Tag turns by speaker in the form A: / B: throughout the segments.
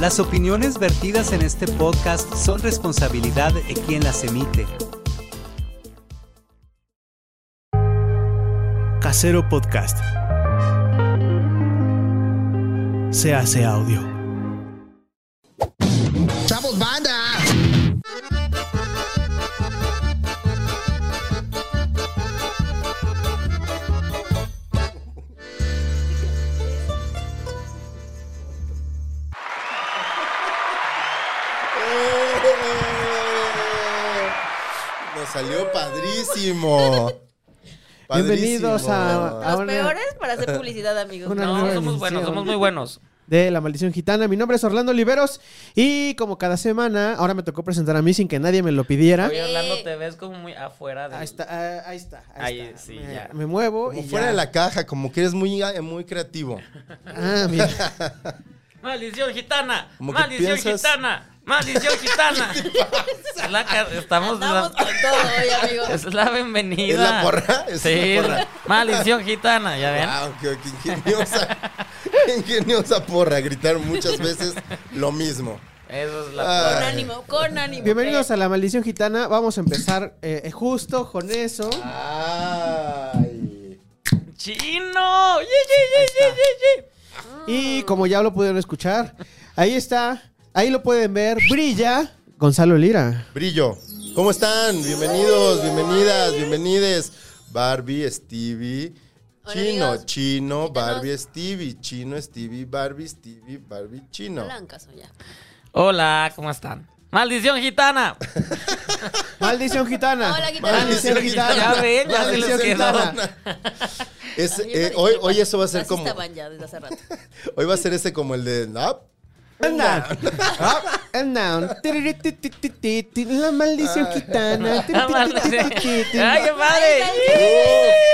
A: Las opiniones vertidas en este podcast son responsabilidad de quien las emite.
B: Casero Podcast. Se hace audio.
C: ¡Chavos, banda!
D: Nos salió padrísimo. Padrísimo.
E: Bienvenidos a, a
F: Los
E: una-
F: peores para hacer publicidad, amigos.
E: Una
F: No,
E: nueva
F: somos-
G: Somos buenos,
E: edición
G: somos muy buenos.
E: de La Maldición Gitana. Mi nombre es Orlando Oliveros y como cada semana, ahora me tocó presentar a mí sin que nadie me lo pidiera.
G: Oye, Orlando, te ves como muy afuera de...
E: Ahí está, ah, ahí está. Ahí,
G: Ahí,
E: está.
G: sí,
E: me,
G: ya.
E: me muevo
D: Como
E: y
D: fuera
E: ya.
D: de la caja, como que eres muy, eh, muy creativo.
E: Ah, mira.
G: ¡Maldición gitana!
D: Como que
G: ¡Maldición
D: piensas-
G: gitana! ¡Maldición gitana! Es la ca- Estamos...
F: Andamos
G: la-
F: con todo hoy, amigos.
G: Es la bienvenida.
D: ¿Es la porra? ¿Es
G: sí.
D: la porra?
G: Maldición gitana, ¿ya ven?
D: Wow, qué, qué ingeniosa. qué ingeniosa porra. Gritar muchas veces lo mismo.
G: Eso es la
D: Ah.
F: Con ánimo, con ánimo.
E: Bienvenidos a La Maldición Gitana. Vamos a empezar eh, justo con eso.
D: Ay.
G: porra. ¡Chino! ¡Ye, ye, ye, ye, ye, ye!
E: Y como ya lo pudieron escuchar, ahí está. Ahí lo pueden ver. Brilla Gonzalo Lira.
D: Brillo. ¿Cómo están? Bienvenidos, bienvenidas, bienvenides. Barbie, Stevie.
F: Hola,
D: Chino,
F: amigos.
D: chino,
F: Invítanos.
D: Barbie, Stevie, chino, Stevie, Barbie, Stevie, Barbie, chino.
F: Blancas, o ya.
G: Hola, ¿cómo están? ¡Maldición gitana!
E: Maldición Gitana.
F: Hola, gitana.
E: Maldición Gitana.
G: Ya ven, ya se les
E: Maldición
G: quedó.
E: Gitana.
D: Es,
F: Ayer me
D: eh, hoy,
F: disculpan.
D: hoy eso va a ser
F: Así
D: como.
F: estaban ya desde hace rato.
D: Hoy va a ser ese como el de. "Ah,
E: And down. Up and down. Tiririrititititi. La maldición gitana.
G: Ah, maldición.
E: Tiririrititititi.
G: ¡Ay, qué padre!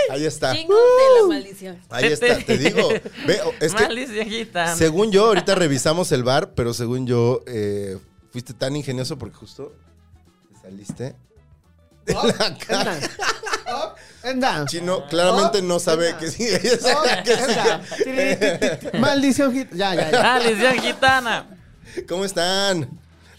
D: uh, ahí está.
F: Chingos de la maldición.
D: Ahí está, te digo. Ve, oh, es que,
G: ¡Maldición gitana!
D: según yo, ahorita revisamos el bar, pero según yo, eh, fuiste tan ingenioso porque justo te saliste. De la
E: And
D: caja.
E: down. Up and down.
F: Ah.
D: Chino
F: Oh,
D: claramente no sabe que sí. que sí.
E: Tiririritititi. Maldición gitana. Ya, ya, ya.
G: ¡Maldición gitana!
D: ¿Cómo están?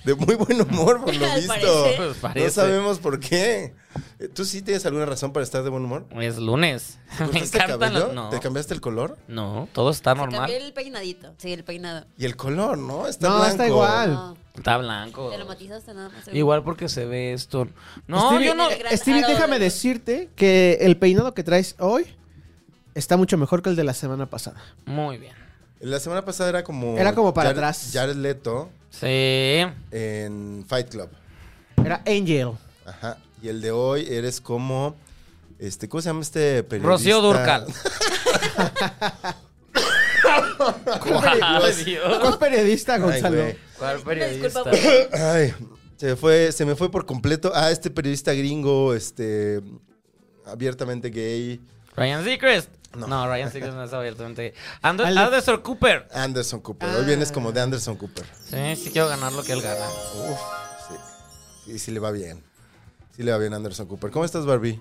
D: De muy buen humor, por lo
F: Al
D: visto.
F: parecer.
G: Pues
D: No
G: parece.
D: sabemos por qué. Eh, ¿Tú sí tienes alguna razón para estar de buen humor?
G: Es lunes.
D: ¿Te
G: Me
D: cortaste el
G: encantan
D: cabello?
G: los... No.
D: ¿Te cambiaste el color?
G: No, todo está normal.
F: Cambié el peinadito. Sí, el peinado.
D: Y el color, ¿no? Está
E: No,
D: blanco.
E: está igual.
F: No,
G: Está blanco.
F: te lo matizaste nada más.
G: Igual porque se ve esto. No,
E: Stevie- eh,
G: yo no.
F: Tiene gran
E: Stevie,
F: aro
E: déjame
F: de-
E: decirte que el peinado que traes hoy está mucho mejor que el de la semana pasada.
G: Muy bien.
D: La semana pasada era como...
E: Era como para
D: Jared-
E: atrás.
D: Jared Leto
G: Sí.
D: en Fight Club.
E: Era Angel.
G: Oh.
D: Ajá. Y el de hoy eres como... Este, ¿Cómo se llama este periodista?
G: Rocío Durcal. Ay, Dios.
E: ¿Cuál periodista,
D: Ay,
E: Gonzalo?
D: güey.
G: ¿Cuál
F: disculpa
G: periodista?
F: porque
D: Ay, se, fue, se me fue por completo. Ah, este periodista gringo, este... Abiertamente gay.
G: Ryan Seacrest.
D: No.
G: No. Ryan Seacrest no es abiertamente. Andrew,
E: Ale-
G: Anderson Cooper.
D: Anderson Cooper. Hoy vienes como de Anderson Cooper.
G: Sí, sí quiero ganar lo que él gana.
F: Ah,
D: Uf, sí. Sí, sí le va bien. Sí le va bien a Anderson Cooper. ¿Cómo estás, Barbie?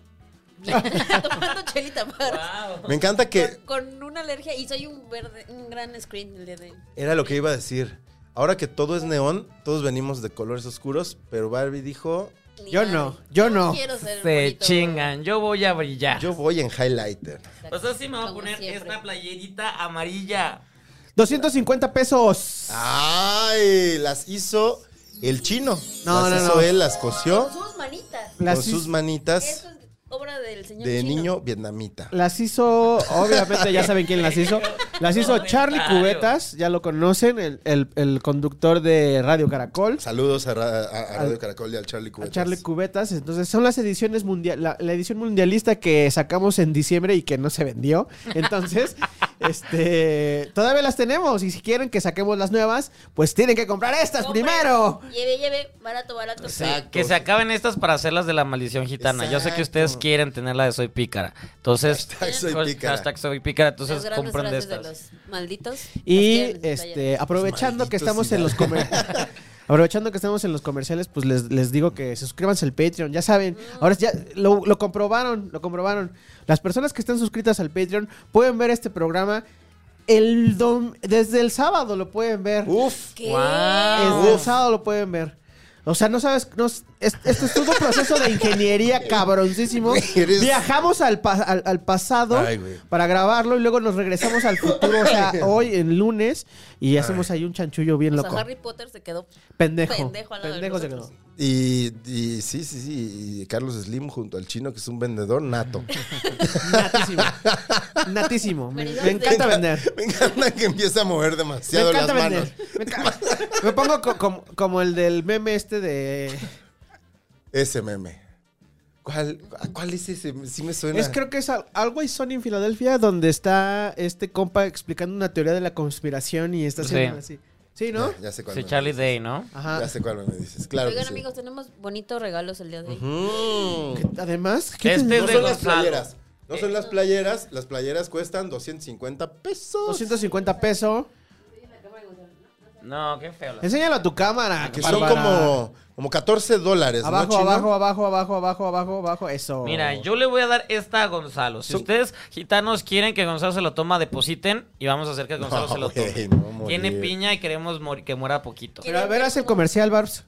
F: tomando chelita para.
D: Me encanta que
F: Con, con una alergia y soy un verde, un gran screen el día de hoy.
D: era lo que iba a decir. Ahora que todo es neón, todos venimos de colores oscuros, pero Barbie dijo,
F: Ni
E: Yo
F: madre.
E: no, yo no.
F: quiero ser
G: Se
F: bonito.
G: chingan. Yo voy a brillar.
D: yo voy en highlighter.
G: O sea, sí me va a
F: Como
G: poner
F: siempre.
G: esta playerita amarilla.
E: 250 pesos.
D: Ah, ¡Ay! Las hizo el chino.
E: No,
D: las
E: no,
D: hizo
E: no.
D: él, las cosió
F: Con sus manitas.
E: Las
D: con sus
E: hizo-
D: manitas
F: Eso es obra del señor
D: de
F: chino.
D: niño vietnamita.
E: Las hizo, obviamente ya saben quién las hizo. Las hizo Charlie
G: Comentario.
E: Cubetas, ya lo conocen, el, el- el conductor de Radio Caracol.
D: Saludos a, Ra- a- a Radio
E: Al-
D: Caracol y al Charlie
E: A
D: Cubetas.
E: Charlie Cubetas, entonces son las ediciones mundial, la, la edición mundialista que sacamos en diciembre y que no se vendió. Entonces, Este, todavía las tenemos y si quieren que saquemos las nuevas, pues tienen que comprar estas
F: Compren.
E: primero.
F: Lleve, lleve, barato, barato.
D: Sí. Exacto.
G: Que se acaben estas para hacerlas de la maldición gitana. Yo sé que ustedes
D: Exacto.
G: quieren tener la de soy pícara. Entonces, pues,
D: Hashtag soy pícara.
G: hashtag soy pícara,
F: Las
G: Entonces
F: grandes
G: compren de
F: frases de
G: estas.
F: los malditos.
E: Y
F: Las quieren, les
E: este, aprovechando que
D: Malditos
E: estamos en los comerciales. Aprovechando que estamos en los comerciales, pues les, les digo que se suscribanse al Patreon. Ya saben, ahora ya lo, lo comprobaron, lo comprobaron. Las personas que están suscritas al Patreon pueden ver este programa el dom- desde el sábado lo pueden ver.
D: Uf.
F: ¿Qué?
G: Guau.
E: Desde el
D: Uf.
E: sábado lo pueden ver. O sea, no sabes, no, es- esto es todo un proceso de ingeniería cabroncísimo.
D: Güey, eres-
E: Viajamos al, pa- al, al pasado
D: Ay, güey.
E: para grabarlo y luego nos regresamos al futuro, o sea, hoy en lunes y hacemos ahí un chanchullo bien
F: O sea,
E: loco.
F: Pues Harry Potter se quedó
E: Pendejo.
F: pendejo al lado de
E: Pendejo se
F: nosotros.
E: quedó.
D: Y, y sí, sí, sí. Y Carlos Slim junto al chino, que es un vendedor nato.
E: Natísimo. Natísimo. Me,
F: Marido
E: me encanta
D: Me enca-
E: vender.
D: Me encanta que empieza a mover
E: Me
D: demasiado
E: encanta
D: las manos.
E: vender. Me, encanta- me pongo co- como, como el del meme este de...
D: Ese meme. ¿Cuál, a cuál es ese? Sí me suena.
E: Es creo que es al- algo y Sony en Filadelfia donde está este compa explicando una teoría de la conspiración y está haciendo así. Sí, ¿no?
D: Ya, ya sé cuál.
G: Sí,
D: meme
G: Charlie
D: dices.
G: Day, ¿no?
E: Ajá.
D: Ya sé cuál me dices. Claro.
F: Oigan,
D: que sí.
F: amigos, tenemos bonitos regalos el día de hoy.
D: Mm.
E: Además,
G: Este
E: tendrá?
G: es
D: No
G: de
D: son las
G: Gonzalo.
D: playeras. No
E: Eh,
D: son las playeras. Las playeras cuestan 250 pesos.
E: 250 pesos.
G: No, qué feo. la-
E: Enséñalo a tu cámara.
D: Que son
E: Bárbara.
D: como, como 14 dólares. ¿no,
E: Abajo,
D: chino?
E: abajo, abajo, abajo, abajo, abajo, abajo. Eso.
G: Mira, yo le voy a dar esta a Gonzalo. Si
D: Son-
G: ustedes, gitanos, quieren que Gonzalo se lo toma, depositen y vamos a hacer que Gonzalo
D: No,
G: se lo tome.
D: güey, no, morir.
G: Tiene piña y queremos mor- que muera poquito.
F: ¿Qué?
E: Pero a ver, haz el comercial, Barbs.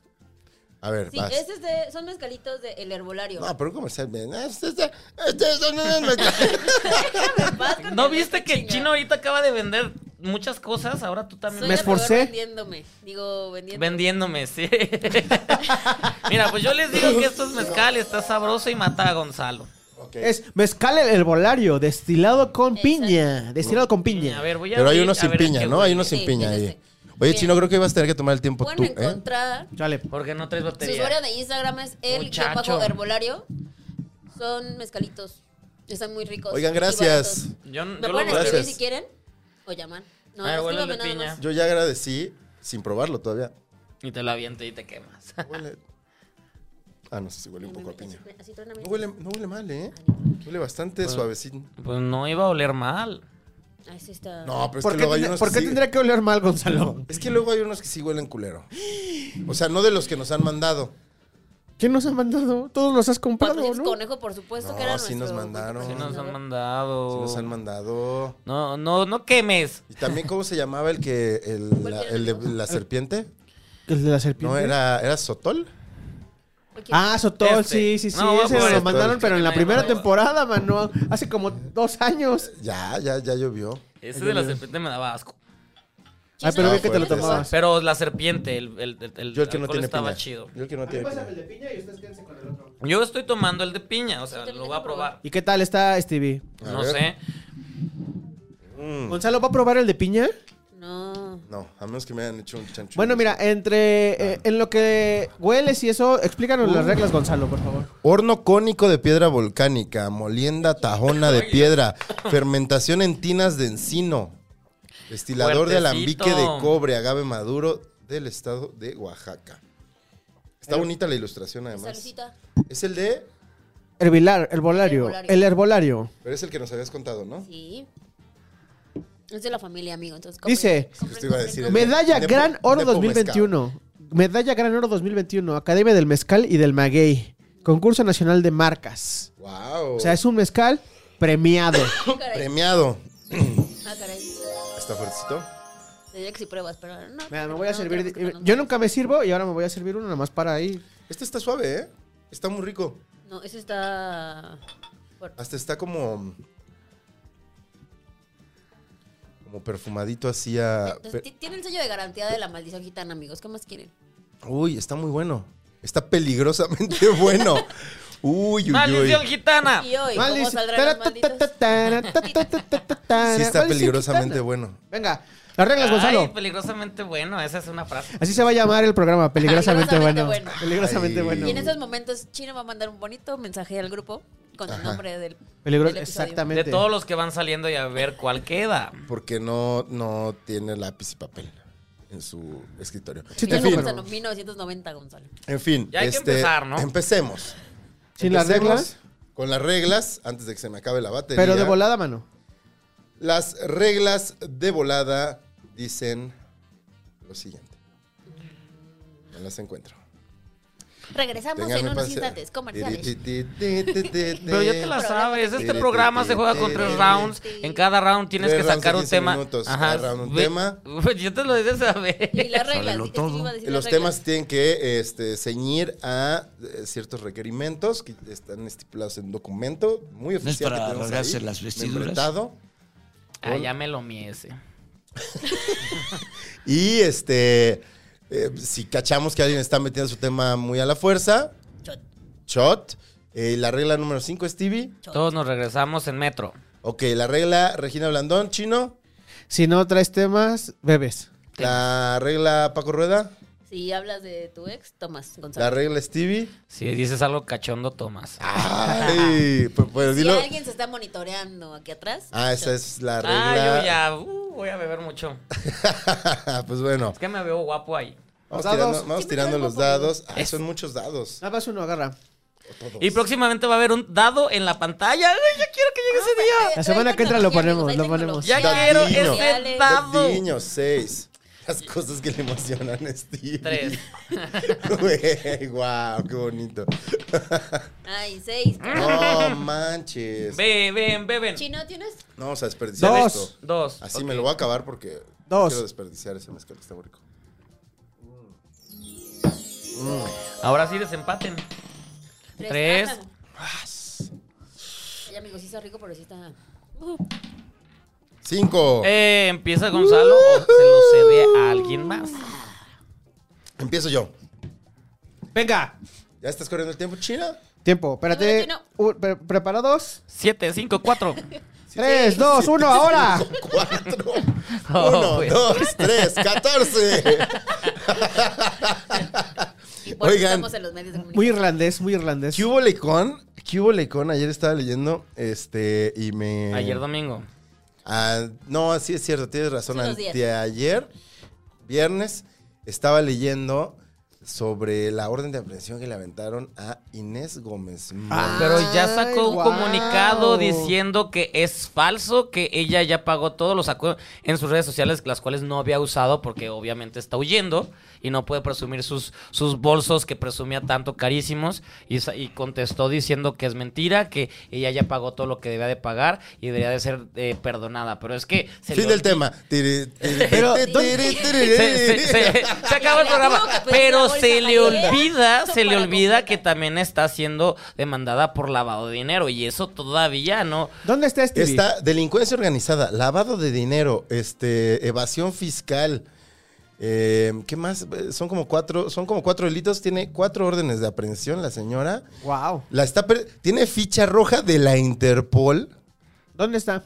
D: A ver,
F: Sí,
D: vas.
F: ese es de, son mezcalitos de El Herbolario.
D: No, pero un comercial bien. Este, este, este, este, no, no, no, no.
F: Déjame en paz con
G: ¿No
F: el
G: viste que el
F: chinga.
G: chino ahorita acaba de vender muchas cosas? Ahora tú
F: Soy
G: también.
F: la
E: Me
F: peor
E: esforcé.
F: vendiéndome. Digo, vendiendo.
G: Vendiéndome, sí. Mira, pues yo les digo que esto es mezcal, está sabroso y mata a Gonzalo.
D: Ok.
E: Es mezcal el herbolario, destilado con
F: Exacto.
E: piña. Destilado con
G: A
E: piña.
G: ver, voy a
D: Pero hay
G: abrir,
D: unos
G: a
D: sin
G: ver
D: piña,
G: qué
D: ¿no?
G: huele.
D: Hay unos sin
F: Sí,
D: piña
F: tienes
D: ahí.
F: ese.
D: Oye,
F: Bien.
D: Chino, creo que ibas a tener que tomar el tiempo
F: Pueden
D: tú, ¿eh?
F: encontrar.
E: Chale.
G: Porque no traes
F: Su
G: batería.
F: usuario de Instagram es el
G: Muchacho.
F: Chapajo Herbolario. Son mezcalitos. Están muy ricos.
D: Oigan,
F: y
D: gracias.
F: baratos.
G: Yo,
F: Me
G: yo
F: pueden
G: lo voy a
F: escribir
G: hacer.
D: Gracias.
F: si quieren o llaman. No,
G: A ver, huele
F: escríbame
G: el de
F: nada
G: piña.
F: más.
D: Yo ya agradecí sin probarlo todavía.
G: Y te lo aviento y te quemas.
D: Huele- Ah, no sé si huele un poco a piña.
F: Así truena mi-
D: No huele, no huele mal, ¿eh? Huele bastante
E: Ah.
D: suavecito.
G: Pues no iba a oler mal.
F: Ahí sí está.
D: No, pero es
E: ¿Por
D: que
E: qué,
D: luego hay
E: tendrá-
D: unos
E: por
D: que
E: qué
D: sí-
E: tendría que oler mal, Gonzalo?
D: Es que luego hay unos que sí huelen culero. O sea, no de los que nos han mandado.
E: ¿Quién nos ha mandado? Todos los has comprado,
F: Patrocinios
E: ¿no?
F: Conejo, por supuesto
D: No,
F: que era
D: sí nos
F: nuestro
D: mandaron.
G: Sí nos
F: patrocinador.
G: han
D: Sí
G: mandado.
D: nos han mandado.
G: No, no, no quemes.
D: Y también, ¿cómo se llamaba el que. El,
F: ¿Cuál
D: la,
F: era
D: el
F: el
D: de la serpiente?
E: ¿El de la serpiente?
D: No, era. ¿Era Sotol?
F: Aquí.
E: Ah, Sotol,
G: Este.
E: sí, sí, sí.
G: No, voy a
E: ese
G: poner
E: lo
D: Sotol.
E: mandaron, pero en la
G: Ay,
E: primera
G: no.
E: temporada, mano. Hace como dos años.
D: Ya, ya, ya llovió.
G: Ese de la serpiente me daba asco.
E: Ah, pero
D: No,
E: vi que te lo
D: fuerte,
E: tomabas.
G: Pero la serpiente, el, el, el, el
D: Yo el que no
G: alcohol
D: tiene
G: estaba
D: piña.
G: chido.
D: Yo el que no tiene piña.
E: de piña y ustedes quédense con el otro.
G: Yo estoy tomando el de piña, o sea,
F: también
G: lo voy
F: dejo
G: a probar.
E: ¿Y qué tal está Stevie?
D: A
G: No
D: ver.
G: sé.
D: Mm,
E: Gonzalo, ¿va a probar el de piña?
F: No.
D: No, a menos que me hayan hecho un chancho.
E: Bueno, mira, entre
G: Ah.
E: eh, en lo que hueles y eso, explícanos
G: Uh.
E: las reglas, Gonzalo, por favor.
D: Horno cónico de piedra volcánica, molienda tajona de piedra, fermentación en tinas de encino, destilador de
G: Fuertecito.
D: alambique de cobre, agave maduro del estado de Oaxaca. Está bonita la ilustración además.
F: Saludita.
D: Es el de,
E: Herbilar, herbolario,
F: Herbolario.
E: el herbolario.
D: pero es el que nos habías contado, ¿no?
F: Sí. Es de la familia, amigo. Entonces,
E: Dice,
F: compren, compren,
D: Justo iba a
F: compren,
D: decir
F: compren.
E: Medalla
D: Nepo-
E: Gran Oro
D: Nepo
E: 2021. Medalla Gran Oro 2021. Academia del Mezcal y del Maguey. Concurso Nacional de Marcas.
D: Wow.
E: O sea, es un mezcal premiado.
F: Ah, caray.
D: premiado.
F: Ah, caray.
D: Está fuertecito.
F: Tendría que si pruebas, pero no.
E: Mira, me voy a
F: no,
E: servir.
F: tenemos que
E: de- eh,
F: tomarnos
E: yo
F: una.
E: nunca me sirvo y ahora me voy a servir uno nada más para ahí.
D: Este está suave, ¿eh? Está muy rico.
F: No, ese está. fuerte.
D: Hasta está como. Como perfumadito así a.
F: Entonces,
D: pe-
F: ti- Tiene el sello de garantía de la maldición gitana, amigos. ¿Qué más quieren?
D: Uy, está muy bueno. Está peligrosamente bueno. Uy, uy, uy.
G: ¡Maldición gitana!
F: Y hoy, ¿cómo
E: Maldici-
F: saldrán los malditos?
E: Tara, ta, ta, ta, ta, ta, ta, ta,
D: Sí, está
E: Maldici-
D: peligrosamente bueno.
E: Venga, las reglas,
G: Ay,
E: Gonzalo.
G: peligrosamente bueno, esa es una frase.
E: Así se va a llamar el programa, peligrosamente
F: Peligrosamente
E: bueno.
F: bueno.
E: Peligrosamente
D: Ay.
F: Y en
E: bueno.
F: esos momentos, Chino va a mandar un bonito mensaje al grupo con el
D: Ajá.
F: nombre del.
E: Peligroso,
F: del episodio.
G: De
E: exactamente.
G: todos los que van saliendo y a ver cuál queda.
D: Porque no, no tiene lápiz y papel en su escritorio.
E: Sí,
D: en,
E: tengo,
D: fin,
E: pero-
F: Gonzalo, 1990, Gonzalo.
D: en fin,
G: Ya hay que
D: este,
G: empezar, ¿no?
D: Empecemos.
E: Sin las
D: Empecemos
E: reglas,
D: Con las reglas, antes de que se me acabe la batería.
E: pero de volada, mano.
D: Las reglas de volada dicen lo siguiente. No las encuentro.
F: Regresamos en
D: Ténganme
F: unos
D: paciencia.
F: instantes comerciales.
D: Ti, ti, ti, ti, ti, ti, ti.
G: Pero ya te la sabes. Este programa se juega con tres rounds. En cada round tienes
D: Tres
G: que
D: rounds de
G: sacar un
D: 15
G: tema.
D: minutos, cada round un tema.
G: Yo te lo dije saber.
F: Y las reglas. es que iba a decir
D: Los
F: las reglas.
D: temas tienen que este, ceñir a eh, ciertos requerimientos que están estipulados en documento muy
C: es
D: oficial.
C: para
D: que tenemos
C: rasgarse
D: ahí,
C: las vestiduras.
D: membretado.
G: Ah, ya me lo miese.
D: Y este, eh, si cachamos que alguien está metiendo su tema muy a la fuerza,
F: Shot,
D: shot. Eh, la regla número 5, Stevie.
F: shot.
G: Todos nos regresamos en metro.
D: Ok, la regla Regina Blandón, chino.
E: Si no traes temas, bebes.
D: La regla Paco Rueda.
F: Si hablas de tu ex, Tomás
D: La
F: Gonzalo.
D: regla Stevie.
G: Si dices algo cachondo, tomas.
D: Ah, Ay, pues, pues,
F: Si
D: dilo.
F: alguien se está monitoreando aquí atrás.
D: Ah, esa
F: shot.
D: es la
G: Ah, yo
D: regla.
G: ya uh, voy a beber mucho.
D: pues bueno,
G: Es que me veo guapo ahí.
D: vamos
E: Dados.
D: tirando, vamos
F: Sí, me
D: tirando
F: traigo
D: los
F: por-
D: dados. Ay, son muchos dados.
E: Nada más uno agarra.
D: Pues.
G: Y próximamente va a haber un dado en la pantalla. Ay, yo quiero que llegue ese día.
F: Eh,
E: La semana
F: hay
E: que entra lo
F: tecnología,
E: ponemos,
F: amigos, hay
E: lo ponemos.
F: tecnología.
G: Ya quiero
D: Dadino.
G: ese dado.
D: Niño, seis. Las cosas que le emocionan a Stevie.
G: Tres.
D: Güey, guau, qué bonito.
F: Ay, seis.
D: No manches.
G: Beben, beben.
F: Chino, ¿tienes?
D: No vamos a desperdiciar
E: Dos.
D: esto.
G: Dos.
D: Así
G: Ok.
D: me lo voy a acabar porque
E: Dos.
D: quiero desperdiciar ese mezcal que está muy rico.
G: Ahora sí desempaten. Tres.
F: Ah, Ay, amigos, sí está rico, pero sí está. Uh,
D: Cinco.
G: Eh, empieza Gonzalo o se lo cede a alguien más.
D: Empiezo yo.
E: ¡Venga!
D: ¿Ya estás corriendo el tiempo, China?
E: Tiempo, espérate.
F: Número
E: Un- pre- ¿Preparados?
G: Siete, cinco, cuatro.
E: Tres, dos, uno,
F: Ah.
E: ahora.
D: Cinco, cuatro.
G: Oh,
D: uno,
F: pues.
G: güey.
D: dos, tres, catorce.
F: y por eso
D: Oigan.
F: estamos en los medios de
E: Muy
F: comunicación.
E: irlandés, muy irlandés.
D: ¿Qué hubo lecón? ¿Qué hubo lecón? Ayer estaba leyendo este y me...
G: Ayer domingo.
D: Ah, no, sí es cierto, tienes razón.
F: Sí, los días.
D: Anteayer, viernes, estaba leyendo sobre la orden de aprehensión que le aventaron a Inés Gómez. Mont.
F: Ah,
G: Pero ya sacó un
E: guau.
G: comunicado diciendo que es falso, que ella ya pagó todo, lo sacó en sus redes sociales, las cuales no había usado porque obviamente está huyendo y no puede presumir sus, sus bolsos que presumía tanto carísimos y, sa- y contestó diciendo que es mentira, que ella ya pagó todo lo que debía de pagar y debería de ser eh, perdonada. Pero es que se
D: Fin
G: le
D: del tema. Tiri, tiri, tiri, tiri, tiri.
G: se, se- se- se acaba el programa. Pero se le olvida, se le olvida que también está siendo demandada por lavado de dinero. Y eso todavía no.
E: ¿Dónde está este?
D: Está delincuencia organizada, lavado de dinero, este, evasión fiscal. eh, ¿Qué más? Eh, Son como cuatro, son como cuatro delitos. Tiene cuatro órdenes de aprehensión la señora.
E: Wow.
D: La está per- tiene ficha roja de la Interpol.
E: ¿Dónde está?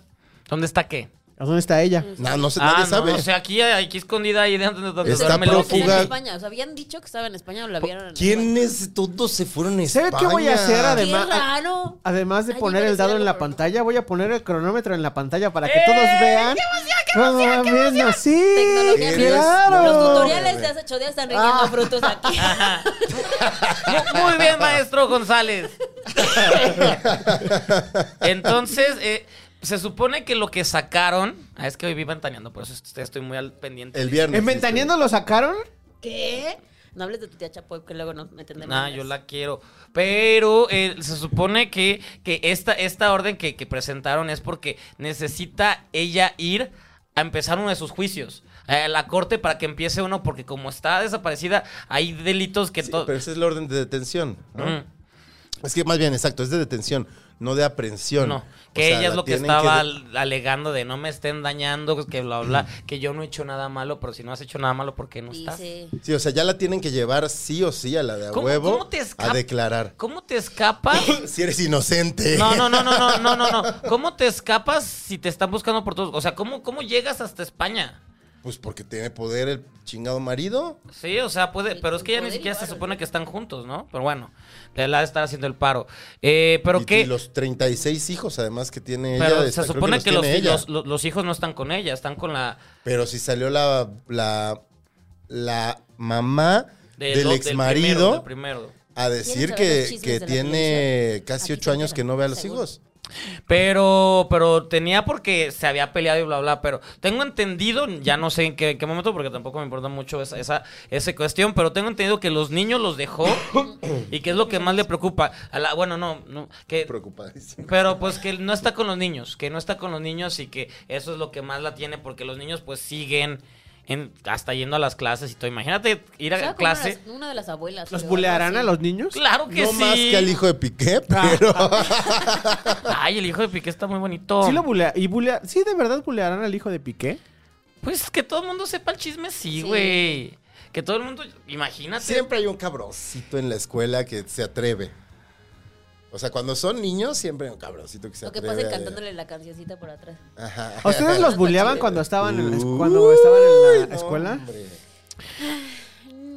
G: ¿Dónde está qué?
E: ¿A ¿Dónde está ella?
D: No, no sé,
G: ah,
D: Pues nadie
G: no,
D: sabe.
G: o sea, aquí, aquí escondida ahí de donde, donde
D: Está
G: duerme
F: Pero
G: Loki.
F: está en
D: prófuga.
F: España, o sea, habían dicho que estaba en España o la vieron. en España.
D: ¿Quiénes todos se fueron a
E: ¿Sabe
D: España?
E: qué voy a hacer
F: ¡Qué
E: además? a-
F: raro!
E: Además de
F: Ay, yo
E: poner
F: iba a
E: el
F: decir
E: dado en
F: algo,
E: la
F: pero no.
E: pantalla, voy a poner el cronómetro en la pantalla para que todos vean. ¡Qué emoción, ¡Sí!
F: Tecnología,
D: ¿Qué
F: amigos.
D: eres?
F: Los
D: No.
E: ¡Claro!
F: tutoriales de hace ocho días están rindiendo
E: Ah.
F: frutos aquí.
G: Mu- Muy bien, maestro González. Entonces, eh, se supone que lo que sacaron. Ah, es que hoy vi ventaneando, por eso est- estoy muy al pendiente.
D: El viernes.
E: ¿En Ventaneando lo sacaron?
F: ¿Qué? No hables de tu tía Chapoy, que luego no me entendemos.
G: Nah, Ah, yo la quiero. Pero eh, se supone que, que esta, esta orden que, que presentaron es porque necesita ella ir a empezar uno de sus juicios. eh, A la corte para que empiece uno, porque como está desaparecida, hay delitos que Mm,
D: Sí,
G: todo.
D: pero ese es la orden de detención. ¿no? Es que más bien, exacto, es de detención, no de aprehensión.
G: No,
D: O
G: que
D: sea,
G: ella es
D: la
G: lo que
D: tienen
G: estaba
D: de-
G: al- alegando de no me estén dañando, que bla, bla,
D: Mm.
G: que yo no he hecho nada malo, pero si no has hecho nada malo, ¿por qué no estás?
F: Dice.
D: Sí, o sea, ya la tienen que llevar sí o sí a la de a
G: ¿Cómo-
D: huevo
G: cómo te escapa-
D: a declarar.
G: ¿Cómo te escapas?
D: Si eres inocente.
G: No, no, no, no, no, no, no, no. ¿Cómo te escapas si te están buscando por todos? O sea, ¿cómo, cómo llegas hasta España?
D: Pues porque tiene poder el chingado marido.
G: Sí, o sea, puede,
F: Y
G: pero es
F: con
G: que ya ni
F: poder
G: siquiera se
F: igual,
G: supone
F: ¿no?
G: que están juntos, ¿no? Pero bueno, le la está haciendo el paro. Eh, pero
D: y,
G: qué.
D: y los 36 hijos además que tiene
G: pero
D: ella.
G: se
D: está- creo
G: supone que,
D: tiene ella.
G: los, los- los hijos no están con ella, están con la.
D: Pero si salió la, la, la mamá
G: de-
D: del
G: do-
D: ex
G: primero,
D: marido
G: del primero.
D: a decir
F: ¿Quieren saber los
D: que,
F: chismes
D: que
F: de la
D: tiene
F: violencia?
D: casi
F: Aquí
D: ocho
F: te
D: años que
F: enteras,
D: no ve a los
F: seguro.
D: hijos.
G: Pero, pero tenía porque se había peleado y bla, bla, pero tengo entendido, ya no sé en qué, en qué momento, porque tampoco me importa mucho esa, esa, esa cuestión, pero tengo entendido que los niños los dejó y que es lo que más le preocupa. A la, bueno, no, no que,
D: Preocupadísimo.
G: pero pues que no está con los niños, que no está con los niños y que eso es lo que más la tiene, porque los niños pues siguen en- hasta yendo a las clases y todo. Imagínate ir
F: O sea,
G: a
F: como
G: clase.
F: Una, de las- una de las abuelas.
E: ¿Los
F: creo,
E: bulearán
F: algo
E: a
F: así.
E: los niños?
G: Claro que
D: No
G: sí. Ah.
D: más que al hijo de Piqué, pero
G: Ay, el hijo de Piqué está muy bonito.
E: Sí lo bulea y bulea sí de verdad bulearán al hijo de Piqué.
G: Pues que todo el mundo sepa el chisme, sí,
F: Sí.
G: güey. Que todo el mundo, imagínate.
D: siempre hay un cabroncito en la escuela que se atreve. O sea, cuando son niños siempre hay un cabroncito que se
F: Lo que
D: atreve.
F: pasa es
D: a-
F: cantándole la cancioncita por atrás.
D: Ajá.
E: ¿A ustedes los
F: Uy,
E: buleaban cuando estaban en la, es- cuando
D: Uy,
E: estaban en la
D: no,
E: escuela?
D: hombre.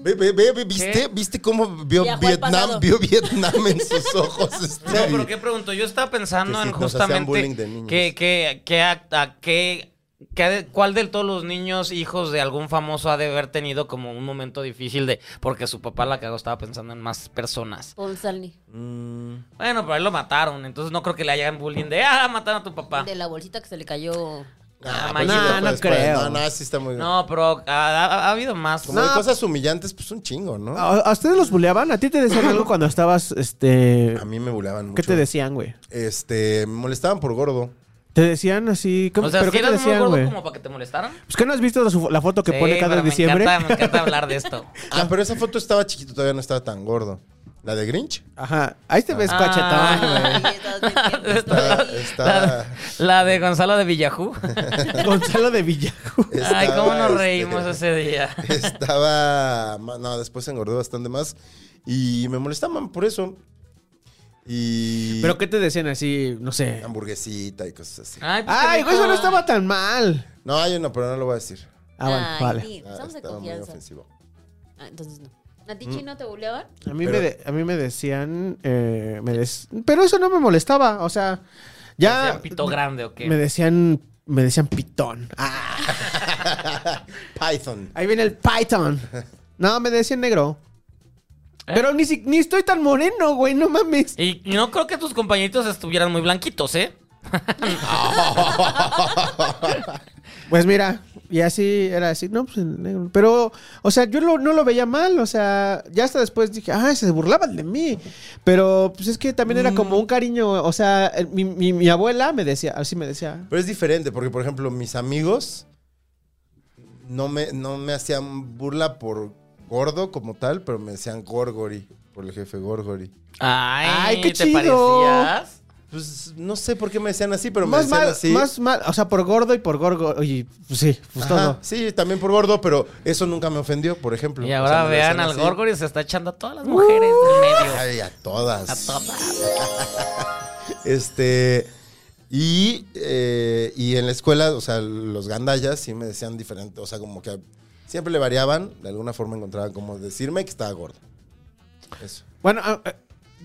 D: Ve, ve, ve, ve, ¿viste?
G: ¿Qué?
D: ¿Viste cómo vio
F: Viajó al
D: Vietnam,
F: pasado.
D: vio Vietnam en sus ojos? este?
G: No, pero ¿qué pregunto? Yo estaba pensando
D: Que sí,
G: en
D: nos hacían bullying
G: justamente
D: de niños.
G: que, que, que a, a qué- que ha de- cuál de todos los niños hijos de algún famoso ha de haber tenido como un momento difícil de porque su papá la cagó, estaba pensando en más personas.
F: Paul Stanley,
D: Mm.
G: Bueno, pero a él lo mataron, entonces no creo que le hayan bullying de ah, mataron a tu papá.
F: De la bolsita que se le cayó.
D: Ah,
G: Ah,
D: pues sí,
G: no,
D: después,
E: no
D: después.
E: creo.
D: No, no, sí está muy
G: No, pero ha, ha- ha habido más.
D: Como de
E: No.
D: cosas humillantes, pues un chingo, ¿no?
G: Ah,
E: ¿A, a ustedes los buleaban? ¿A ti te decían algo cuando estabas, este...
D: A mí me burlaban mucho.
E: ¿Qué te decían, güey?
D: Este, me molestaban por gordo.
E: ¿Te decían así? ¿Cómo,
G: o sea,
E: ¿Pero
G: si
E: qué te
G: eras muy
E: decían,
G: gordo
E: güey?
G: como para que te molestaran.
E: Pues que no has visto su- la foto que
G: Sí,
E: pone cada
G: pero
E: diciembre.
G: Me encanta, me encanta hablar de esto.
D: Ah, pero esa foto estaba chiquito, todavía no estaba tan gordo. La de Grinch.
E: Ajá. Ahí te ves
G: Ah.
E: cachetón,
F: Ay, estabas bien tierno.
D: Está-
G: La,
D: está-
G: la de Gonzalo de Villajú.
E: güey. Gonzalo de Villajo.
G: Ay, cómo
D: Estaba,
G: nos
D: este,
G: reímos ese día.
D: Estaba. ma- No, después engordé bastante más. Y me molestaban por eso. Y.
E: ¿Pero qué te decían así? No sé.
D: Hamburguesita y cosas así.
G: Ay, pues, qué
E: Ay, güey, eso no
G: rico.
E: estaba tan mal.
D: No, hay uno, pero no lo voy a decir.
E: Ah, bueno,
F: Ay,
E: vale.
F: sí, pues
D: Ah,
F: Estamos de
D: estaba muy
F: confianza.
D: ofensivo.
F: Ah, entonces no. ¿A ti,
G: Mm.
F: Chino, te buleaban?
E: A mí,
D: Pero-
E: me, de- a mí me decían... eh, me des- pero eso no me molestaba. O sea, ya...
G: Decían pito grande o qué?
E: Me decían... Me decían pitón. Ah,
D: Python.
E: ahí viene el Python. No, me decían negro. Pero ni, si- ni estoy tan moreno, güey, no mames.
G: Y no creo que tus compañeritos estuvieran muy blanquitos, ¿eh?
E: Pues mira, y así era así, no, pues el negro. Pero, o sea, yo lo- no lo veía mal, o sea, ya hasta después dije, ah, se burlaban de mí. Pero, pues es que también era como un
D: Mm.
E: cariño, o sea, el- mi, mi- mi abuela me decía, así me decía.
D: Pero es diferente, porque por ejemplo, mis amigos no me, no me hacían burla por gordo como tal, pero me decían Gorgori, por el jefe Gorgori.
G: Ay,
E: Ay, qué
G: ¿te
E: chido.
G: parecías?
D: Pues no sé por qué me decían así, pero me
E: más
D: decían
E: mal,
D: así.
E: más mal, o sea, por gordo y por gorgo, oye, pues sí, pues
D: Ajá,
E: todo.
D: Sí, también por gordo, pero eso nunca me ofendió, por ejemplo.
G: Y
E: pues,
D: O
G: ahora
D: sea, me
G: vean
D: decían
G: al
D: así.
G: Gorgory se está echando a todas las mujeres del medio.
D: Ay, a todas.
G: A todas.
D: Este. Y, eh, y en la escuela, o sea, los gandallas sí me decían diferente. O sea, como que siempre le variaban. De alguna forma encontraban como decirme que estaba gordo. Eso.
E: Bueno, ah, ah,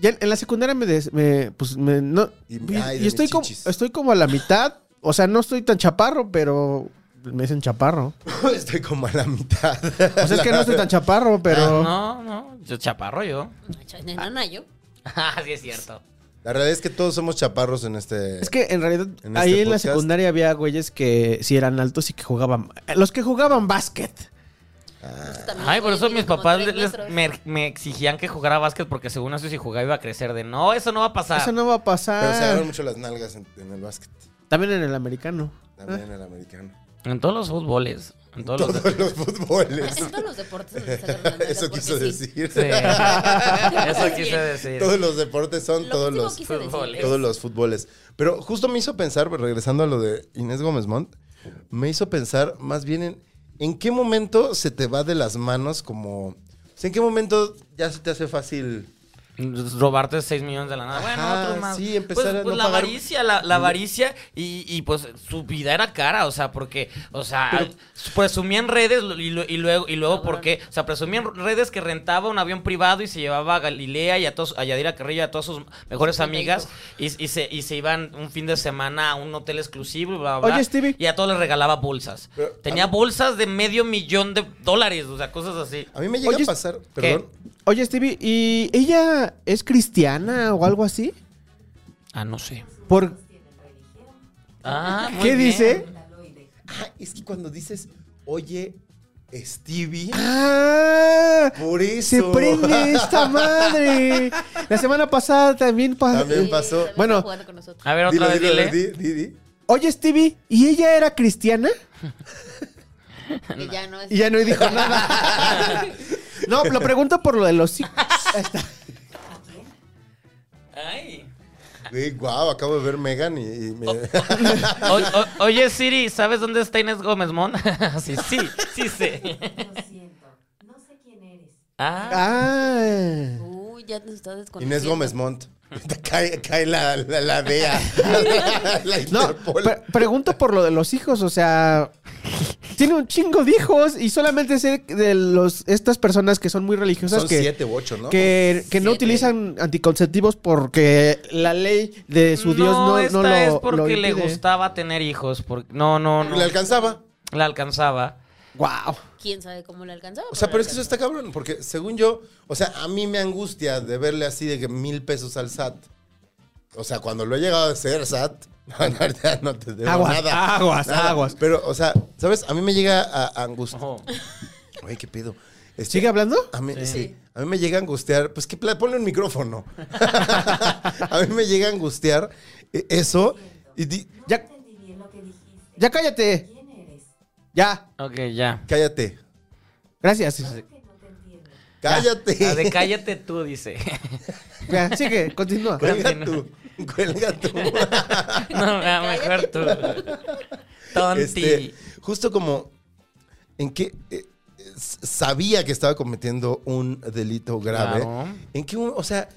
E: ya en- en la secundaria me, des- me- pues me, no,
D: Y-
E: y,
D: ay, de
E: y
D: mis
E: estoy, como,
D: chichis.
E: estoy como a la mitad, o sea, no estoy tan chaparro, pero me dicen chaparro.
D: Estoy como a la mitad.
E: O sea, es que no estoy tan chaparro, pero...
D: Ah,
G: No, no, yo chaparro yo.
F: Ay, chas, nena, nana, yo.
G: Ah, sí es cierto.
D: La realidad es que todos somos chaparros en este.
E: Es que en realidad
D: en
E: ahí
D: este
E: en la
D: podcast.
E: secundaria había güeyes que sí eran altos y que jugaban. eh, Los que jugaban básquet. Ah.
F: Entonces, también
G: Ay,
F: soy
G: por eso
F: mide
G: mis
F: como
G: papás
F: tres
G: les-
F: metros.
G: me, me exigían que jugara básquet porque según eso si jugaba iba a crecer de no, eso no va a pasar.
E: Eso no va a
D: Ah, Pero se agarran
E: pasar.
D: mucho las nalgas en, en el básquet.
E: También en el americano.
D: También en el americano.
G: En todos los fútboles. En todos los...
E: Ah.
D: Todos los futboles.
F: En todos los deportes donde se agarran las nalgas,
D: Eso
F: porque
D: quiso
F: sí.
D: decir.
G: Sí. Eso quise decir.
D: Todos los deportes son
F: Lo
D: todos
F: último
D: los.
F: quise decir
G: fútboles.
F: es-
D: todos los fútboles. Pero justo me hizo pensar, regresando a lo de Inés Gómez Montt, me hizo pensar más bien en, en qué momento se te va de las manos como... o sea, ¿En qué momento ya se te hace fácil
G: robarte 6 millones de la nada.
D: Ajá,
G: bueno, otro más.
D: sí, empezar
G: pues,
D: a no
G: pues la
D: pagar-
G: avaricia, la, la avaricia y, y, pues su vida era cara, o sea, porque, o sea, presumía en redes y, lo- y luego, y
D: Ah,
G: luego por qué, o sea, presumía en redes que rentaba un avión privado y se llevaba a Galilea y a, todos, a Yadira Carrillo y a todas sus mejores amigas y, y se, y se iban un fin de semana a un hotel exclusivo, bla, bla, bla.
E: Oye, Stevie.
G: Y a todos les regalaba bolsas.
D: Pero,
G: Tenía bolsas de medio millón de dólares, o sea, cosas así.
D: A mí me llega
E: Oye,
D: a pasar, perdón.
E: Oye, Stevie, ¿y ella es cristiana o algo así?
G: Ah, no sé.
E: Por...
G: Ah, muy
E: ¿Qué
G: bien.
E: dice?
D: Ah, es que cuando dices, oye, Stevie,
E: ¡Ah!
D: por eso.
E: ¡Se prende esta madre! La semana pasada también pasó.
D: También pasó.
F: también
E: Bueno.
F: está jugando con nosotros.
G: A ver, otra
D: Dilo,
G: vez
D: dilo,
G: dile.
D: di- di- di.
E: Oye, Stevie, ¿y ella era cristiana?
F: Que ya no es.
E: Y ya no dijo nada. No, lo pregunto por lo de los hijos.
G: Ay.
D: Güey, guau, acabo de ver Megan y, y me...
G: O- o- oye, Siri, ¿sabes dónde está Inés Gómez Mon? sí, sí, sí sé.
C: Lo siento, no sé quién eres.
G: Ah,
E: Ah.
F: Uy, ya nos está desconociendo.
D: Inés Gómez Montt. cae, cae la, la, la DEA. la
E: No,
D: Interpol.
E: pre- pregunto por lo de los hijos, o sea, tiene un chingo de hijos y solamente sé de los estas personas que son muy religiosas
D: Son
E: que
D: siete u ocho, ¿no?
E: que, que no
F: Siete.
E: utilizan anticonceptivos porque la ley de su Dios no,
G: esta
E: no lo
G: es
E: lo
G: porque le
E: impide.
G: gustaba tener hijos. Porque... No, no, no.
D: Le alcanzaba.
G: La alcanzaba.
E: Wow.
F: ¿Quién sabe cómo le alcanzaba?
D: O sea, pero es que eso
F: le
D: está cabrón, porque según yo, o sea, a mí me angustia de verle así de que mil pesos al SAT. O sea, cuando lo he llegado a ser SAT, no, no, ya no te debo
E: Aguas,
D: nada.
E: aguas,
D: Nada.
E: aguas.
D: Pero, o sea, ¿sabes? A mí me llega a a angustia.
G: Ojo.
D: Oye, ¿qué pedo? Este,
E: ¿Sigue hablando?
D: A mí, sí. A mí me llega a angustiar. Pues que pla- ponle un micrófono. a mí me llega a angustiar eh, eso. Y di-
E: Ya,
C: Entendí bien lo que dijiste.
E: ya cállate.
C: ¿Quién eres?
E: Ya.
G: Ok, ya.
D: cállate.
E: Gracias.
C: Que no te entiendo.
D: Cállate.
G: La de cállate tú, dice.
E: Ya, sigue, continúa.
D: Cuelga tú. Cuelga tú.
G: no, ya, mejor tú. Tonti.
D: Este, justo como en que eh, s- sabía que estaba cometiendo un delito grave.
G: Claro.
D: En que, un- o sea,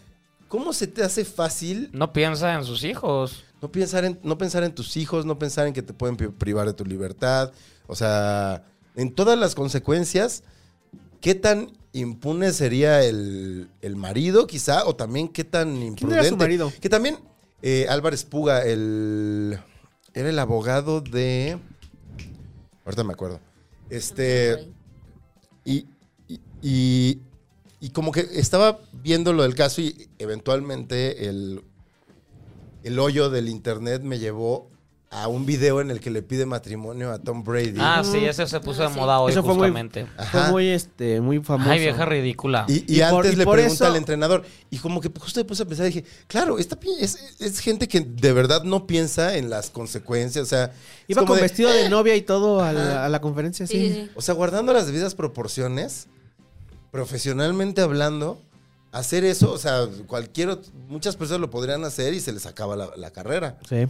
D: ¿cómo se te hace fácil
G: No piensa en sus hijos.
D: No pensar en, no pensar en tus hijos, no pensar en que te pueden pri- privar de tu libertad. O sea, en todas las consecuencias, ¿qué tan impune sería el, el marido, quizá? O también qué tan imprudente.
E: era su marido?
D: Que también eh, Álvarez Puga, el. Era el abogado de. Ahorita me acuerdo. Este. Y, y, y- y como que estaba viendo lo del caso y eventualmente el, el hoyo del internet me llevó a un video en el que le pide matrimonio a Tom Brady.
G: Ah, sí, ese se puso de
F: Ah, sí.
G: moda hoy,
E: Eso fue muy-
G: justamente.
E: Fue muy este, muy famoso.
G: Ay, vieja ridícula.
D: Y,
E: Y
D: y
E: por-
D: antes
E: y
D: le
E: por
D: pregunta
E: eso-
D: al entrenador. Y como que justo después a pensar, dije, claro, esta pi- es, es gente que de verdad no piensa en las consecuencias. O sea, es
E: Iba
D: como
E: con
D: de,
E: vestido
G: "Eh".
E: de novia y todo a la, a la conferencia,
F: Sí, sí, sí.
D: O sea, guardando las debidas proporciones, profesionalmente hablando, hacer eso, o sea, cualquier, ot- muchas personas lo podrían hacer y se les acaba la, la carrera.
E: Sí.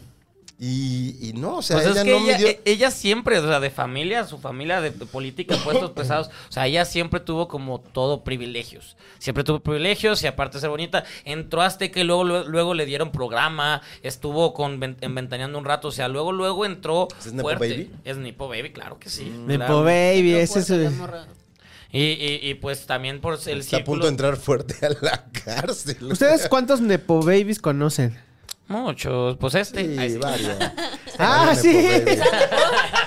D: Y, y no, o sea,
G: Pues es
D: ella
G: que
D: no
G: ella,
D: me dio...
G: e- ella siempre, o sea, de familia, su familia de, de política, puestos pesados, o sea, ella siempre tuvo como todo privilegios. Siempre tuvo privilegios y aparte de ser bonita, entró a Azteca y luego, luego, luego le dieron programa, estuvo con Ven- en Ventaneando un rato, o sea, luego, luego entró
D: ¿Es Nepo
G: fuerte.
D: Baby? Mm.
G: Es Nipo Baby, claro que sí.
E: Me
G: Mm, claro.
E: baby, ese es
F: Fuerte la
E: el-
F: morra.
G: Y, y, y, pues también por el
D: Está a punto
G: círculo...
D: de entrar fuerte a la cárcel.
E: ¿Ustedes cuántos Nepo Babies conocen?
G: Muchos, pues este.
D: Sí,
G: Ay, sí.
D: varios.
E: Ah,
D: Varios
E: sí.
D: Nepo Babies.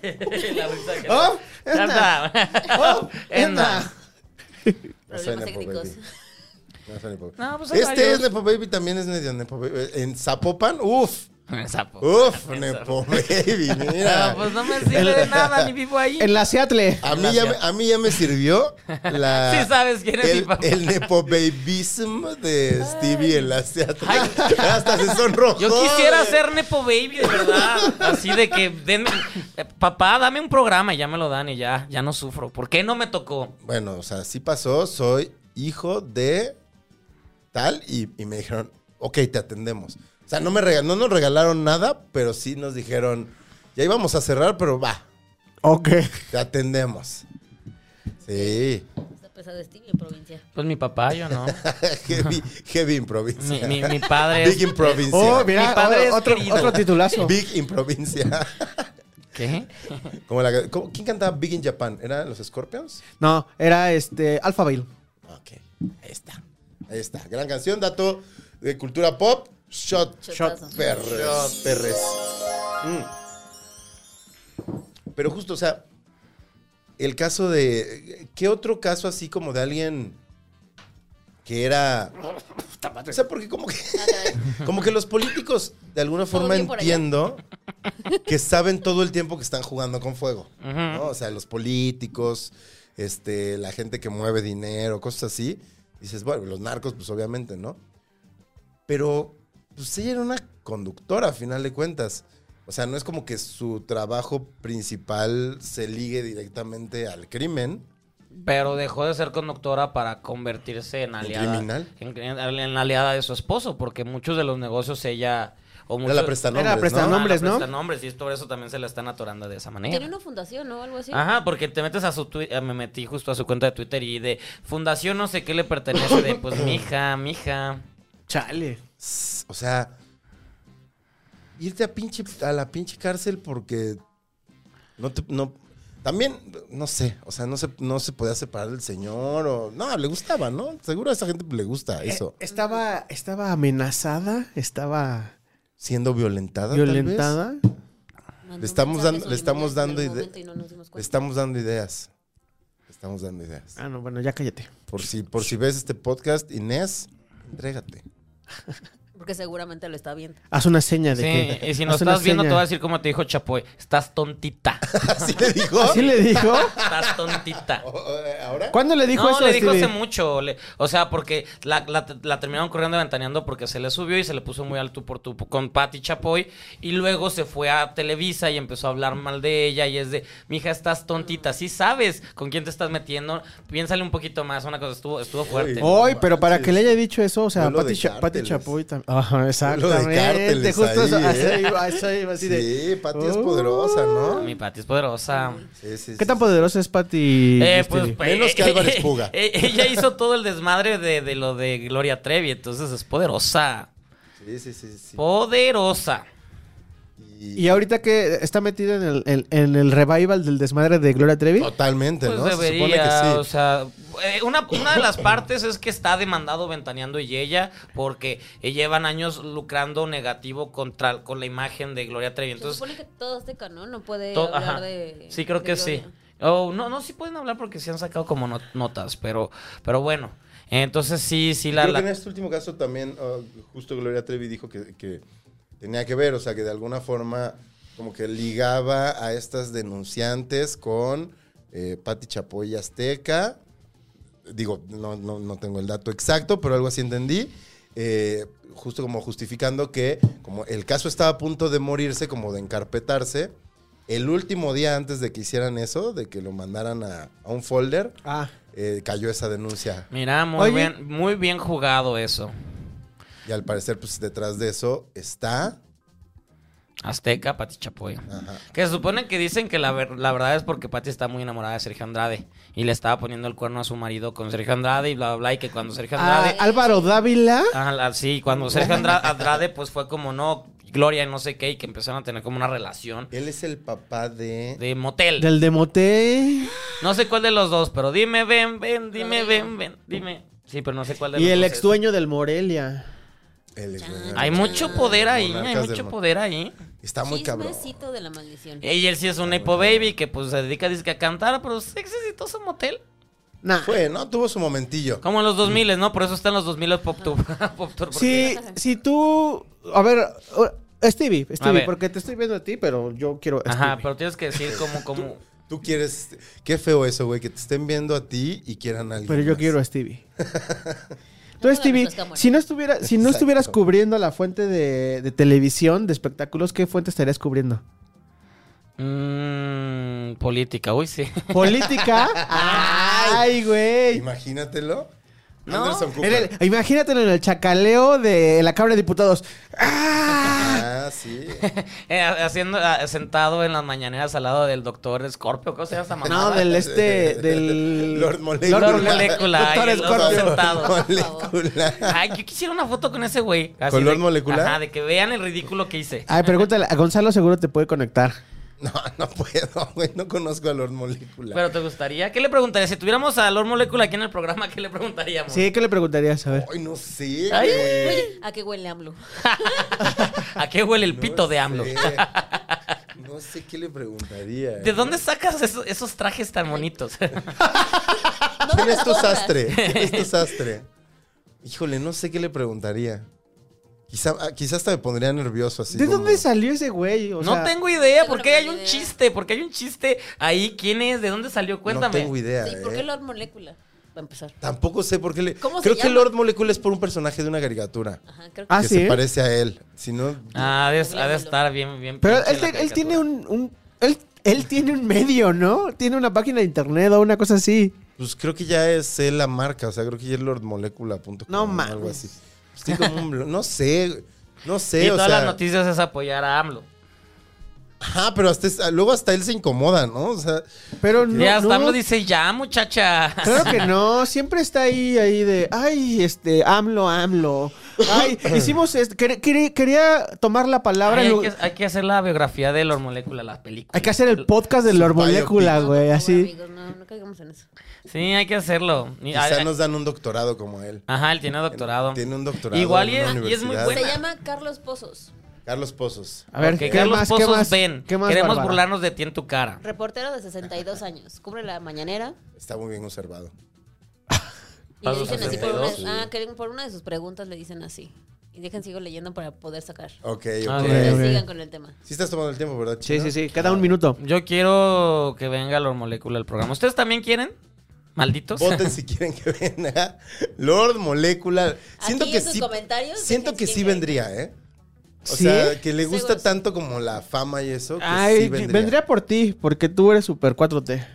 G: La risa que-
E: ¡Oh!
G: Ya
E: Edna.
G: está.
E: ¡Oh!
G: Edna.
E: Edna.
D: No soy
F: Problemas
D: Nepo
F: técnicos.
D: Baby. No soy Nepo Baby.
G: No, pues hay
D: Este
G: varios.
D: es Nepo Baby, también es medio Nepo Baby. En Zapopan, uff,
G: Sapo.
D: uff,
G: Eso.
D: Nepo Baby,
G: Ah,
D: mira.
G: pues no me sirve de nada, ni vivo ahí.
E: En la Seattle.
D: A mí, ya me, a mí ya me sirvió la,
G: Sí sabes quién es mi
D: el,
G: papá.
D: el nepo babysm de Stevie en la Seattle. Hasta se sonrojó.
G: Yo quisiera
D: güey.
G: ser Nepo Baby, de verdad. Así de que, denme- eh, papá, dame un programa y ya me lo dan y ya, ya no sufro. ¿Por qué no me tocó?
D: Bueno, o sea, sí pasó. Soy hijo de tal y, y me dijeron, ok, te atendemos. O sea, no, me rega- no nos regalaron nada, pero sí nos dijeron, ya íbamos a cerrar, pero va,
E: Ok.
D: te atendemos. Sí.
F: Está pesado estilo en provincia.
G: Pues mi papá, yo no.
D: heavy, heavy in provincia.
G: Mi, mi- mi padre es...
D: Big in provincia.
E: Oh, mira,
G: Mi padre
E: otro-
G: es
E: otro,
G: querido.
E: otro titulazo.
D: Big in provincia.
G: ¿Qué?
D: Como la- como- ¿Quién cantaba Big in Japan? ¿Eran los Scorpions?
E: No, era este Alpha Bail.
D: Ok, ahí está. Ahí está. Gran canción, dato de cultura pop. Shot,
F: Shotazo.
D: perres. perres. Mm. Pero justo, o sea, el caso de. ¿Qué otro caso así como de alguien que era. O sea, porque como que.
F: Ah, caray.
D: Como que los políticos, de alguna
F: Todo
D: forma
F: bien por allá.
D: entiendo que saben todo el tiempo que están jugando con fuego.
G: Ujú.
D: ¿no? O sea, los políticos, este, la gente que mueve dinero, cosas así. Dices, bueno, los narcos, pues obviamente, ¿no? Pero, pues ella era una conductora, a final de cuentas. O sea, no es como que su trabajo principal se ligue directamente al crimen.
G: Pero dejó de ser conductora para convertirse en aliada.
D: criminal?
G: En, en- en la aliada de su esposo, porque muchos de los negocios ella. O Ah,
D: Era la prestanombres,
E: Era la
D: ¿no?
E: prestanombres. Nombres, ¿no?
G: nombres, y por eso también se la están atorando de esa manera.
F: Tiene una fundación, ¿no? Algo así.
G: Ajá, porque te metes a su Twitter, me metí justo a su cuenta de Twitter y de fundación no sé qué le pertenece, de pues mija, mija.
E: Chale.
D: O sea, irte a pinche a la pinche cárcel porque no te no también no sé, o sea, no se no se podía separar del señor o no, le gustaba, ¿no? Seguro a esa gente le gusta eso,
E: Eh, estaba, estaba amenazada, estaba
G: Ah,
D: siendo violentada tal vez.
E: violentada.
F: Mandó
D: Le estamos
F: mensajes
D: dando- le estamos dando
F: subliminales
D: ide-
F: en el momento y no nos dimos
D: Le
F: cuenta.
D: estamos dando ideas. Le estamos dando ideas.
E: Ah, no, bueno, ya cállate.
D: Por si por si ves este podcast, Inés, entrégate.
F: Porque seguramente lo está viendo.
E: Haz una seña de
G: Sí,
E: que.
G: y si no
E: haz una
G: estás viendo, te
E: seña.
G: voy a decir como te dijo Chapoy, estás tontita,
D: Así le dijo. eh,
E: ¿Así le dijo?
G: estás tontita.
D: Ahora
E: ¿Cuándo le dijo
G: no,
E: eso? este
G: le dijo
E: Stevie?
G: hace mucho. le- o sea, porque la, la- la terminaron corriendo y ventaneando porque se le subió y se le puso muy alto por tu con Patti Chapoy. Y luego se fue a Televisa y empezó a hablar mal de ella. Y es de, mija, estás tontita. Sí sabes con quién te estás metiendo. Piénsale un poquito más. Una cosa, estuvo, estuvo fuerte.
D: Oh,
E: Ay, pero para que le haya dicho eso, o sea,
D: Duelo de
E: Pati, Cha- Pati
D: cárteles.
E: Chapoy también. Ajá, exactamente.
D: cárteles
E: Justo eso,
D: ahí,
E: así
D: ¿eh?
E: iba, así iba, así de.
D: Sí, Pati es
E: Oh.
D: poderosa, ¿no?
G: Ah, Mi Patti es poderosa.
D: Sí, sí,
E: ¿Qué
D: sí,
E: tan
D: sí.
E: poderosa es Pati? este?
G: Eh,
E: Stevie?
G: pues,
D: Menos que
G: eh,
D: Álvarez
G: eh,
D: Puga.
G: eh, ella hizo todo el desmadre de, de lo de Gloria Trevi. Entonces es poderosa.
D: Sí, sí, sí, sí.
G: Poderosa.
D: Y-
E: Y ahorita que está metida en el, en- en el revival del desmadre de Gloria Trevi.
D: Totalmente,
G: Pues
D: ¿no?
G: debería,
D: Se supone
G: o
D: que sí.
G: sea, eh, una, una de las partes es que está demandado Ventaneando y ella porque eh, llevan años lucrando negativo contra con la imagen de Gloria Trevi.
F: Se
G: Entonces,
F: supone que todo Azteca, ¿no? No puede
G: to-
F: hablar
G: ajá.
F: de.
G: sí creo
F: de
G: que sí.
F: Gloria.
G: Oh, no, no, sí pueden hablar porque sí han sacado como no- notas, pero, pero bueno. Entonces sí, sí la...
D: Creo que
G: la-
D: en este último caso también, oh, justo Gloria Trevi dijo que, que tenía que ver, o sea, que de alguna forma como que ligaba a estas denunciantes con eh, Pati Chapoy y Azteca. Digo, no, no, no tengo el dato exacto, pero algo así entendí. Eh, justo como justificando que como el caso estaba a punto de morirse, como de encarpetarse, el último día antes de que hicieran eso, de que lo mandaran a, a un folder,
E: Ah,
D: eh, cayó esa denuncia.
G: Mira, muy
E: Oye.
G: bien, muy bien jugado eso.
D: Y al parecer, pues detrás de eso está.
G: Azteca, Pati Chapoy.
D: Ajá.
G: Que se supone que dicen que la, ver- la verdad es porque Pati está muy enamorada de Sergio Andrade y le estaba poniendo el cuerno a su marido con Sergio Andrade y bla, bla, bla, y que cuando Sergio
E: ah,
G: Andrade...
E: Álvaro Dávila.
G: Ah, sí, cuando Sergio Andra- Andrade pues fue como no, Gloria y no sé qué, y que empezaron a tener como una relación
D: Él es el papá de.
G: de motel.
E: Del Demote.
G: No sé cuál de los dos, pero dime, ven, ven, dime, ven, ven, dime. Sí, pero no sé cuál de
E: Y
G: los
E: el
G: dos
E: ex
G: es.
E: dueño del Morelia.
D: Él es-
G: Hay mucho poder ahí, hay
D: Monarcas del
G: mucho
D: Mon-
G: poder ahí.
D: Está muy cabrón.
F: Chismecito de la maldición.
G: Y él sí es un hipo baby que pues se dedica dizque, a cantar, pero es exitoso motel.
E: Nah.
D: Fue, ¿no? Tuvo su momentillo.
G: Como en los 2000, ¿no? Por eso están los 2000 pop tour. pop tour porque-
E: Si, si tú. A ver, o- Stevie, Stevie,
G: ver.
E: porque te estoy viendo a ti, pero yo quiero.
G: Ajá,
E: Stevie.
G: pero tienes que decir como, como...
D: Tú quieres. Qué feo eso, güey, que te estén viendo a ti y quieran algo.
E: Pero yo quiero a Stevie. Tú,
F: pongan
E: Stevie,
F: nuestras cámaras.
E: si no, estuviera, si no
D: Exacto.
E: estuvieras cubriendo la fuente de, de televisión, de espectáculos, ¿qué fuente estarías cubriendo?
G: mm, política, uy, sí.
E: ¿Política? ¡Ay, güey!
D: Imagínatelo.
G: No.
D: Anderson Cooper.
E: En el- imagínatelo en el chacaleo de la Cámara de Diputados. ¡Ah!
D: Ah, Ah, sí.
G: Eh, haciendo, ah, sentado en las mañaneras al lado del doctor Scorpio, ¿cómo se llama esa
E: No,
G: mamada?
E: del este, del...
D: Lord Molecula.
G: Lord Molecula,
E: Doctor
G: ahí, el otro
E: Scorpio.
G: sentado.
D: Molecula.
G: Ay, yo quisiera una foto con ese güey. así
D: ¿Con
G: de-
D: Lord Molecula?
G: Ajá, de que vean el ridículo que hice.
E: Ay, pregúntale, a Gonzalo seguro te puede conectar.
D: No, no puedo, güey. No conozco a Lord Molecula.
G: Pero te gustaría, ¿qué le preguntarías? Si tuviéramos a Lord Molecula aquí en el programa, ¿qué le preguntaríamos?
E: Sí, ¿qué le preguntarías? A ver.
D: Ay, no sé.
G: Ay,
D: güey.
F: Oye, ¿a qué huele AMLO?
G: ¿A qué huele el
D: No
G: pito de AMLO?
D: sé. No sé qué le preguntaría.
G: ¿De dónde sacas esos, esos trajes tan bonitos?
D: ¿Quién
F: ¿Dónde
D: es tu
F: las compras?
D: sastre? ¿Quién es tu sastre? Híjole, no sé qué le preguntaría. Quizá, ah, quizá hasta me pondría nervioso así.
E: ¿De
D: como-
E: dónde salió ese güey? O
G: no
E: sea,
G: tengo idea,
F: Yo
G: porque
F: no
G: hay
F: tengo
G: un
F: idea.
G: chiste, porque hay un chiste ahí. ¿Quién es? ¿De dónde salió? Cuéntame.
D: No tengo idea.
F: Sí, ¿por
D: eh.
F: qué Lord Molecula? Para empezar.
D: Tampoco sé por qué le.
F: ¿Cómo se
D: Creo que
F: llama?
D: Lord Molecule es por un personaje de una caricatura.
F: Ajá, creo que
E: Ah,
D: que
E: sí.
D: se
E: ¿eh?
D: parece a él. Si no.
G: Ah, ha de, ha de
F: Googleamelo.
G: estar bien, bien.
E: Pero
G: pinche
E: él,
G: la
E: te- él tiene
G: caricatura.
E: un... un- él, él tiene un medio, ¿no? Tiene una página de internet o una cosa así.
D: Pues creo que ya es él la marca. O sea, creo que ya es lordmolecula.com.
E: No
D: o
E: mames.
D: Algo así. Pues tiene como un blo- no sé. No sé.
G: Y
D: o
G: todas
D: sea,
G: las noticias es apoyar a AMLO.
D: Ajá, pero hasta es- ah, luego hasta él se incomoda, ¿no? O sea,
E: Pero no...
G: y hasta
E: no.
G: AMLO dice, ya, muchacha.
E: Claro que no, siempre está ahí, ahí de, ay, este, AMLO, AMLO. Ay, hicimos, este, quer- quer- quería tomar la palabra. en
G: Ay, hay,
E: lugar-
G: que, hay que hacer la biografía de Lord Molecula, la película.
E: hay que hacer el podcast de
D: Su
E: Lord
D: biopic.
E: Molecula,
F: No,
E: ah, güey,
F: por favor,
E: así.
F: amigos, no, no caigamos en eso.
G: Sí, hay que hacerlo. Y-
D: quizá
G: ay,
D: nos dan un doctorado como él.
G: Ajá, él tiene doctorado.
D: Tiene un doctorado.
G: Igual
D: en
G: y
D: una
G: es- y es muy
D: universidad.
G: bueno.
F: Se llama Carlos Pozos,
D: Carlos Pozos.
E: A ver,
G: Porque
E: ¿qué
G: Carlos
E: más, qué
G: Pozos
E: más,
G: ven.
E: qué más,
G: Queremos
E: Bárbara?
G: burlarnos de ti en tu cara.
F: reportero de 62 años. Cubre la mañanera
D: Está muy bien conservado.
F: y le
G: Pasos
F: dicen así por
G: 62.
F: una, ah, que por una de sus preguntas le dicen así. Y dejen sigo leyendo para poder sacar.
D: Ok,
G: Ah,
D: ok.
F: Ustedes
E: ok.
F: sigan con el tema.
D: Sí estás tomando el tiempo, ¿verdad?
E: Sí,
D: Chino?
E: sí, sí, cada un minuto.
G: Yo quiero que venga Lord Molecula al programa. ¿Ustedes también quieren? Malditos.
D: Voten si quieren que venga. Lord Molecula. Siento
F: Aquí
D: que
F: en sus
D: sí.
F: comentarios
D: Siento
F: dejen
D: que
F: quién
D: sí
F: creen.
D: vendría, ¿eh? O
E: ¿Sí?
D: sea, que le gusta
F: Seguro.
D: tanto como la fama y eso. Que
E: Ay,
D: sí
E: yo-
D: vendría.
E: vendría. por ti, porque tú eres super 4T.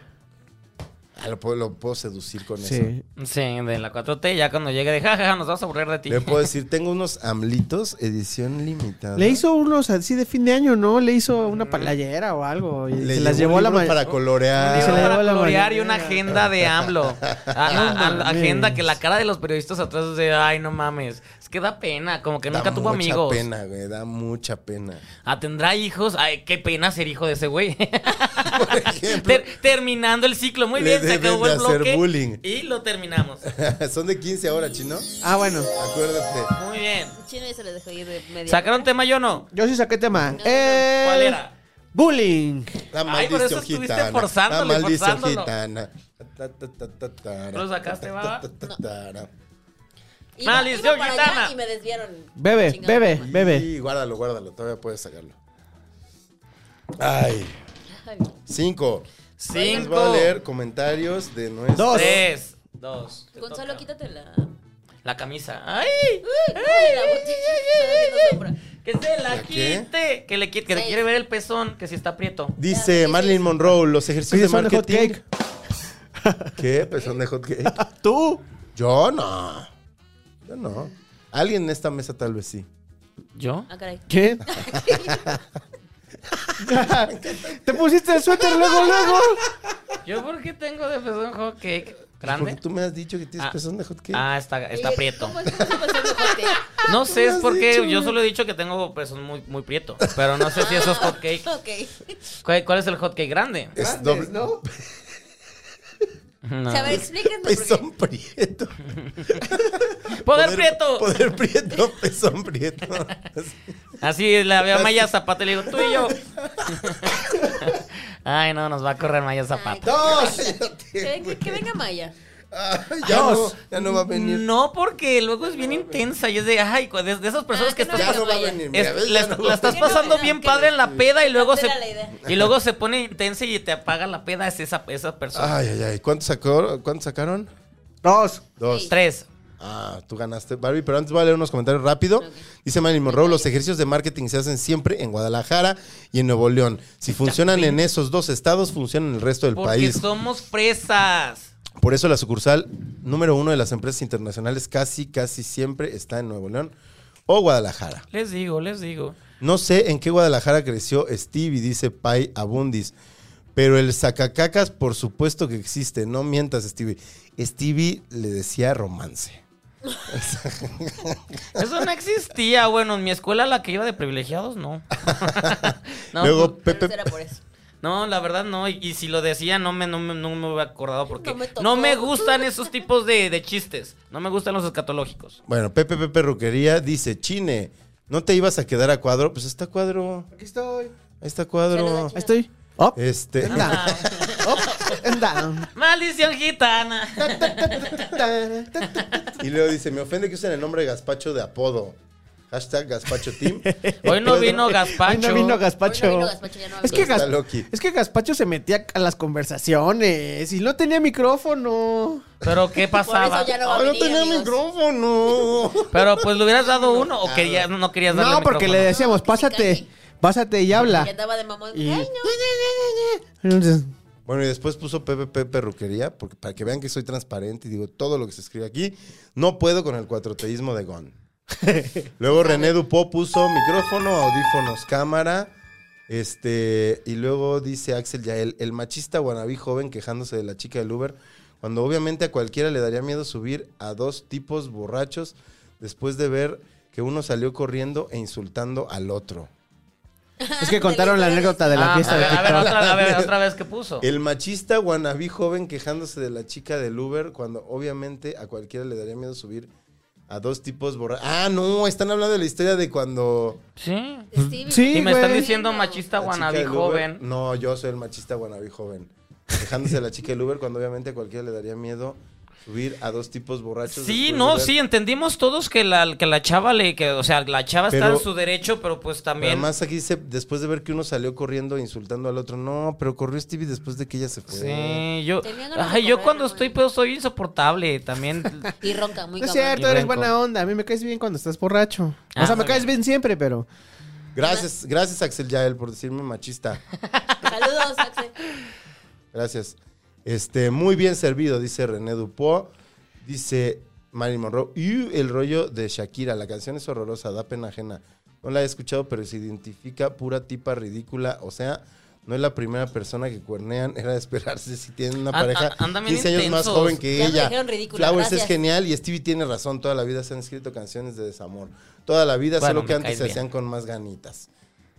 D: Ah, lo, puedo, lo puedo seducir con eso.
E: Sí.
G: Sí, de la 4T, ya cuando llegue de jajaja, nos vamos a burlar de ti.
D: Le puedo decir, tengo unos amlitos edición limitada.
E: Le hizo unos así de fin de año, ¿no? Le hizo
G: Mm.
E: una palayera o algo. Y
D: Le
E: se las
D: llevo
E: llevó
D: un
E: a la
D: libro
E: ma-
D: para
G: Un
D: colorear.
G: libro
E: Se le
G: para
E: llevó la
G: colorear y
E: mañanera.
G: una agenda de AMLO. A- a- a- agenda que la cara de los periodistas atrás de, ay, no mames. Es que da pena, como que
D: Da
G: nunca tuvo
D: mucha
G: amigos.
D: pena, güey. Da mucha pena.
G: Ah, ¿Tendrá hijos? Ay, qué pena ser hijo de ese güey.
D: Por ejemplo,
G: Ter- terminando el ciclo, muy
D: Le
G: bien, se
D: deben
G: acabó
D: de
G: el
D: hacer
G: bloque.
D: bullying.
G: Y lo terminamos.
D: son de 15 ahora, chino.
E: Ah, bueno.
D: Acuérdate.
G: Muy bien.
F: Chino ya se les dejó ir de media.
G: ¿Sacaron tema yo o no?
E: Yo sí saqué tema.
F: no, no.
E: El
G: ¿Cuál era?
E: Bullying.
D: La
G: Ay, por eso
D: maldición
G: estuviste
D: gitana. La
G: forzándolo y
D: maldición
G: forzándolo.
D: gitana. Ta, ta, ta, ta, ta,
G: ¿Lo sacaste,
D: ta,
G: va?
D: ta, ta, ta, ta.
F: Iba- iba
G: Maldición
F: para
G: gitana.
F: allá Y me desviaron.
E: Bebe,
F: Chingado.
E: bebe, bebe.
D: Y guárdalo, guárdalo. Todavía puedes sacarlo. Ay.
F: Ay,
D: Cinco. Les voy
G: Cinco.
D: a leer comentarios de nuestro.
E: Dos.
G: Tres. Dos. Te
F: Gonzalo,
G: toca.
F: quítate la.
G: La camisa. ¡Ay!
F: Uy, la botella. Está dando sombra.
G: Que se la
D: ¿La qué?
G: quite. Que le quite, que le
F: Seis.
G: quiere ver el pezón, que si está aprieto.
D: Dice Marilyn Monroe, los ejercicios de
E: Oye, son de hot
D: marketing. ¿Qué? ¿Pezón de hot cake?
E: Tú.
D: Yo no. Yo no. Alguien en esta mesa tal vez sí.
G: ¿Yo?
F: Ah, caray.
E: ¿Qué? Te pusiste el suéter luego, luego.
G: ¿Yo por qué tengo de pezón hot cake?
D: Porque
G: ¿Grande?
D: tú me has dicho que tienes
G: Ah.
D: pezón de hot cake.
G: Ah, está, está
F: Oye,
G: prieto.
F: ¿Cómo es que se pasó el jote?
G: No sé, es
D: has
G: porque
D: dicho,
G: yo
D: güey?
G: solo he dicho que tengo pezón muy, muy prieto. Pero no sé si eso es hot cake.
F: Ok.
G: ¿Cuál, cuál es el hot cake grande?
D: es doble.
E: ¿no?
G: No.
D: Ah.
F: O sea, a ver, explíquenme.
D: Pezón
F: Porque...
D: prieto.
G: ¡Poder prieto!
D: Poder prieto, pezón prieto.
G: Así la veo a Maya Zapata y le digo, tú y yo. Ay, no, nos va a correr Maya Zapata.
D: Dos.
F: Que venga, que venga Maya.
D: Ah, ya, no, ya no va a venir.
G: No, porque luego es bien intensa y es de, ay, cu- de, de esas personas
F: Ah,
G: que
F: que
G: estás
F: no
D: Ya
G: pas-
D: no va a venir. mira,
G: es-
D: ves,
G: la,
D: ya no
G: la
D: va a venir.
G: estás
F: Que no,
G: pasando
F: no,
G: bien
F: que no.
G: padre en la peda y luego se
F: Era la idea.
G: y luego se pone intensa y te apaga la peda es esa esa persona.
D: Ay, ay, ay. ¿Cuántos sacó- cuántos sacaron?
E: Dos.
D: Dos.
G: Tres.
D: Ah, tú ganaste, Barbie. Pero antes voy a leer unos comentarios rápido. Dice Marilyn Monroe, los ejercicios de marketing se hacen siempre en Guadalajara y en Nuevo León. Si funcionan en esos dos estados, funcionan en el resto del
G: Porque
D: país.
G: somos fresas.
D: Por eso la sucursal número uno de las empresas internacionales casi, casi siempre está en Nuevo León o Guadalajara.
G: Les digo, les digo.
D: No sé en qué Guadalajara creció Stevie, dice Pai Abundis. Pero el sacacacas, por supuesto que existe. No mientas, Stevie. Stevie le decía romance.
G: Eso no existía. Bueno, en mi escuela, la que iba de privilegiados, no. no, pues,
D: Luego
F: Pero
D: Pepe.
F: será por eso.
G: no, la verdad no. Y, y si lo decía, no me, no, me, no me hubiera acordado porque
F: No
G: no
F: me
G: me,
F: tocó.
G: gustan esos tipos de, de chistes. No me gustan los escatológicos.
D: Bueno, Pepe Pepe Ruquería dice: Chine, ¿no te ibas a quedar a cuadro? Pues está cuadro.
E: Aquí estoy. Eh.
D: Ahí está
F: Saluda,
D: cuadro.
F: Chine.
E: Ahí estoy. Up
D: Este.
E: and down. Up and down.
G: Maldición gitana.
D: Y luego dice: Me ofende que usen el nombre Gaspacho de apodo. Hashtag Gaspacho Team.
G: Hoy no vino Gaspacho.
E: Ay, no vino
F: Hoy
E: Gaspacho.
F: no vino Gaspacho, ya no
E: es, que
F: había.
D: Está
E: Gas-
D: Loki.
E: es que Gaspacho se metía a las conversaciones y no tenía micrófono.
G: Pero ¿qué pasaba?
F: eso ya no va a
D: ¡Ah, no
F: venir,
D: tenía
F: amigos.
D: micrófono!
G: Pero pues le hubieras dado uno o quería- no querías darle
E: No, porque le
G: micrófono?
E: decíamos,
F: No, que se
E: pásate,
F: calle.
E: pásate y
F: Y
E: habla.
F: andaba de mamón.
E: Y-
F: Ay, no.
E: Entonces,
D: Bueno, y después puso PPP Perruquería, porque para que vean que soy transparente y digo todo lo que se escribe aquí, no puedo con el cuatroteísmo de Gon. luego René Dupó puso micrófono, audífonos, cámara. Este, y luego dice Axel Yael, el machista guanabí joven quejándose de la chica del Uber, cuando obviamente a cualquiera le daría miedo subir a dos tipos borrachos después de ver que uno salió corriendo e insultando al otro.
E: Es que contaron la anécdota de la
G: Ah,
E: fiesta
G: a
E: de
G: ver, a ver,
E: TikTok.
G: otra, a ver, otra vez que puso.
D: El machista guanabí joven quejándose de la chica del Uber cuando obviamente a cualquiera le daría miedo subir a dos tipos borrachos. Ah, no, están hablando de la historia de cuando...
G: Sí.
F: este, Stevie,
E: Sí,
G: Y me están
E: güey.
G: diciendo machista
D: la chica
G: guanabí
D: del Uber-
G: joven.
D: No, yo soy el machista guanabí joven. Quejándose de la chica del Uber cuando obviamente a cualquiera le daría miedo subir a dos tipos borrachos. después de
G: Sí, no,
D: ver-
G: sí, entendimos todos que la, que la chava le, que, o sea, la chava
D: Pero-
G: está en su derecho, pero pues
D: Pero
G: también.
D: además aquí dice, después de ver que uno salió corriendo e insultando al otro, no, pero corrió Stevie después de que ella se fue.
G: Sí, yo.
F: Tenía ganas de
G: Ay, yo
F: correr,
G: cuando
F: güey.
G: estoy pedo soy insoportable también.
F: Y ronca, muy
E: No es
F: cabrón.
E: cierto, eres
G: Blanco.
E: buena onda. A mí me caes bien cuando estás borracho.
G: Ah,
E: o sea, me
G: está
E: caes bien siempre, pero.
D: Gracias, gracias Axel Yael por decirme machista.
F: Saludos, Axel.
D: Gracias. Este, muy bien servido, dice René Dupont. Dice Marilyn Monroe. Y el rollo de Shakira. La canción es horrorosa, da pena ajena. No la he escuchado, pero se identifica pura tipa ridícula. O sea, no es la primera persona que cuernean. Era de esperarse si tienen una
G: An-
D: pareja
G: a- andan bien
D: 15 años más
G: intensos.
D: joven que
F: Ya me
D: ella.
F: dijeron ridícula,
D: Flowers
F: gracias.
D: es genial y Stevie tiene razón. Toda la vida se han escrito canciones de desamor. Toda la vida,
G: Bueno,
D: solo que
G: me
D: antes
G: caes
D: se
G: bien.
D: hacían con más ganitas.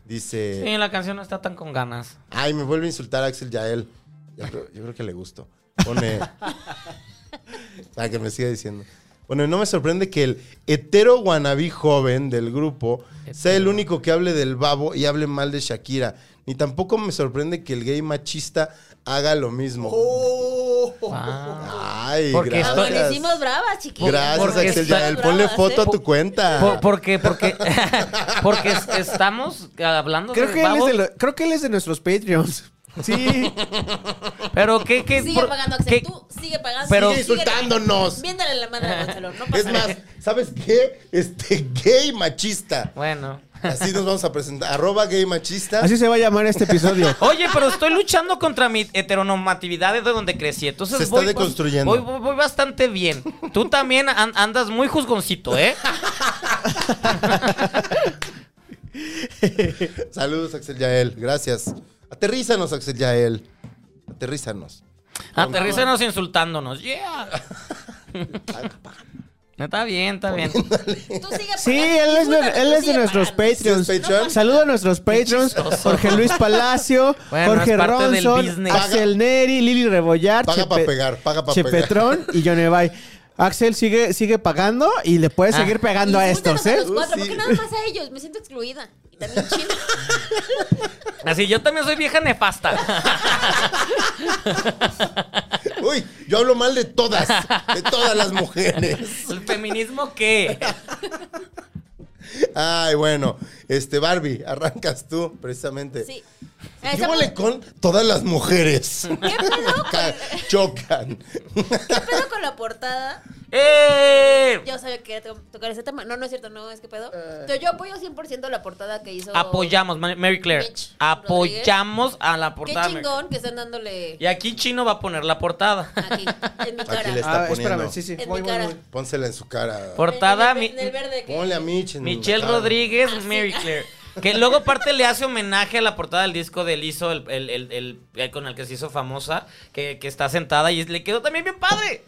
D: Dice.
G: Sí, la canción no está tan con ganas.
D: Ay, me vuelve a insultar Axel Yael. Yo creo, yo creo que le gustó. Pone. para que me siga diciendo. Bueno, no me sorprende que el hetero guanabí joven del grupo sea el único que hable del babo y hable mal de Shakira. Ni tampoco me sorprende que el gay machista haga lo mismo.
F: Oh.
G: Wow.
D: Ay,
G: Porque esto-
D: gracias.
F: Amanecimos bravas, chiquitos.
D: Gracias,
G: porque
D: Axel
G: estoy-
D: Yael. Ponle
F: Bravas,
D: foto
F: ¿eh?
D: a tu cuenta.
G: Por- porque, porque, porque es- estamos hablando
E: Creo
G: de
E: que, él es
G: babos,
E: de lo- creo que él es de nuestros Patreons. Sí.
G: pero qué, qué,
F: Sigue
G: por-
F: pagando, Axel.
G: qué-
F: Tú sigue pagando.
G: Pero-
F: sigue- sigue-
D: insultándonos.
F: Viéndole la madre a Gonzalo. No pasa
D: Es
F: nada.
D: más, ¿sabes qué? Este gay machista.
G: Bueno.
D: Así nos vamos a presentar. Arroba gay machista.
E: Así se va a llamar este episodio.
G: Oye, pero estoy luchando contra mi heteronormatividad de donde crecí. Entonces
D: Se está
G: voy,
D: deconstruyendo.
G: Voy, voy- voy bastante bien. Tú también an- andas muy juzgoncito, ¿eh?
D: Saludos, Axel Yael. Gracias. Aterrízanos, Axel Yael. Aterrízanos.
G: Aterrízanos insultándonos. Yeah. Está bien, está bien.
F: Tú sigue pagando.
E: Sí, él es, de,
F: disfrútalo,
E: él
F: tú
E: es de
F: sigue
E: nuestros
F: pagando.
E: Patreons.
D: ¿Sí es Patreon?
E: Saludo a nuestros Patreons.
G: chistoso.
E: Jorge Luis Palacio,
G: Bueno,
E: Jorge
G: es parte del
E: Ronson,
G: business.
E: Axel Neri, Lili Rebollar,
D: Paga
E: Chepe-
D: pa' pegar, paga pa' pegar.
E: Chepetrón y Yonevay. Axel sigue, sigue pagando y le puedes
G: Ah.
E: seguir pegando a
F: Disfrútanos
E: estos, ¿eh?
F: los cuatro, ¿Por
D: Uh,
F: qué
D: Sí.
F: nada más a ellos? Me siento excluida. Y también chino.
G: Así, yo también soy vieja nefasta.
D: Uy, yo hablo mal de todas, de todas las mujeres.
G: ¿El feminismo qué?
D: Ay, bueno, este Barbie, arrancas tú precisamente.
F: Sí.
D: Yo
F: Ah, estamos-
D: hablé con todas las mujeres.
F: ¿Qué pedo?
D: Ca- Chocan.
F: ¿Qué pedo con la portada?
G: ¡Eh!
F: Yo sabía que quería to- tocar ese tema. No, no es cierto, no, es que pedo.
D: Eh.
F: Pero yo apoyo 100% la portada que hizo.
G: Apoyamos, Ma- Mary Claire.
F: Mitch
G: Apoyamos a la
F: Qué
G: portada. de Mary Claire.
F: chingón que están dándole
G: Y aquí Chino va a poner la portada.
F: aquí, en mi cara.
D: Aquí le
E: Ah, espérame,
D: está poniendo.
E: sí, sí.
F: En
E: Voy,
F: mi
E: voy,
F: cara.
E: voy.
D: Pónsela en su cara.
G: Portada,
F: En el,
G: mi-
F: en el Ah, verde que-
D: Ponle a Mitch. en la
G: Michelle
D: cara.
G: Rodríguez,
F: Así.
G: Mary Claire. Que luego parte le hace homenaje a la portada del disco de Lizzo, el, el- el- el- el con el que se hizo famosa, que, que está sentada y le quedó también bien padre.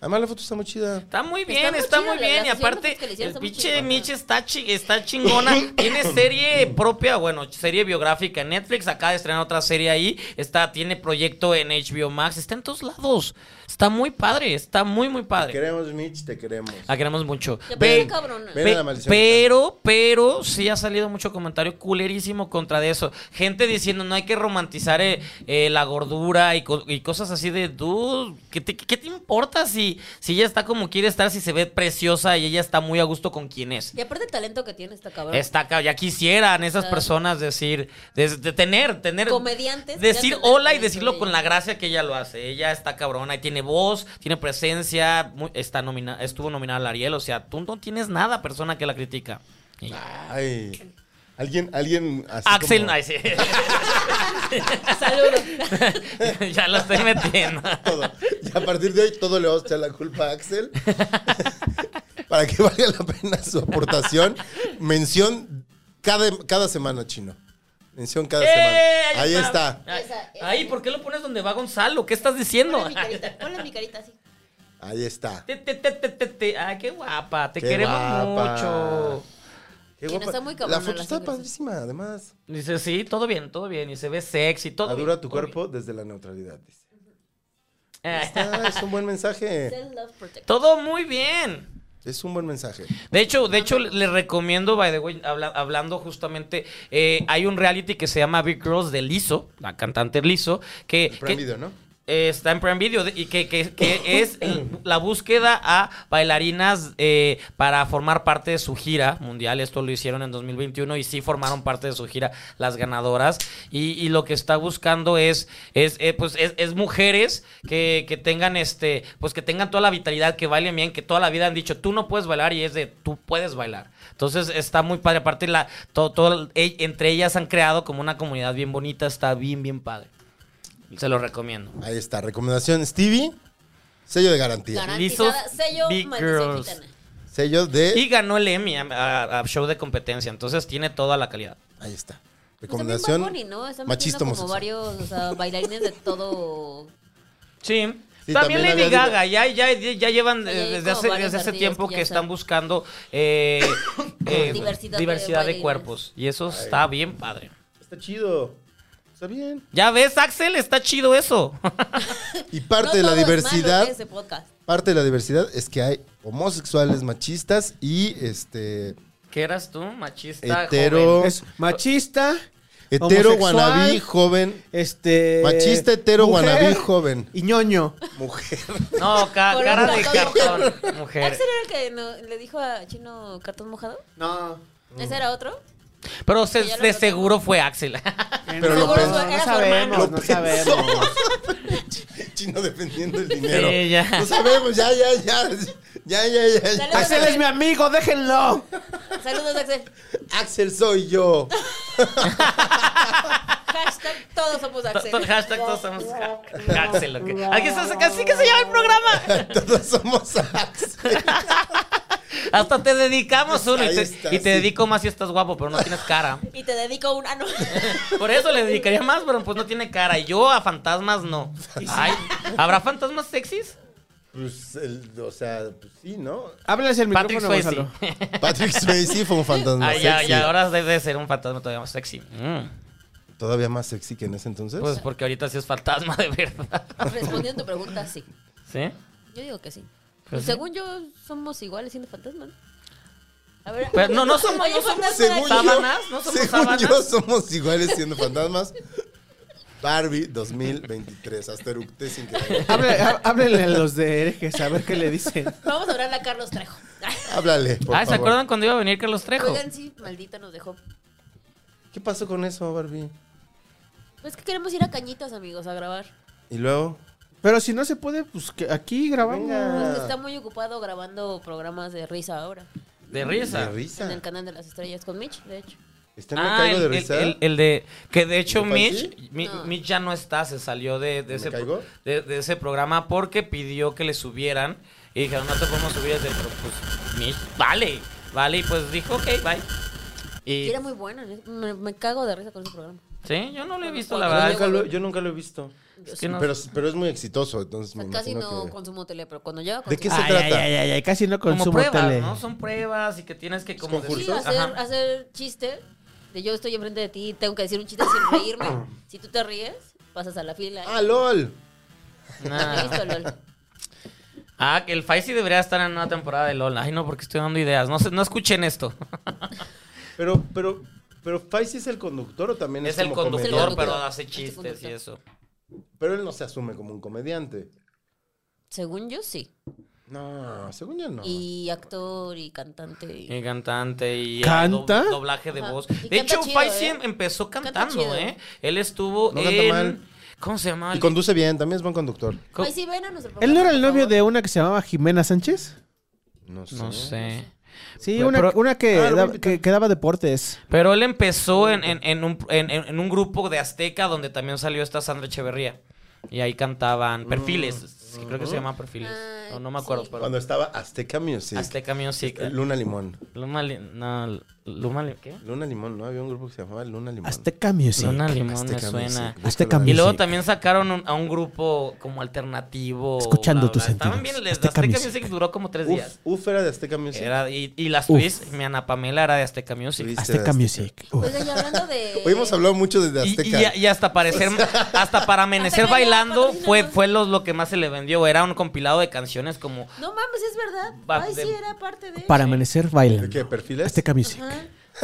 D: Además, la foto está muy chida.
G: Está muy bien,
F: Está
G: está,
F: muy chida,
G: muy
F: la-
G: bien.
F: las
G: Y aparte,
F: fotos que le hicieron
G: el
F: está muy
G: pinche
F: chingona.
G: Mitch está, chi- está chingona. tiene serie propia, bueno, serie biográfica en Netflix. Acaba de estrenar otra serie ahí. Está, tiene proyecto en HBO Max. Está en todos lados. Está muy padre, está muy, muy padre.
D: Queremos, Mitch, te queremos.
G: La queremos mucho.
F: Y aparte,
G: Ve-
F: cabrón.
D: Ven
G: Pe-
D: a la maldición.
G: pero, pero sí ha salido mucho comentario culerísimo contra de eso. Gente diciendo no hay que romantizar eh, eh, la gordura y, co- y cosas así de dude, ¿qué te, qué te importa si, si ella está como quiere estar, si se ve preciosa y ella está muy a gusto con quien es?
F: Y aparte el talento que tiene esta cabrón.
G: Está, ca- ya quisieran esas
F: Claro.
G: personas decir, de, de tener, tener.
F: Comediantes,
G: Decir
F: ya tener
G: hola y
F: talento de
G: decirlo con
F: ella.
G: la gracia que ella lo hace. Ella está cabrona y tiene voz, tiene presencia, muy- está nomina, estuvo nominada al Ariel. O sea, tú no tienes nada, persona que la critica. Y-
D: Ay. Alguien, alguien así
G: Axel,
D: como-
G: ay, sí.
F: Saludos.
G: ya la estoy metiendo.
D: todo. Y a partir de hoy todo le vamos a echar la culpa a Axel. para que valga la pena su aportación. Mención cada, cada semana, chino. Mención cada
G: ¡Eh!
D: semana. Ahí está.
G: Ay,
F: Esa, esa.
G: Ay, ¿por qué lo pones donde va Gonzalo? ¿Qué estás diciendo?
F: Ponle mi carita, ponle mi carita así.
D: Ahí está.
G: Te, te, te, te, te, te. Ay, qué guapa, te
D: Qué
G: queremos
D: guapa.
G: mucho.
D: Qué
F: Chino,
D: guapa.
F: está muy cabrona
D: la foto
F: la
D: está
F: señora.
D: padrísima, además.
G: Dice, sí, todo bien, todo bien. Y se ve sexy, todo
D: Adura
G: bien,
D: tu
G: todo bien.
D: cuerpo desde la neutralidad. dice.
G: Eh,
D: Ah, es un buen mensaje.
F: Self love protect.
G: Todo muy bien.
D: Es un buen mensaje.
G: De hecho, de hecho, les recomiendo, by the way, habla- hablando justamente, eh, hay un reality que se llama Big Girls de Lizzo, la cantante Lizzo, que,
D: El
G: que-
D: Prime Video, ¿no?
G: eh, está en Prime Video de- y que, que- que es la búsqueda a bailarinas eh, para formar parte de su gira mundial. Esto lo hicieron en 2021 y sí formaron parte de su gira las ganadoras. Y, y lo que está buscando es, es, eh, pues, es, es mujeres que, que tengan este, pues que tengan toda la vitalidad, que bailen bien, que toda la vida han dicho tú no puedes bailar y es de tú puedes bailar. Entonces está muy padre. Aparte la, todo, todo, e- entre ellas han creado como una comunidad bien bonita, está bien, bien padre. Se lo recomiendo.
D: Ahí está. Recomendación Stevie. Sello de garantía.
F: Garantizada.
G: Lizzo's
F: Sello
G: Big
F: maldición
G: Girls.
F: gitana.
D: Sello de...
G: Y ganó el Emmy a, a- a show de competencia, entonces tiene toda la calidad.
D: Ahí está.
F: Pues también
D: Recomendación
F: Bad Bunny, ¿no? Están metiendo
D: machista
F: como
D: homosexual.
F: varios, o sea, bailarines de todo.
G: Sí.
D: Sí,
G: también,
D: también
G: Lady
D: había-
G: Gaga, ya, ya, ya llevan
F: Ya
G: eh,
F: hay
G: desde
F: como
G: hace,
F: varios
G: desde hace
F: artistas
G: tiempo
F: que
G: que
F: ya
G: están
F: están.
G: buscando eh, eh,
F: Diversidad
G: diversidad,
F: de
G: de,
F: bailarines.
G: cuerpos. Y eso está bien padre.
D: Está chido. Está bien.
G: Ya ves, Axel, está chido eso.
D: Y parte
F: No
D: de la
F: todo es malo
D: diversidad,
F: de ese podcast.
D: parte de la diversidad es que hay homosexuales, machistas y este
G: ¿Qué eras tú? Machista.
D: Hetero.
G: joven.
E: Es machista,
D: hetero
E: Homosexual.
D: guanabí joven,
E: este.
D: machista hetero
E: mujer
D: guanabí joven,
E: Y ñoño.
D: mujer.
G: No, ca-
F: Por
G: cara
F: un
G: de
F: ratón.
G: cartón. Mujer.
F: ¿Axel era el que no- le dijo a Chino cartón mojado?
E: No.
F: ¿Ese era otro?
G: Pero se-
F: Que ya lo
G: de
F: rotó.
G: seguro fue Axel.
D: Pero lo pensó.
F: Era
E: No
F: su
E: sabemos,
F: hermano.
E: no sabemos.
D: Chino defendiendo el dinero.
G: Sí, ya.
D: No sabemos, ya, ya, ya. Ya, ya, ya. ya.
F: Dale.
E: Axel es mi amigo, déjenlo.
F: Saludos, Axel.
D: Axel soy yo.
F: Hashtag todos somos
G: To-
F: Axel.
G: to- Hashtag todos somos a- Axel. ok. Aquí está, así que se llama el programa.
D: Todos somos Axel.
G: Hasta te dedicamos uno y
D: Pues Ahí
G: te,
D: está,
G: y te
D: sí.
G: dedico más si estás guapo, pero no tienes cara.
F: Y te dedico un ano.
G: Por eso le dedicaría más, pero pues no tiene cara. Y yo a fantasmas no. Ay, ¿habrá fantasmas sexys?
D: Pues, el- o sea, pues sí, ¿no?
E: Háblales el
G: Patrick
E: micrófono,
G: Swayze.
E: Gonzalo.
D: Patrick Swayze fue un fantasma
G: Ay, ya,
D: sexy.
G: ya, ahora debe ser un fantasma todavía más sexy.
D: ¿Eh?
G: Mm.
D: Todavía más sexy que en ese entonces.
G: Pues porque ahorita sí es fantasma de verdad.
F: Respondiendo a tu pregunta, sí.
G: ¿Sí?
F: Yo digo que sí.
G: Pues sí.
F: según yo, somos iguales siendo fantasmas. A ver.
G: Pero no, no somos-
F: Oye,
G: no somos-
F: fantasma de
D: Según
F: aquí.
G: ¿Sábanas?
D: yo,
G: ¿No somos
D: según
G: sábanas?
D: yo, somos iguales siendo fantasmas. Barbie 2023. Hasta eructé sin querer.
E: Háble- há- Háblenle a los de herejes a ver qué le dicen.
F: Vamos a hablarle a Carlos Trejo.
D: Háblale, por
G: Ah, ¿se
D: favor.
G: acuerdan cuando iba a venir Carlos Trejo?
F: Oigan, sí, maldita nos dejó.
D: ¿Qué pasó con eso, Barbie?
F: Pues que queremos ir a Cañitas, amigos, a grabar.
D: Y luego,
E: Pero si no se puede, pues que aquí grabamos.
D: Venga.
F: Pues que está muy ocupado grabando programas de risa ahora.
G: De risa.
D: de risa.
F: En el canal de las estrellas con Mitch, de hecho.
D: ¿Está en el
G: Ah,
D: caigo
G: el,
D: de risa?
G: el- el- el de. Que de hecho
D: ¿Me
G: Mitch,
D: parece?
G: Mi-
F: No.
G: Mitch ya no está, se salió de, de
D: ¿Me
G: ese, pro-
D: caigo?
G: de, de ese programa porque pidió que le subieran. Y dijeron, no te podemos subir desde. Pero pues, Mitch, vale, vale. Y pues dijo, ok, bye.
F: Y
H: Y-
F: era muy bueno. ¿no? Me, me cago de risa con ese programa.
G: Sí, yo no lo he visto, la
F: Yo
G: verdad.
H: Nunca lo- yo nunca lo he visto.
G: Es que no-
D: Pero, pero es muy exitoso, entonces
F: O sea,
D: me
F: casi
D: imagino
F: no
D: que-
F: consumo tele, pero cuando llega
D: ¿De qué se
E: ay,
D: trata?
E: Ay, ay, ay, casi no
G: como
E: consumo
G: pruebas,
E: tele.
G: ¿no? Son pruebas y que tienes que como
D: concurso.
F: Sí,
G: decir,
F: hacer,
G: ajá.
F: hacer chiste de yo estoy enfrente de ti y tengo que decir un chiste sin reírme. si tú te ríes, pasas a la fila.
D: ¡Ah, LOL!
G: Nah.
F: Listo, lol.
G: Ah, que el Faisy debería estar en una temporada de LOL. Ay, no, porque estoy dando ideas. No, se- no escuchen esto.
H: Pero, pero, pero Faisy es el conductor o también
D: este
H: es,
G: Es el
H: como
G: conductor, Este
H: comediante?
G: pero
F: comediante.
G: hace
F: Es el
G: chistes y
F: conductor.
G: eso.
D: Pero él no se asume como un comediante.
F: Según yo, sí.
D: No, según yo no.
F: Y actor y cantante.
E: Eh,
F: y-
G: Y cantante y
E: ¿Canta?
G: do- doblaje de
F: Ajá.
G: voz.
F: Y
G: De
F: canta
G: hecho,
F: chido,
G: Faisy
F: ¿eh?
G: empezó
F: Canta
G: cantando,
F: chido.
G: ¿eh? Él estuvo
D: No canta
G: en...
D: mal.
G: ¿Cómo se llama?
D: Y conduce bien, también es buen conductor.
G: Co-
F: Ay, sí, ven a nuestro
E: ¿Él no era el
F: programa,
E: novio
F: por favor.
E: de una que se llamaba Jimena Sánchez?
D: No sé.
G: No sé.
E: Sí,
G: Pero-
E: una,
G: pero-
E: una que,
H: Ah, lo
E: da-
H: voy a
E: que, que daba deportes.
G: Pero él empezó en, en- en un, en- en- en un grupo de Azteca donde también salió esta Sandra Echeverría. Y ahí cantaban Perfiles. sí, creo que se llama Perfiles.
F: Ah,
G: No, no me acuerdo,
F: sí.
G: pero...
D: Mm, Cuando estaba Azteca Music. eh,
G: Azteca Music. eh.
D: Luna Limón.
G: Luma, Li- no, Luma, Li- ¿qué?
D: Luna Limón, ¿no? Había un grupo que se llamaba Luna Limón.
E: Azteca Music.
G: Luna Limón
D: Azteca
G: me suena.
D: Music, búscalo.
E: Azteca
G: Y luego
E: Music.
G: también sacaron un- a un grupo como alternativo.
E: Escuchando
G: bla, bla.
E: tus
G: Estaban
E: sentidos.
G: bien, les-
E: Azteca
G: Azteca Music.
E: Music.
G: duró como tres
D: Uf,
G: días.
D: Uf era de Azteca Music.
G: Era, y, y las
E: Uf.
G: Twist, mi Ana Pamela era de Azteca Music.
D: Twist.
E: Azteca Music. Uf.
F: Oigan, y hablando de.
D: Hoy hemos hablado mucho de
G: Y,
D: Azteca.
G: y- y hasta parecer, hasta para amanecer
F: Hasta que haya
G: bailando fue,
F: patrocinador.
G: fue los- lo que más se le vendió. Era un compilado de canciones como
F: No mames, es verdad.
G: Va-
F: Ay,
G: de-
F: sí, era parte de.
E: Para amanecer bailando.
D: ¿De qué? ¿Perfiles?
E: Azteca Music.
F: Ajá.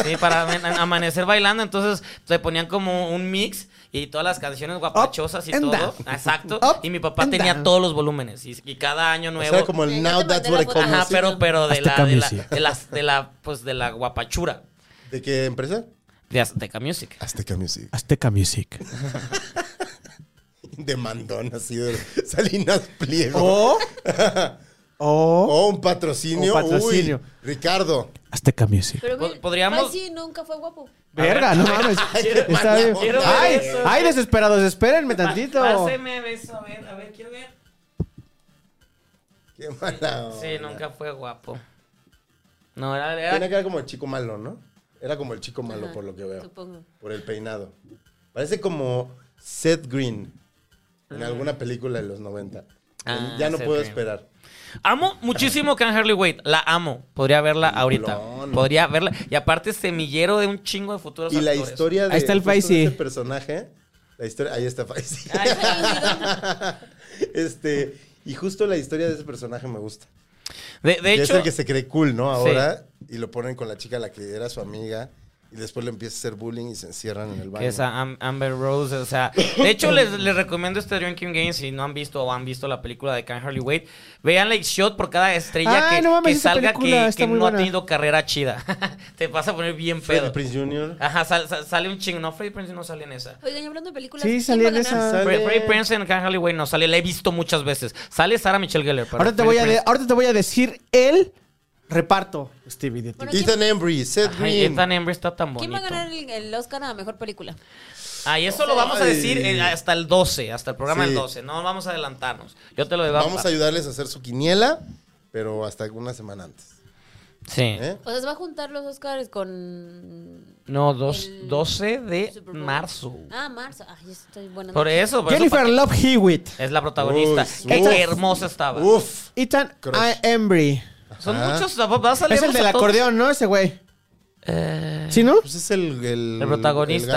G: Sí, para amen- amanecer bailando, entonces te ponían como un mix y todas las canciones guapachosas y
E: and
G: todo.
E: down.
G: Exacto.
E: Up
G: y mi papá
E: and
G: tenía
E: down.
G: todos los volúmenes y, y cada año
D: O
G: nuevo.
D: sea, como
F: Sí,
D: el
F: yo
D: Now
F: te
D: That's
F: mandé
D: What I
F: la
D: Call
F: foto.
G: Ajá,
D: Music.
G: pero, pero de, la,
E: Azteca
G: de, la,
E: Music.
G: de las, de la, pues, de la guapachura
D: ¿De qué empresa?
G: de Azteca Music.
D: Azteca Music.
E: Azteca Music.
D: De mandón, así de Salinas Pliego.
G: Oh,
E: O. O.
D: O un patrocinio.
E: Un patrocinio.
D: Uy, Ricardo.
E: Azteca Music.
F: Pero
G: Po-
F: mira, Ay,
G: podríamos-
F: sí, nunca fue guapo.
E: Verga, no mames. Está bien.
D: quiero
G: ver
E: Ay,
G: eso.
E: ay, desesperados, espérenme tantito.
G: Páseme beso, a ver, a ver, quiero ver.
D: Qué mala. onda.
G: Sí, nunca fue guapo. No, era, era-
D: Tenía que ver como el chico malo, ¿no? Era como el chico malo,
F: Ajá,
D: por lo que veo.
F: Supongo.
D: Por el peinado. Parece como Seth Green en alguna película de los 90.
G: Ah,
D: ya no
G: Seth
D: puedo
G: Green.
D: esperar.
G: Amo muchísimo Can Harley Wade. La amo. Podría verla ahorita.
D: Peliculón.
G: Podría verla. Y aparte, semillero de un chingo de futuros
D: Y la
G: actores.
D: historia de
E: Ahí está el
D: justo de
E: Faisy.
D: este personaje. La historia, ahí está Faisy.
F: Ay, sí,
D: este, y justo la historia de ese personaje me gusta.
G: De, de
D: este Que es
G: hecho,
D: el que se cree cool, ¿no? Ahora. Y lo ponen con la chica a la que era su amiga. Y después le empieza a hacer bullying y se encierran en el baño.
G: que es a Am- Amber Rose. O sea, de hecho, les, les recomiendo este Drinking Game si no han visto o han visto la película de Can Harley Wade. Vean la shot por cada estrella
E: Ay,
G: que,
E: no mames,
G: que
E: esa
G: salga
E: película
G: que,
E: está
G: que
E: muy
G: no ha
E: buena.
G: tenido carrera chida. Te vas a poner bien
D: Freddy
G: pedo. Ah,
D: Prinze Jr.
G: Ajá, sal- sal- sale un chingo. No, Freddy Prince no sale en esa.
F: no. Oigan, y hablando de películas.
E: Sí,
F: ¿quién
E: salía
F: va a
E: en
F: ganar?
E: esa.
G: Fre- Freddy Prince en Can Harley Wade no sale. La he visto muchas veces. Sale Sarah Michelle Geller. pero
E: Ahorita te, voy
G: Freddy
E: a de-
G: Prinze-
E: ahorita te voy a decir el reparto, Stevie. de ti.
F: Bueno,
D: Ethan Embry, Seth
G: Ay,
D: Green.
G: Ethan Embry está tan bonito.
F: ¿Quién va a ganar el, el Oscar a mejor película?
G: Ay, eso lo vamos a
D: Ay.
G: decir eh, hasta el 12, hasta el programa
D: Sí.
G: del 12. No vamos a adelantarnos. Yo te lo digo.
D: Vamos a ayudarles a hacer su quiniela, pero hasta una semana antes.
G: Sí.
D: ¿eh?
F: O sea, se va a juntar los Oscars con.
G: No, dos-
F: El
G: 12 de
F: Super Bowl.
G: marzo.
F: Ah, marzo. Ay, estoy buena.
G: Por
F: noche.
G: eso. por eso
E: Jennifer
G: pa-
E: Love Hewitt.
G: es la protagonista.
D: Uy,
G: Qué
D: uf.
G: hermosa estaba.
D: Uf.
E: Ethan
D: Crush.
E: A- Embry.
G: Son
D: Ajá.
G: muchos. va a salir
E: Es el del
G: a todos.
E: acordeón, ¿no? Ese güey.
G: Eh,
E: ¿Sí, no?
D: Pues es el, el,
G: el protagonista.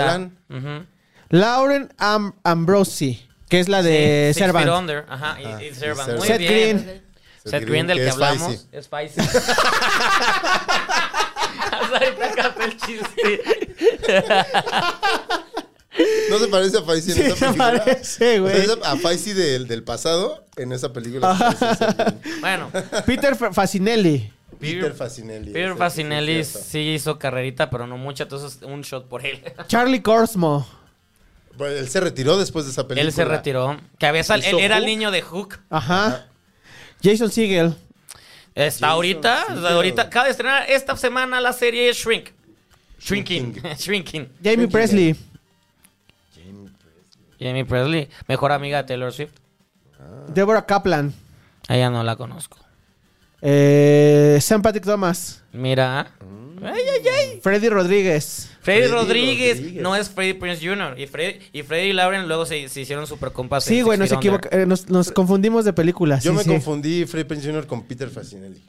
D: el galán.
G: Ujú.
E: Lauren Am- Ambrosi, que es la de
G: Sí, Six Feet
E: Eh, Servant.
G: Under. Ajá, y-
D: Ajá,
G: y
D: y
G: Servant.
D: Servant.
G: Muy
E: Seth
G: bien.
E: Green.
G: Seth Green del que,
D: es
G: hablamos.
D: Faisy.
G: Es Spicy. Ahorita capté el chiste.
D: No se parece a Faisy en
E: Sí,
D: esa
E: se
D: película.
E: parece,
D: O sea,
E: güey.
D: es a Faisy del, del pasado en esa película. se parece a Seth Green.
G: bueno,
E: Peter Fa- Facinelli.
D: Peter Facinelli.
G: Peter
D: ese,
G: Facinelli
D: sí, es cierto.
G: sí hizo carrerita, pero no mucha, entonces un shot por él.
E: Charlie Corsmo.
D: Bueno, él se retiró después de esa película.
G: Él se retiró. Que había sal-
D: Hizo
G: él era el
D: Hook.
G: niño de Hook.
E: Ajá. Jason Segel.
G: Está ahorita,
D: sí,
G: o sea,
D: pero-
G: ahorita acaba de estrenar esta semana la serie Shrink. Shrinking.
D: Shrinking.
G: Shrinking.
E: Jamie Presley.
G: Jamie Presley, mejor amiga de Taylor Swift.
E: Deborah Kaplan.
G: A Ella no la conozco.
E: Eh, Sam Patrick Thomas.
G: Mira.
D: Mm.
G: Ay, ay, ay.
E: Freddy Rodríguez.
G: Freddy,
H: Freddy
G: Rodríguez,
H: Rodríguez.
G: no es Freddy Prince Jr. Y Freddy y, Freddy y Lauren luego se, se hicieron super compas.
E: Sí,
G: en
E: güey,
G: Six
E: nos,
G: Feet Under.
E: equivoca- eh, nos, nos confundimos de películas.
D: Yo
E: sí,
D: me
E: sí.
D: confundí Freddy Prinze Jr. con Peter Facinelli.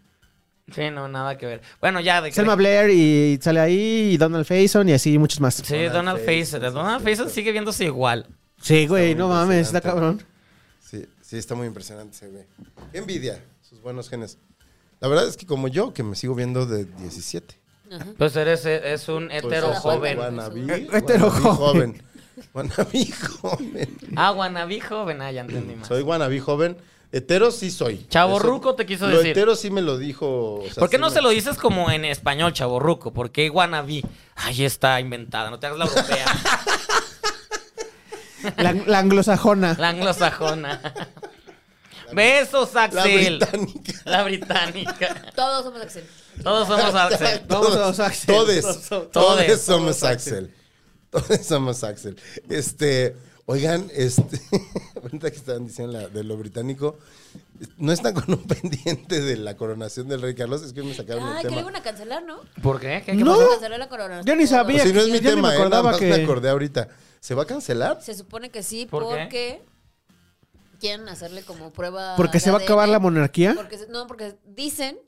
G: Sí, no, nada que ver. Bueno, ya de
E: Selma Blair y sale ahí, y Donald Faison y así muchos más.
G: Sí, Donald
D: Donald
G: Faison.
D: Faison,
G: Donald
D: sí,
G: Faison
D: sí.
G: sigue viéndose igual.
E: Sí, güey,
D: Está
E: no
D: muy
E: mames, está
D: impresionante.
E: cabrón.
D: Sí, sí, está muy impresionante ese güey. Qué envidia, sus buenos genes. La verdad es que como yo, que me sigo viendo de 17.
G: Pues eres eh, es un hetero
D: Pues,
G: joven.
D: Wannabe,
E: Eh, hetero
D: wannabe
E: joven.
D: joven. Wannabe joven.
G: Ah, wannabe joven. Ah, ya entendí más.
D: Soy wannabe joven. Hetero sí soy.
G: Chavo
D: Eso-
G: ruco te quiso
D: lo
G: decir.
D: Hetero sí me lo dijo. o sea,
G: ¿Por qué
D: sí
G: no
D: me-
G: se lo dices como en español, chaborruco? ¿Por qué wannabe? Ahí está inventada, no te hagas la europea,
E: La, la anglosajona.
G: la anglosajona. Besos,
D: La
G: Axel.
D: británica.
G: La británica.
F: Todos somos Axel.
G: Todos somos Axel.
E: Vamos a los Axel.
D: Todes.
E: Todos-
D: Todes
G: todes
D: somos Axel. Todes somos Axel. Este, oigan, este, ahorita que estaban diciendo la- de lo británico, no están con un pendiente de la coronación del rey Carlos, es que me sacaron el
F: Ay, que le
D: tema.
F: iban a cancelar, ¿no?
G: ¿Por qué? ¿Qué- qué
E: No.
G: pasó?
F: Se canceló la corona.
E: Yo ni sabía.
D: Pues sí, no es mi
E: Yo ni me
D: tema, eh,
E: acordaba
D: nada más
E: que-
D: me acordé ahorita. ¿Se va a cancelar?
F: Se supone que sí,
G: ¿Por qué?
F: porque quieren hacerle como prueba.
E: ¿Porque se
F: de
E: va a acabar
F: ADN,
E: la monarquía?
F: Porque, se- no, porque dicen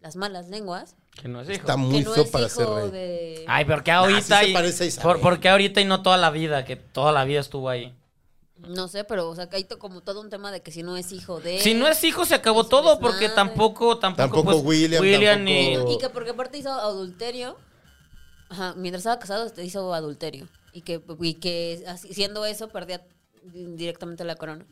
F: las malas lenguas
G: Que no es hijo.
D: Está muy
F: que no
D: feo
F: es
D: para
F: hijo
D: ser rey.
F: de.
G: Ay, ¿por qué
D: Ah,
G: ahorita?
D: sí se
G: y-
D: parece a Isabel.
G: por, ¿Por qué ahorita y no toda la vida? Que toda la vida estuvo ahí.
F: No sé, pero o sea, que hay to- como todo un tema de que si no es hijo de.
G: Si no es hijo, se acabó
F: Es un
G: todo, porque
F: desmadre.
G: tampoco, tampoco,
D: Tampoco
G: pues,
D: William,
G: ni-
D: tampoco-
F: Y que porque aparte hizo adulterio. Ajá, mientras estaba casado este, hizo adulterio. Y que, y que así- siendo eso perdía directamente la corona.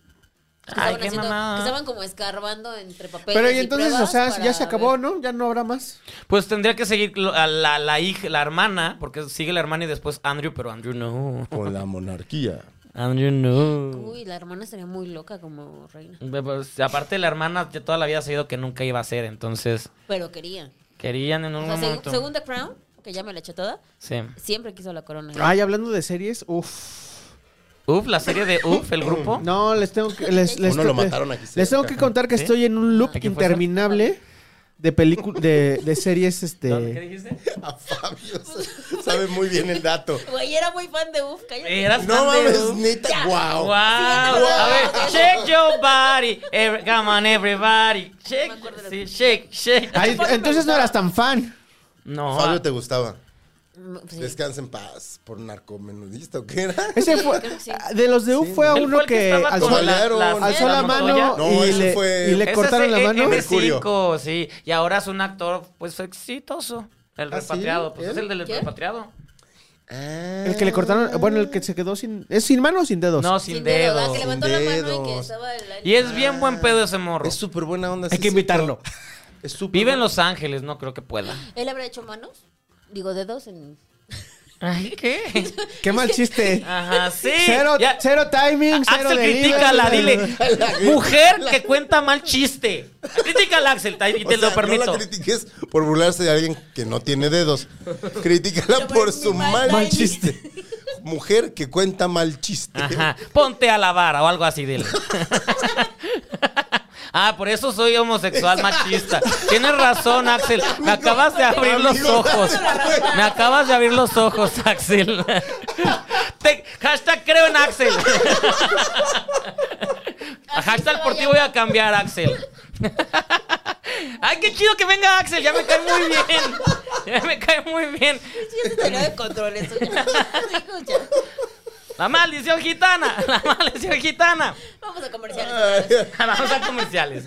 F: Que
G: Ay,
F: estaban
G: qué
F: haciendo-
G: mamá.
F: que estaban como escarbando entre papeles.
E: Pero y entonces, o
F: pruebas
E: sea, ya
F: para
E: se acabó,
F: ver.
E: ¿no? Ya no habrá más.
G: Pues tendría que seguir lo- a la, la hija, la hermana, porque sigue la hermana y después Andrew, pero Andrew no.
D: Con la monarquía.
G: Andrew no.
F: Uy, la hermana sería muy loca como reina.
G: Pues, aparte la hermana de toda la vida ha sabido que nunca iba a ser, entonces
F: Pero quería.
G: querían en un
F: O sea, seg-
G: momento.
F: según The Crown, que ya me la eché toda,
G: Sí.
F: siempre quiso la corona.
E: Ay, hablando de series, uff.
G: Uf, la serie de Uf, el grupo.
E: No, les tengo que. Les, les-
D: Uno lo
E: les-
D: mataron aquí
E: Les tengo
D: cerca.
E: que contar que
G: ¿Sí?
E: estoy en un loop
G: ¿Qué fue eso?
E: interminable de películas. De, de series,
G: ¿Dónde- ¿Qué
E: este.
G: dijiste?
D: A Fabio se- sabe muy bien el dato.
F: Güey, era muy fan de Uf,
E: Eh,
F: cállate.
G: Eras
D: No
G: fan de
D: mames,
G: Uf.
D: neta, wow.
G: Wow. A ver, shake your body. Every- come on, everybody. Shake, sí, shake, shake.
E: Ay, eh, entonces no eras tan fan.
G: No.
D: Fabio te gustaba.
F: Mm, sí.
D: Descansa en paz por narcomenudista o qué era.
E: Ese fue.
F: creo que sí.
E: De los de U fue a
G: Él
E: uno
G: fue el
E: que
G: estaba
E: alzó,
G: como
D: la-
E: alzó la mano
G: motoya.
D: No,
E: y,
D: ese
E: le,
D: fue-
E: y le
G: Ese
E: cortaron la
G: es
E: mano.
G: M5,
D: Mercurio.
G: sí. Y ahora es un actor, pues, exitoso. El
D: ¿Ah, sí?
G: repatriado. Pues es el del
F: ¿Qué?
G: repatriado.
D: Ah.
E: El que le cortaron. Bueno, el que se quedó sin. ¿Es sin manos o sin dedos?
G: No, sin,
F: Sin dedo,
G: dedo.
F: ah, que levantó
D: Sin
F: la mano y que
D: dedos.
F: estaba el-
G: Y es bien buen pedo ese morro.
D: Es súper buena onda.
E: Hay
D: sí,
E: que
D: sí.
E: invitarlo.
D: Es súper
G: Vive en
D: buena-
G: Los Ángeles, no creo que pueda.
F: ¿Él habrá hecho manos? Digo, dedos en...
G: Ay, ¿qué?
E: Qué mal chiste.
G: Ajá, sí.
E: Cero,
G: Ya- Ah,
E: cero timing, cero
G: Axel,
E: delivery.
G: critícala, dile. Mujer que cuenta mal chiste. Critícala, Axel, ahí- y
D: O
G: te
D: sea,
G: lo permito.
D: No la critiques por burlarse de alguien que no tiene dedos. Critícala
F: Pero
D: por
F: es mi
D: su mal,
F: mal
D: mal
F: chiste.
D: chiste. Mujer que cuenta mal chiste.
G: Ajá. Ponte a lavar o algo así, dile. Ah, por eso soy homosexual machista. Tienes razón, Axel. Me acabas de abrir los
D: Amigo.
G: ojos. Me acabas de abrir los ojos, Axel. Te- hashtag creo en Axel. Hashtag por ti voy a cambiar, Axel. Ay, qué chido que venga Axel. Ya me cae muy bien. Ya me cae muy bien.
F: Sí, se salió de control eso. ya. Digo, ya.
G: La maldición gitana. La maldición gitana.
F: Vamos a
G: Ah.
D: Ay,
F: comerciales.
G: Vamos a comerciales.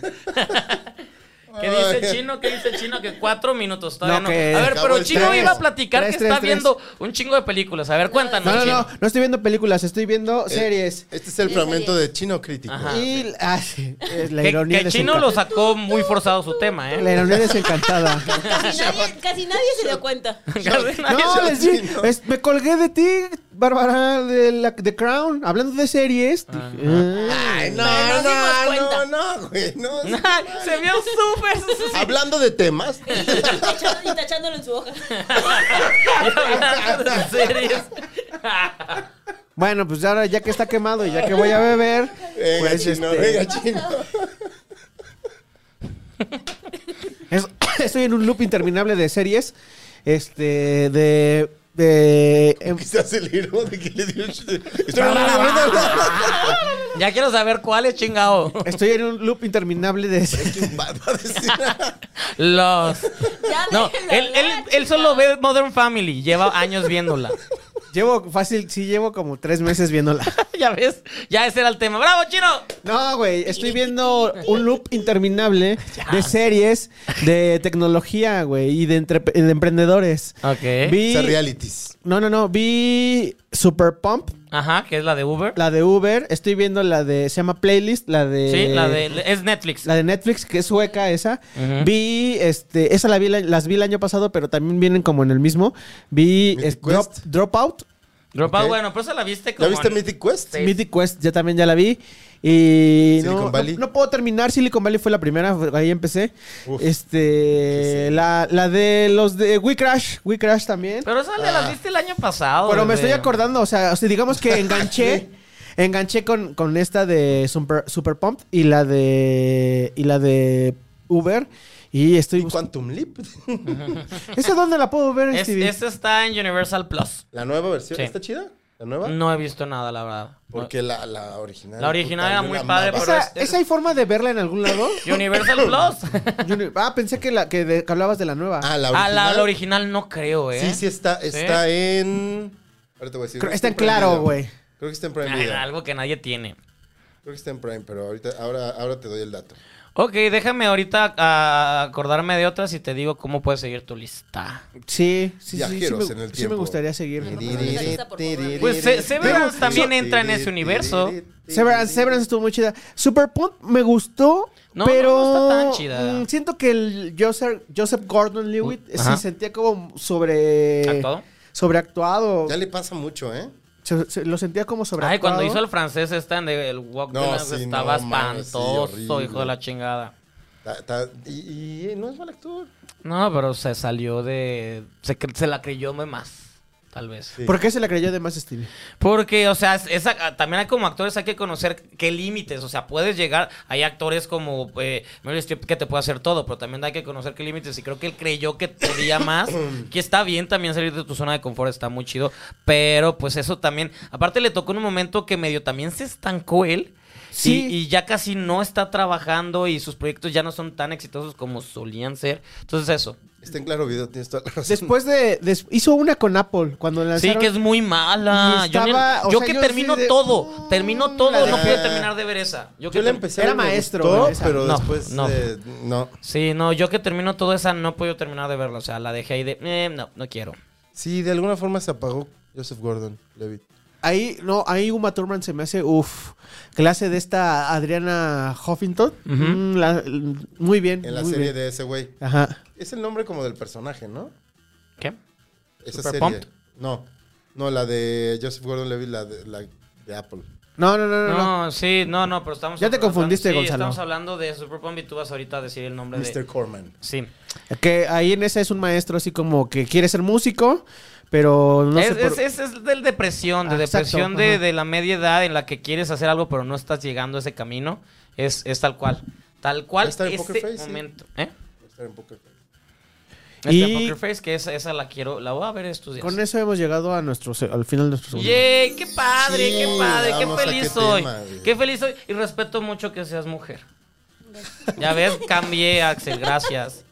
G: ¿Qué dice Chino? ¿Qué dice Chino? Que cuatro minutos todavía
E: No,
G: no.
E: que
G: A ver,
D: acabó
G: pero
D: el
G: Chino
D: tres.
G: iba a platicar
E: Tres,
G: que
E: tres,
G: está
E: tres.
G: viendo un chingo de películas. A ver, cuéntanos,
E: No, no,
G: Chino.
E: no. No estoy viendo películas, estoy viendo
D: Eh,
E: series.
D: Este es el fragmento de Chino Crítico.
G: Ajá.
E: Y ah, sí, es la
G: Que-
E: ironía
G: que Chino
E: desencan-
G: lo sacó muy forzado su tema,
E: La
G: ¿eh?
E: ironía desencantada.
F: Casi nadie, casi nadie se dio cuenta.
E: no, les di-
D: Chino.
E: es- me colgué de ti, Bárbara, de, la- de Crown. Hablando de series. dije, ah.
D: Ay, no,
F: Pero nos dimos
D: no, no,
F: cuenta.
D: no, güey. no.
G: Se vio súper.
D: Hablando de temas.
F: Y,
G: Pues,
F: tachando- y tachándolo en su hoja.
G: hablando de series.
E: Bueno, pues ahora ya que está quemado y ya que voy a beber,
D: Venga,
G: este,
E: Pues, este-
D: Chino, venga, Chino.
E: estoy en un loop interminable de series. Este, de. de em-
D: Que se aceleró de que le dio un chute.
G: Ya quiero saber cuál es chingado.
E: estoy en un loop interminable de series.
D: Breaking Bad va a decir.
G: Los.
F: Ya
G: No,
F: déjenlo
G: él, él,
F: hablar,
G: él solo ve Modern Family. Lleva años viéndola.
E: Llevo fácil, sí, llevo como tres meses viéndola.
G: ya ves. Ya ese era el tema. ¡Bravo, chino!
E: No, güey, estoy viendo un loop interminable de series de tecnología, güey, y de, entrep- de emprendedores.
G: Ok.
E: Vi-
D: Son realities.
E: No, no, no. Vi Super Pump,
G: Ajá, que es la de Uber.
E: la de Uber. Estoy viendo la de. Se llama Playlist, la de.
G: sí,
D: Eh,
G: la de. Es Netflix.
E: La de Netflix, que es sueca esa.
G: Ujú.
E: Vi, este, esa la vi, la- las vi el año pasado, pero también vienen como en el mismo. Vi
D: Mythic
E: es, Drop-
D: Quest.
E: Dropout,
G: Dropout,
D: Ok.
G: bueno, pero esa la viste como.
D: ¿Ya viste
G: en-
D: Mythic Quest?
G: Sí.
E: Mythic Quest, ya también ya la vi. Y
D: Silicon
E: no, no-
D: Valley.
E: No, puedo terminar, Silicon Valley fue la primera, fue- ahí empecé. Este, la, la de los de We Crash, We Crash también.
G: Pero esa la-
D: Ah.
G: la viste el año pasado.
E: Pero me
G: bebé.
E: estoy acordando, o sea, o sea, digamos que enganché. enganché con, con esta de Super, Super Pump y la de. y la de Uber. Y estoy
D: ¿Y
E: buscando.
D: Quantum Leap?
E: ¿Esa dónde la puedo ver,
G: Es-
E: Stevie?
G: esa está en Universal Plus.
D: ¿La nueva versión?
G: Sí.
D: ¿Está chida? ¿La nueva?
G: No he visto nada, la verdad.
D: Porque la, la original.
G: La original
D: puta,
G: era
D: yo
G: muy
D: la
G: padre,
D: amaba.
G: pero
E: ¿Esa,
G: es-
E: esa hay forma de verla en algún lado?
G: Universal Plus.
E: Yo ni- ah, pensé que, la, que, de- que hablabas de la nueva.
D: Ah, la original.
G: A la, la original no creo, ¿eh?
D: Sí, sí está, está en. Ahora te voy a decir.
E: Creo-
D: no
E: está en claro,
D: Prime Video.
E: güey.
D: Creo que está en Prime
G: Ay,
D: Video.
G: Ah, algo que nadie tiene.
D: Creo que está en Prime, pero ahorita, ahora, ahora te doy el dato.
G: Ok, déjame ahorita ah, acordarme de otras y te digo cómo puedes seguir tu lista.
E: Sí, sí, sí, sí. sí,
D: Viajeros
E: me,
D: en el
E: sí
D: tiempo.
E: me gustaría seguir.
G: Pues Se- Severance también entra en ese universo.
E: Severance, Severance estuvo muy chida. Super Pump me gustó,
G: No,
E: pero
G: no, no está tan chida.
E: mm, siento que el Joseph, Joseph Gordon-Lewitt
G: Uh,
E: se
G: ajá.
E: sentía como sobre
D: Eh,
G: ¿Actuado?
E: sobreactuado.
D: Ya le pasa mucho, ¿eh?
E: Se- se- lo sentía como sobreactuado.
G: Ay, cuando hizo el francés esta en el Walk
D: No,
G: de la-
D: sí,
G: estaba
D: no, mames, sí,
G: espantoso,
D: horrible.
G: hijo de la chingada.
D: Ta- ta- y, y, eh, no es mal actor.
G: No, pero se salió de... Se, cre- se la creyó de más, tal vez.
D: Sí.
E: ¿Por qué se la creyó de más Stevie?
G: Porque, o sea, esa- ah, también hay como actores hay que conocer qué límites, o sea, puedes llegar, hay actores como eh, Meryl Streep que te puede hacer todo, pero también hay que conocer qué límites y creo que él creyó que podía más, que está bien también salir de tu zona de confort, está muy chido, pero pues eso también, aparte le tocó en un momento que medio también se estancó él.
E: Sí.
G: Y, y ya casi no está trabajando y sus proyectos ya no son tan exitosos como solían ser. Entonces eso.
D: Está en claro video, tienes toda la razón.
E: Después de, des- hizo una con Apple cuando
G: Sí,
E: lanzaron.
G: que es muy mala.
E: Y
G: yo ni-
E: estaba- o
G: yo
E: sea,
G: que
E: yo
G: termino
E: sí de-
G: todo. Termino todo.
E: la
G: No
D: de-
G: pude terminar de ver esa. Yo, que
D: Yo la
G: term-
D: empecé.
E: Era
D: me
E: maestro,
D: gustó,
E: güey, esa.
D: pero
G: No,
D: después.
G: no.
D: eh, no.
G: Sí, no, yo que termino todo esa no puedo terminar de verla. O sea, la dejé ahí de. "Eh, no, no quiero.
D: Sí, de alguna forma se apagó Joseph Gordon, Levitt.
E: Ahí, no, ahí Uma Thurman se me hace, uff, clase de esta Adriana Huffington. Mm, la- muy bien.
D: En la
E: muy
D: serie
E: bien.
D: de ese güey.
E: Ajá.
D: Es el nombre como del personaje, ¿no?
G: ¿Qué?
D: Esa
G: ¿Super
D: serie.
G: Pumped?
D: No. No, la de Joseph Gordon Levitt, la de, la de Apple.
E: No, no, no, no. no.
G: No, sí, no, no, pero estamos.
E: Ya te confundiste,
G: sí,
E: Gonzalo.
G: Estamos hablando de Super Pump y tú vas ahorita a decir el nombre de.
D: Mr. Corman.
G: Sí.
E: Que ahí en esa es un maestro así como que quiere ser músico, pero no
G: es,
E: sé por...
G: es, es, es del depresión, de
E: Ah, exacto,
G: depresión de,
E: ajá.
G: de la media edad en la que quieres hacer algo pero no estás llegando a ese camino. Es, es tal cual. Tal cual
D: Está en Poker
G: ese
D: Face, sí.
G: momento. ¿Eh?
D: Estar en Poker Face.
G: Este
E: Y-
G: Poker Face, que esa, esa la quiero, la voy a ver estos días.
E: Con eso hemos llegado a nuestro, se- al final de nuestro segundo.
G: ¡Yay! ¡Qué padre!
D: Sí,
G: ¡Qué padre! ¡Qué
D: vamos, ¿a
G: feliz
D: qué
G: soy!
D: tema, güey?
G: ¡Qué feliz soy! Y respeto mucho que seas mujer. Ya ves, cambié, Axel, gracias.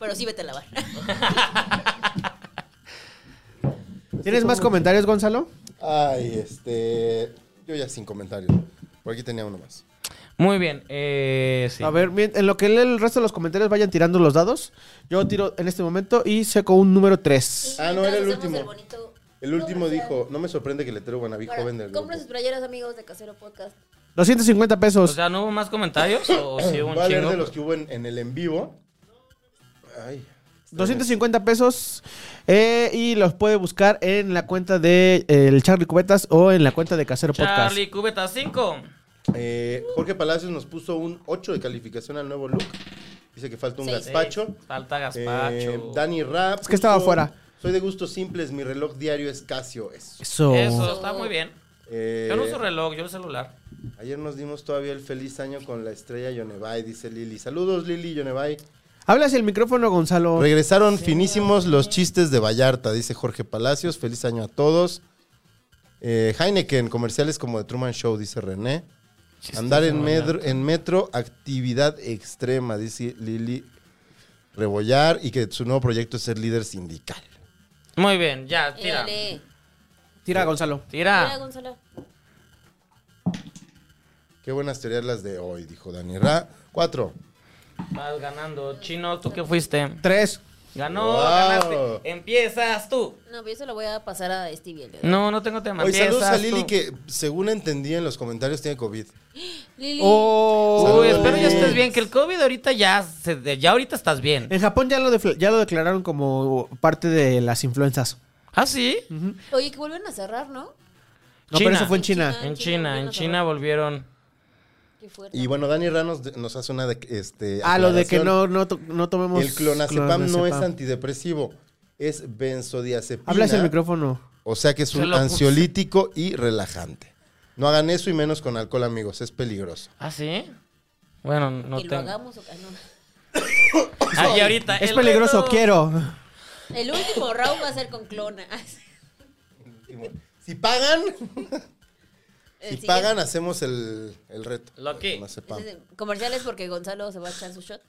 F: Pero sí vete a lavar.
E: ¿Tienes más comentarios, Gonzalo?
D: Ay, este. Yo ya sin comentarios. Por aquí tenía uno más.
G: Muy bien, eh, sí.
E: A ver, mien- en lo que lee el resto de los comentarios vayan tirando los dados. Yo tiro en este momento y seco un número 3.
D: Ah, no, era el último. El último dijo: No me sorprende que el letero Guanabí joven del grupo.
F: Compren sus playeras, amigos de Casero Podcast.
E: 250
G: O
E: pesos.
G: sea, ¿no hubo más comentarios? ¿O sí
D: Voy
G: hubo un
D: a leer
G: chingo?
D: de los que hubo en, en el en vivo. Ay.
E: 250 pesos eh, y los puede buscar en la cuenta de eh, el Charlie Cubetas o en la cuenta de Casero Podcast.
G: Charlie Cubeta 5.
D: Eh, Jorge Palacios nos puso un 8 de calificación al nuevo look. Dice que falta un
F: Seis.
D: gazpacho.
G: Falta
D: Eh,
G: gazpacho.
D: Dani Rap.
E: Es que estaba afuera.
D: Soy de gustos simples, mi reloj diario es Casio. Eso.
E: Eso.
G: Eso, está muy bien.
D: Eh,
G: Yo no uso reloj, yo el celular.
D: Ayer nos dimos todavía el feliz año con la estrella Yonevay, dice Lili. Saludos, Lili Yonevay.
E: Hablas el micrófono, Gonzalo.
D: Regresaron finísimos los chistes de Vallarta, dice Jorge Palacios. Feliz año a todos. Eh, Heineken, comerciales como de Truman Show, dice René. Andar en, medr- en metro, actividad extrema, dice Lili Rebollar. Y que su nuevo proyecto es ser líder sindical.
G: Muy bien, ya, tira.
F: Dale.
E: Tira, Gonzalo.
F: Mira,
G: Tira.
F: Gonzalo.
D: Qué buenas teorías las de hoy, dijo Dani Ra. Cuatro.
G: Vas ganando. Chino, ¿tú qué fuiste?
E: Tres.
G: Ganó,
D: Wow.
G: ganaste. Empiezas tú.
F: No, pero yo se lo voy a pasar a Stevie. el día de hoy.
G: No, no tengo tema.
D: Hoy saludos a
G: Empiezas
D: Lili
G: tú.
D: que, según entendí en los comentarios, tiene COVID.
F: Lili.
E: Oh.
G: Uy,
D: Saludos,
G: espero ya
D: Lili.
G: estés bien, que el COVID ahorita ya, se- ya ahorita estás bien.
E: En Japón ya lo, defla- ya lo declararon como parte de las influencias.
G: ¿Ah, sí?
F: Oye, que vuelven a cerrar, ¿no?
E: No,
G: China.
E: pero eso fue en China.
F: China.
G: Ah, En China, en
F: China,
G: China volvieron.
F: Qué fuerte.
D: Y bueno, Dani Ra nos, nos hace una de, este,
E: Ah, lo de que
D: aclaración.
E: no, no, to- no tomemos.
D: El clonazepam no es
E: clonazepam.
D: antidepresivo, es benzodiazepina.
E: Hablas el micrófono.
D: O sea que es
G: Se
D: un
G: lo puse.
D: ansiolítico y relajante. No hagan eso y menos con alcohol, amigos, es peligroso.
G: ¿Ah, sí? Bueno, no
F: que lo
G: tengo.
F: hagamos. o- ah, no.
G: Ah, y ahorita.
E: Es
G: el
E: peligroso,
G: reto.
E: quiero.
F: El último round va a ser con clona.
D: Si pagan, si
F: El siguiente.
D: pagan, hacemos el, el reto.
G: Lucky.
D: El clonazepam.
F: Ese es- Comerciales porque Gonzalo se va a echar su shot.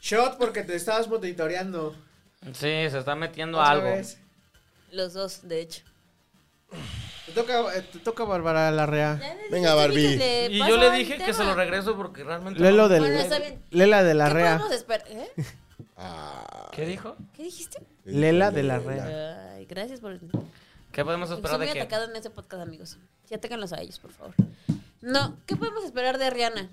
E: Shot porque te estabas monitoreando.
G: Sí, se está metiendo algo.
F: Los dos, de hecho.
E: Te toca, eh, te toca Bárbara Larrea.
D: Venga, Barbie.
G: Y yo le dije que se lo regreso porque realmente.
E: Léelo
G: no-
E: del,
F: Bueno, está bien.
E: Lela de la
F: ¿Qué
E: Rea.
F: podemos esperar? ¿Eh?
D: Ah,
G: ¿Qué dijo?
F: ¿Qué dijiste?
E: Lela de la Rea.
F: Ay, gracias por...
G: ¿Qué podemos
F: Estoy
G: esperar
F: muy
G: de qué?
F: atacada en este podcast, amigos. Ya atáquenlos a ellos, por favor. No, ¿qué podemos esperar de Rihanna?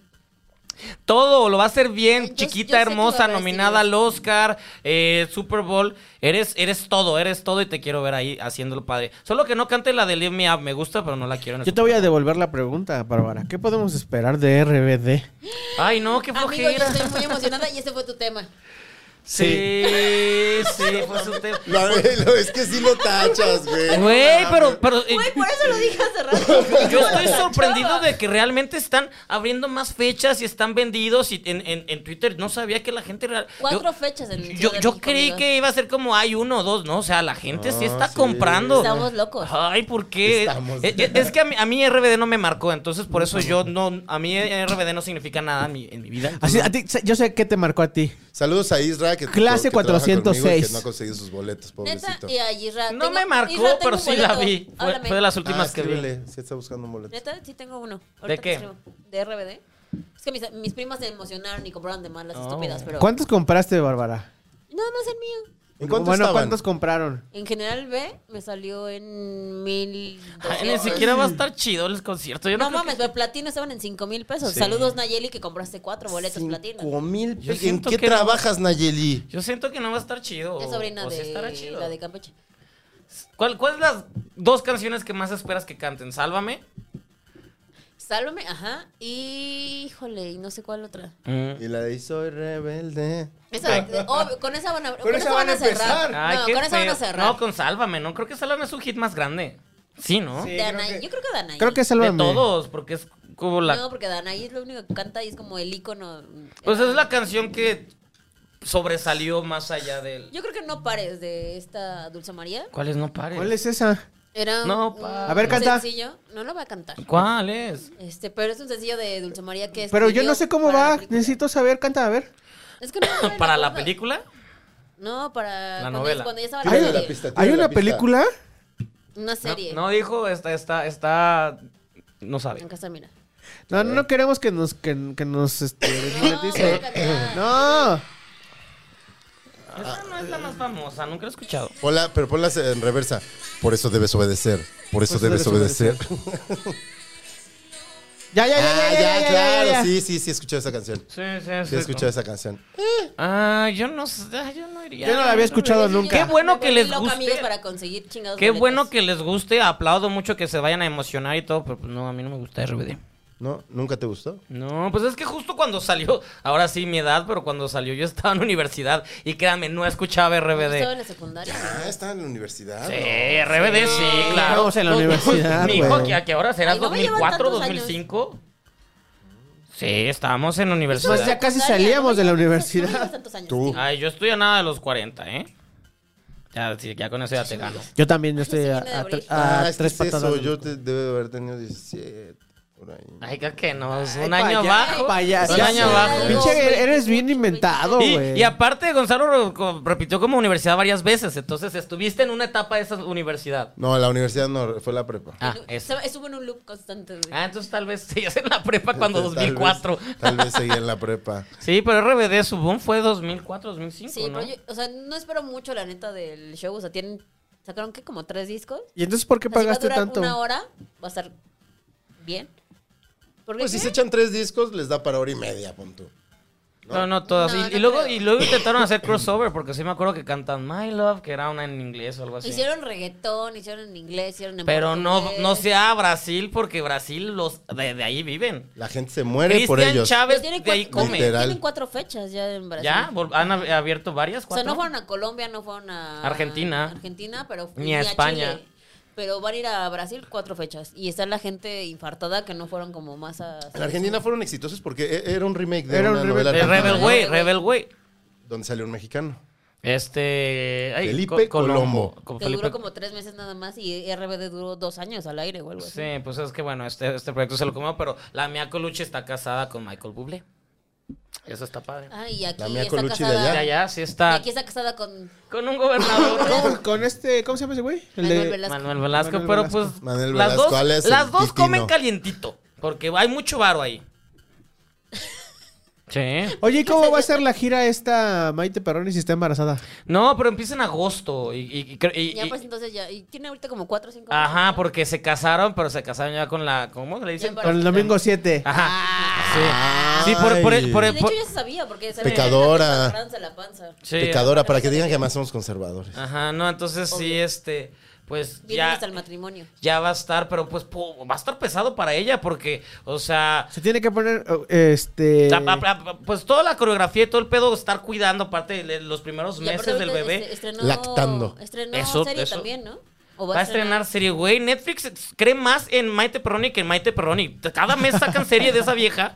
G: Todo, lo va a hacer bien,
F: Yo-
G: chiquita,
F: yo sé que lo va
G: hermosa,
F: a decir
G: nominada al
F: bien.
G: Oscar, eh, Super Bowl. Eres, eres todo, eres todo y te quiero ver ahí haciéndolo padre. Solo que no cante la de Live Me Up, me gusta, pero no la quiero en el
E: Yo te voy a devolver la pregunta, Bárbara. ¿Qué podemos esperar de RBD?
G: Ay, no, qué
F: Amigo, yo
G: flojera.
F: estoy muy emocionada y ese fue tu tema.
G: Sí, sí, fue su tema.
D: La- lo- es que sí lo tachas, güey.
G: Güey, pero, pero eh,
F: Güey, por eso lo dije hace rato.
G: yo estoy sorprendido de que realmente están abriendo más fechas y están vendidos y en, en- en Twitter no sabía que la gente real.
F: Cuatro
G: yo,
F: fechas en
G: yo,
F: Ciudad de
G: yo
F: México,
G: creí
F: amigos.
G: que iba a ser como hay uno o dos, ¿no? O sea, la gente sí
D: No,
G: está
D: sí.
G: comprando.
F: Estamos locos.
G: Ay, ¿por qué?
D: Estamos-
G: Eh, eh, Es, que a mí, a mí RBD no me marcó, entonces por eso yo no. A mí RBD no significa nada en mi, en mi vida.
E: Así, a ti, yo sé qué te marcó a ti.
D: Saludos a Isra, que,
E: Clase
D: que trabaja conmigo y
E: 406.
D: que no ha conseguido sus boletos,
F: Neta,
D: pobrecito.
F: y a Isra.
G: No
F: Tengo-
G: me marcó,
F: Isra, tengo
G: pero
F: un
G: sí la
F: boleto.
G: vi. Fue,
F: Háblame.
G: fue de las
D: Ah,
G: últimas que vi.
D: escríbele, sí está buscando un boleto.
F: Neta, sí tengo uno.
G: ¿De
F: Ahorita
G: qué?
F: te escribo. De RBD. Es que mis, mis primas se emocionaron y compraron de malas
G: Oh.
F: estúpidas, pero.
E: ¿Cuántos compraste, Bárbara?
F: Nada más el mío.
D: ¿En cuánto
E: bueno,
D: estaban?
E: ¿cuántos compraron?
F: En general B me salió en mil.
G: Ay, ni siquiera va a estar chido el concierto. Ah, Yo no,
F: pues, No
G: creo que-
F: mames, pero platino estaban en cinco mil pesos.
G: Sí.
F: Saludos Nayeli que compraste cuatro boletos platino.
D: Cinco mil
G: Yo
D: pe- ¿En
G: siento
D: qué
G: que no.
D: trabajas, Nayeli?
G: Yo siento que no va a estar chido.
F: Es
G: o-
F: sobrina
G: o sí estará
F: de
G: chido.
F: la de Campeche.
G: ¿Cuál, ¿Cuál es las dos canciones que más esperas que canten? Sálvame.
F: Sálvame, ajá. Y híjole, y no sé cuál otra.
D: Y la de "Y soy rebelde.
F: Esa, oh, con esa van a, con esa van a cerrar.
G: Ay,
F: no,
G: qué
F: con esa van a
G: feo.
F: cerrar.
G: No, con Sálvame, ¿no? Creo que Sálvame es su hit más grande. Sí, ¿no?
E: Sí.
F: De Anaí. Yo creo que de Anaí.
E: Creo que
G: De
E: sálvame.
G: todos, porque es como la...
F: No, porque Danaí es lo único que canta y es como el icono.
G: pues es la canción que sobresalió más allá del...
F: Yo creo que no pares de esta Dulce María.
G: ¿Cuál es? No pares.
E: ¿Cuál es esa?
F: Era un-
G: No
F: un
G: pares.
E: A ver, canta.
F: sencillo. No lo va a cantar.
G: ¿Cuál es?
F: Este, pero es un sencillo de Dulce María que es.
E: Pero yo no sé cómo va. Necesito saber, canta, a ver.
F: Es que no, no me
G: ¿Para la
F: acuerdo.
G: película?
F: No, para.
G: La
F: cuando-
G: novela.
F: Cuando ya estaba la
D: Tírale
F: serie.
D: la pista,
E: ¿Hay
D: tírale
E: una
D: la pista.
E: película?
F: Una
G: No,
F: serie.
G: no dijo, está, está, está... No sabe.
F: Acá está, mira.
E: No, no, no queremos que nos, que, que nos, este, desmonetice.
F: no.
E: No.
G: Esa no es la más famosa, nunca la he escuchado.
D: Ponla, pero ponlas en reversa. Por eso debes obedecer. Por eso
E: Por eso
D: debes,
E: debes
D: obedecer.
E: Ya, ya, ya, ya,
D: ah,
E: ya,
D: ya,
E: ya,
D: claro.
E: ya, ya.
D: Sí, sí, sí, he escuchado esa canción.
G: Sí, sí,
D: Sí, he escuchado esa canción.
G: Ah, yo no sé, ah, yo no iría.
E: Yo no la había escuchado nunca.
G: Qué bueno que
F: Me
G: les
F: volví loca,
G: guste.
F: amigos, para conseguir chingados
G: Qué
F: boletos.
G: bueno que les guste, aplaudo mucho que se vayan a emocionar y todo, pero pues no, a mí no me gusta RBD.
D: ¿No? ¿Nunca te gustó?
G: No, pues es que justo cuando salió, ahora sí mi edad, pero cuando salió yo estaba en universidad y créanme, no escuchaba
F: Estaba en
G: RBD.
F: la secundaria.
D: Ah, estaba en la universidad.
G: Sí, RBD sí,
E: No,
G: claro. Pues,
E: estábamos en la universidad,
G: Mi hijo,
E: güey.
G: ¿a qué hora será?
F: Ay, no me llevan
G: ¿2004,
F: tantos años.
G: 2005? Sí, estábamos en
E: Es más, Pues ya
G: universidad.
E: casi
F: Secundaria,
E: salíamos
F: ¿no?
E: de la
F: Ya no
E: universidad.
F: llevas tantos años,
D: Tú.
F: tío.
G: Ay, yo estoy a nada de los 40, ¿eh? Ya, sí, ya con eso ya te gano.
E: Yo también, yo
F: Yo
E: estoy
F: sí
E: a,
F: vine de
E: a-
F: abril.
E: a
D: Ah, es que
E: tres
D: es
E: patadas.
D: eso,
E: del
D: yo
E: cu-
D: te debo de haber tenido 17 por ahí.
G: Ay, creo que no, es
E: Ay,
G: un año
E: paya-
G: abajo.
E: payas-
G: un
E: ya
G: año
E: sé.
G: abajo.
E: Pinche, eres bien inventado,
G: Y,
E: güey.
G: y aparte, Gonzalo co- repitió como universidad varias veces. Entonces, estuviste en una etapa de esa universidad.
D: No, la universidad no, fue la prepa.
G: Ah,
F: Se-
G: eso.
F: Estuvo en un loop constante. güey.
G: Ah, entonces tal vez seguías en la prepa cuando
D: Tal vez-
G: 2004.
D: Tal vez seguía en la prepa.
G: Sí, pero RBD su boom fue 2004, 2005,
F: Sí,
G: ¿no?
F: pero yo, o sea, no espero mucho la neta del show. O sea, tienen, sacaron que como tres discos.
E: ¿Y entonces por qué
F: O sea, si va a
E: pagaste
F: durar
E: tanto?
F: una hora, va a estar bien. Porque
D: Pues si se echan tres discos, les da para hora y media, pon tú.
G: No, no todas.
F: No,
G: y,
F: no
G: y luego,
F: creo.
G: y luego intentaron hacer crossover, porque sí me acuerdo que cantan My Love, que era una en inglés o algo así.
F: Pues hicieron reggaetón, hicieron en inglés, hicieron en
G: Pero no,
F: portugués.
G: no sea Brasil, porque Brasil los de, de ahí viven.
D: La gente se muere por
G: Cristian
D: ellos.
F: Pues
G: Chávez
F: tienen
G: de ahí
F: cuatro-
G: come.
D: Literal.
F: Tienen cuatro fechas ya en Brasil.
G: ¿Ya? vol- ¿Han ab- abierto varias?
F: O sea, no
G: ¿Cuatro?
F: fueron a Colombia, no fueron a
G: Argentina.
F: Argentina, pero
G: Ni a España.
F: Chile. Pero van a ir a Brasil cuatro fechas. Y está la gente infartada que no fueron como más a.
D: En Argentina fueron exitosos porque e- era un remake de
E: Era
D: una
E: un remake.
D: novela
G: De
D: argentina
G: Eh, Rebel
F: Rebel
G: Way,
F: Way.
G: Rebel Way.
D: donde salió un mexicano.
G: Este. ay,
D: Felipe
G: Co-
D: Colombo.
G: Con
F: Que
G: Felipe-
F: duró como tres meses nada más y RBD duró dos años al aire o algo así.
G: Sí, pues es que bueno, este, este proyecto se lo comió, pero la Mia Colucci está casada con Michael Bublé. Eso está padre.
F: Ah, y aquí
D: La Mia
F: está
D: Colucci de
F: casada.
D: allá.
G: Ya, ya, sí
F: Y
G: está
F: aquí está casada con
G: con un gobernador.
E: Con, con este, ¿cómo se llama ese güey? El
F: Manuel
E: de...
F: Velasco.
G: Manuel Velasco,
E: Manuel
G: pero
E: Velasco.
G: pues
D: Manuel
G: las
D: Velasco,
G: dos,
D: él es el
G: las dos
D: Titino.
G: comen calientito, porque hay mucho varo ahí. Sí.
E: Oye, ¿y cómo va a ser la gira esta Maite Perroni si está embarazada?
G: No, pero empieza en agosto y, y- y cre- y-
F: Ya
G: y-
F: pues entonces ya. Y tiene ahorita como cuatro o cinco. meses,
G: ajá,
F: ¿no?
G: porque se casaron, pero se casaron ya con la ¿cómo le dicen?
F: Ya
E: Con el domingo 7.
G: Ah. Ajá. Sí. Sí, por, por, el- por
F: Y
G: el-
F: de
G: por-
F: hecho ya se sabía porque se
D: Pecadora.
F: Franza la panza.
G: sí. Ah.
D: Pecadora, para que digan que más somos conservadores.
G: Ajá, no, entonces sí este pues
F: Vienen
G: ya
F: hasta el matrimonio.
G: ya va a estar, pero pues po- va a estar pesado para ella porque o sea,
E: Se tiene que poner, oh, este...
G: la- la- la- pues toda la coreografía y todo el pedo estar cuidando aparte de los primeros
F: Y aparte
G: meses del
F: ahorita
G: bebé.
F: est- estrenó-
D: Lactando.
F: Estrenó
G: Eso-
F: serie
G: eso.
F: también, ¿no? ¿O
G: Va a estrenar serie, güey. Netflix cree más en Maite Perroni que en Maite Perroni. Cada mes sacan serie de esa vieja.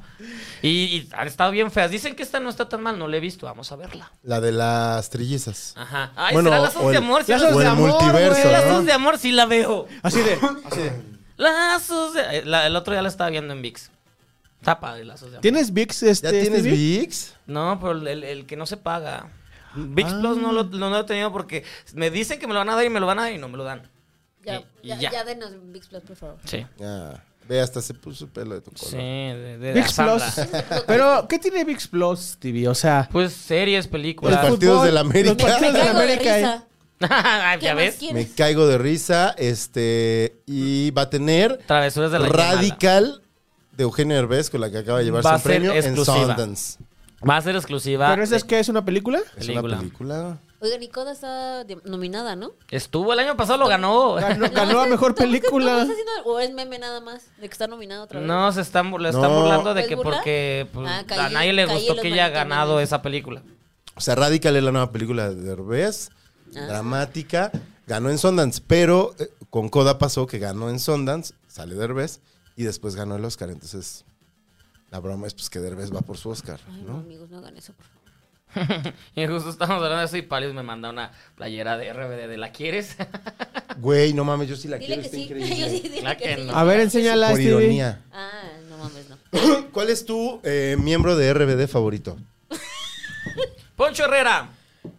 G: Y, y han estado bien feas. Dicen que esta no está tan mal. No la he visto. Vamos a verla.
D: La de las trillizas.
G: Ajá. Ah. Ay,
D: Bueno,
G: será lazos
D: o el-
G: de amor. Sí,
E: Lazos
D: o
G: lazos
D: el
E: de amor,
D: multiverso.
E: güey.
D: ¿no?
G: lazos de amor sí la veo.
E: Así de, así de.
G: Lazos de... eh, la- el otro día la estaba viendo en VIX. Está padre, lazos de amor.
E: ¿Tienes VIX este?
D: ¿Ya tienes
E: este,
D: VIX?
G: No, pero el, el que no se paga. VIX
E: Ah.
G: Plus no lo, no lo he tenido porque me dicen que me lo van a dar y me lo van a dar y no me lo dan.
F: Ya,
G: Y- y
F: ya,
G: ya.
F: ya denos Big Plus, por favor.
G: Sí.
D: Ah, ve, hasta se puso pelo de tu
G: Sí,
D: color.
G: de, de- de
E: VIX Plus.
G: Sandra.
E: Pero, ¿qué tiene VIX Plus, TV? O sea...
G: Pues series,
D: Los
G: películas.
D: partidos
E: fútbol,
D: de la América. ¿eh?
E: los partidos de
F: Me
E: la
F: cago de
E: América, ¿eh?
F: risa.
G: Ay,
F: ¿Qué
G: ¿Ya
F: más
G: ves?
D: Me
F: quieres?
D: caigo de risa. Este. Y va a tener
G: Travesuras de la Yamala.
D: Radical de Eugenio Herbés, con la que acaba de llevarse
G: Va a
D: un
G: ser
D: premio en
G: exclusiva.
D: Sundance.
G: Va a ser exclusiva. Eh,
E: ¿Pero esa
G: de-
E: es que es una película?
D: Es
G: Película.
D: una película.
F: Oigan, y Coda está de- nominada, ¿no?
G: Estuvo el año pasado, lo ganó.
E: Ganó, ganó a mejor
F: ¿Tú- tú- tú-
E: película.
F: estás haciendo- ¿O es meme nada más? De que está nominada otra vez.
G: No, se están, burla- están
D: No.
G: burlando de
F: ¿Es
G: que
F: burla?
G: porque pues,
F: Ah, caí-
G: a nadie le
F: caí en
G: gustó
F: los
G: que ella ha
F: maricones.
G: ganado esa película.
D: O sea, Radical es la nueva película de Derbez,
F: Ah.
D: dramática, ganó en Sundance, pero eh, con Coda pasó que ganó en Sundance, sale Derbez y después ganó el Oscar. Entonces, la broma es pues que Derbez va por su Oscar,
F: Ay, no,
D: ¿no?
F: amigos, no hagan eso, por favor.
G: Y justo estamos hablando de eso y Palios me manda una playera de RBD de ¿La quieres?
D: Güey, no mames, yo sí la
F: Dile
D: quiero,
F: que
D: está
F: sí. Yo sí,
D: increíble.
F: dile
G: Claro que
F: que sí.
G: no.
E: A ver, enséñala,
D: Por
E: Stevie.
D: ironía.
F: Ah, no mames, no.
D: ¿Cuál es tu eh, miembro de RBD favorito?
G: Poncho Herrera.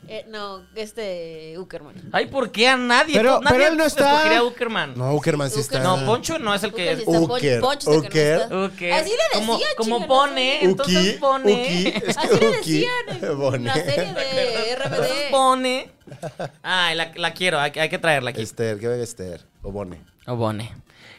F: Eh, no, este Uckerman.
G: Ay, ¿por qué a nadie?
E: Pero-
G: Nadie
E: pero él no está.
G: escogería a Uckerman. No.
D: No, Uckerman sí está.
G: Poncho no es el que...
F: Uckerman está
D: Ucker,
F: Pon- Poncho está que no está.
G: Ucker.
F: Así le
G: Como-
F: decía,
G: como
F: chica, no
G: pone,
F: sé.
G: Entonces pone.
D: es que
F: Así le
D: Uki,
F: decían en la
D: pone.
F: serie de
G: Entonces
F: RBD.
G: Bone. Ay, la, la quiero, hay, que- hay que traerla aquí.
E: Este.
D: Esther, ¿qué va a Esther? O Bone.
G: O Bone.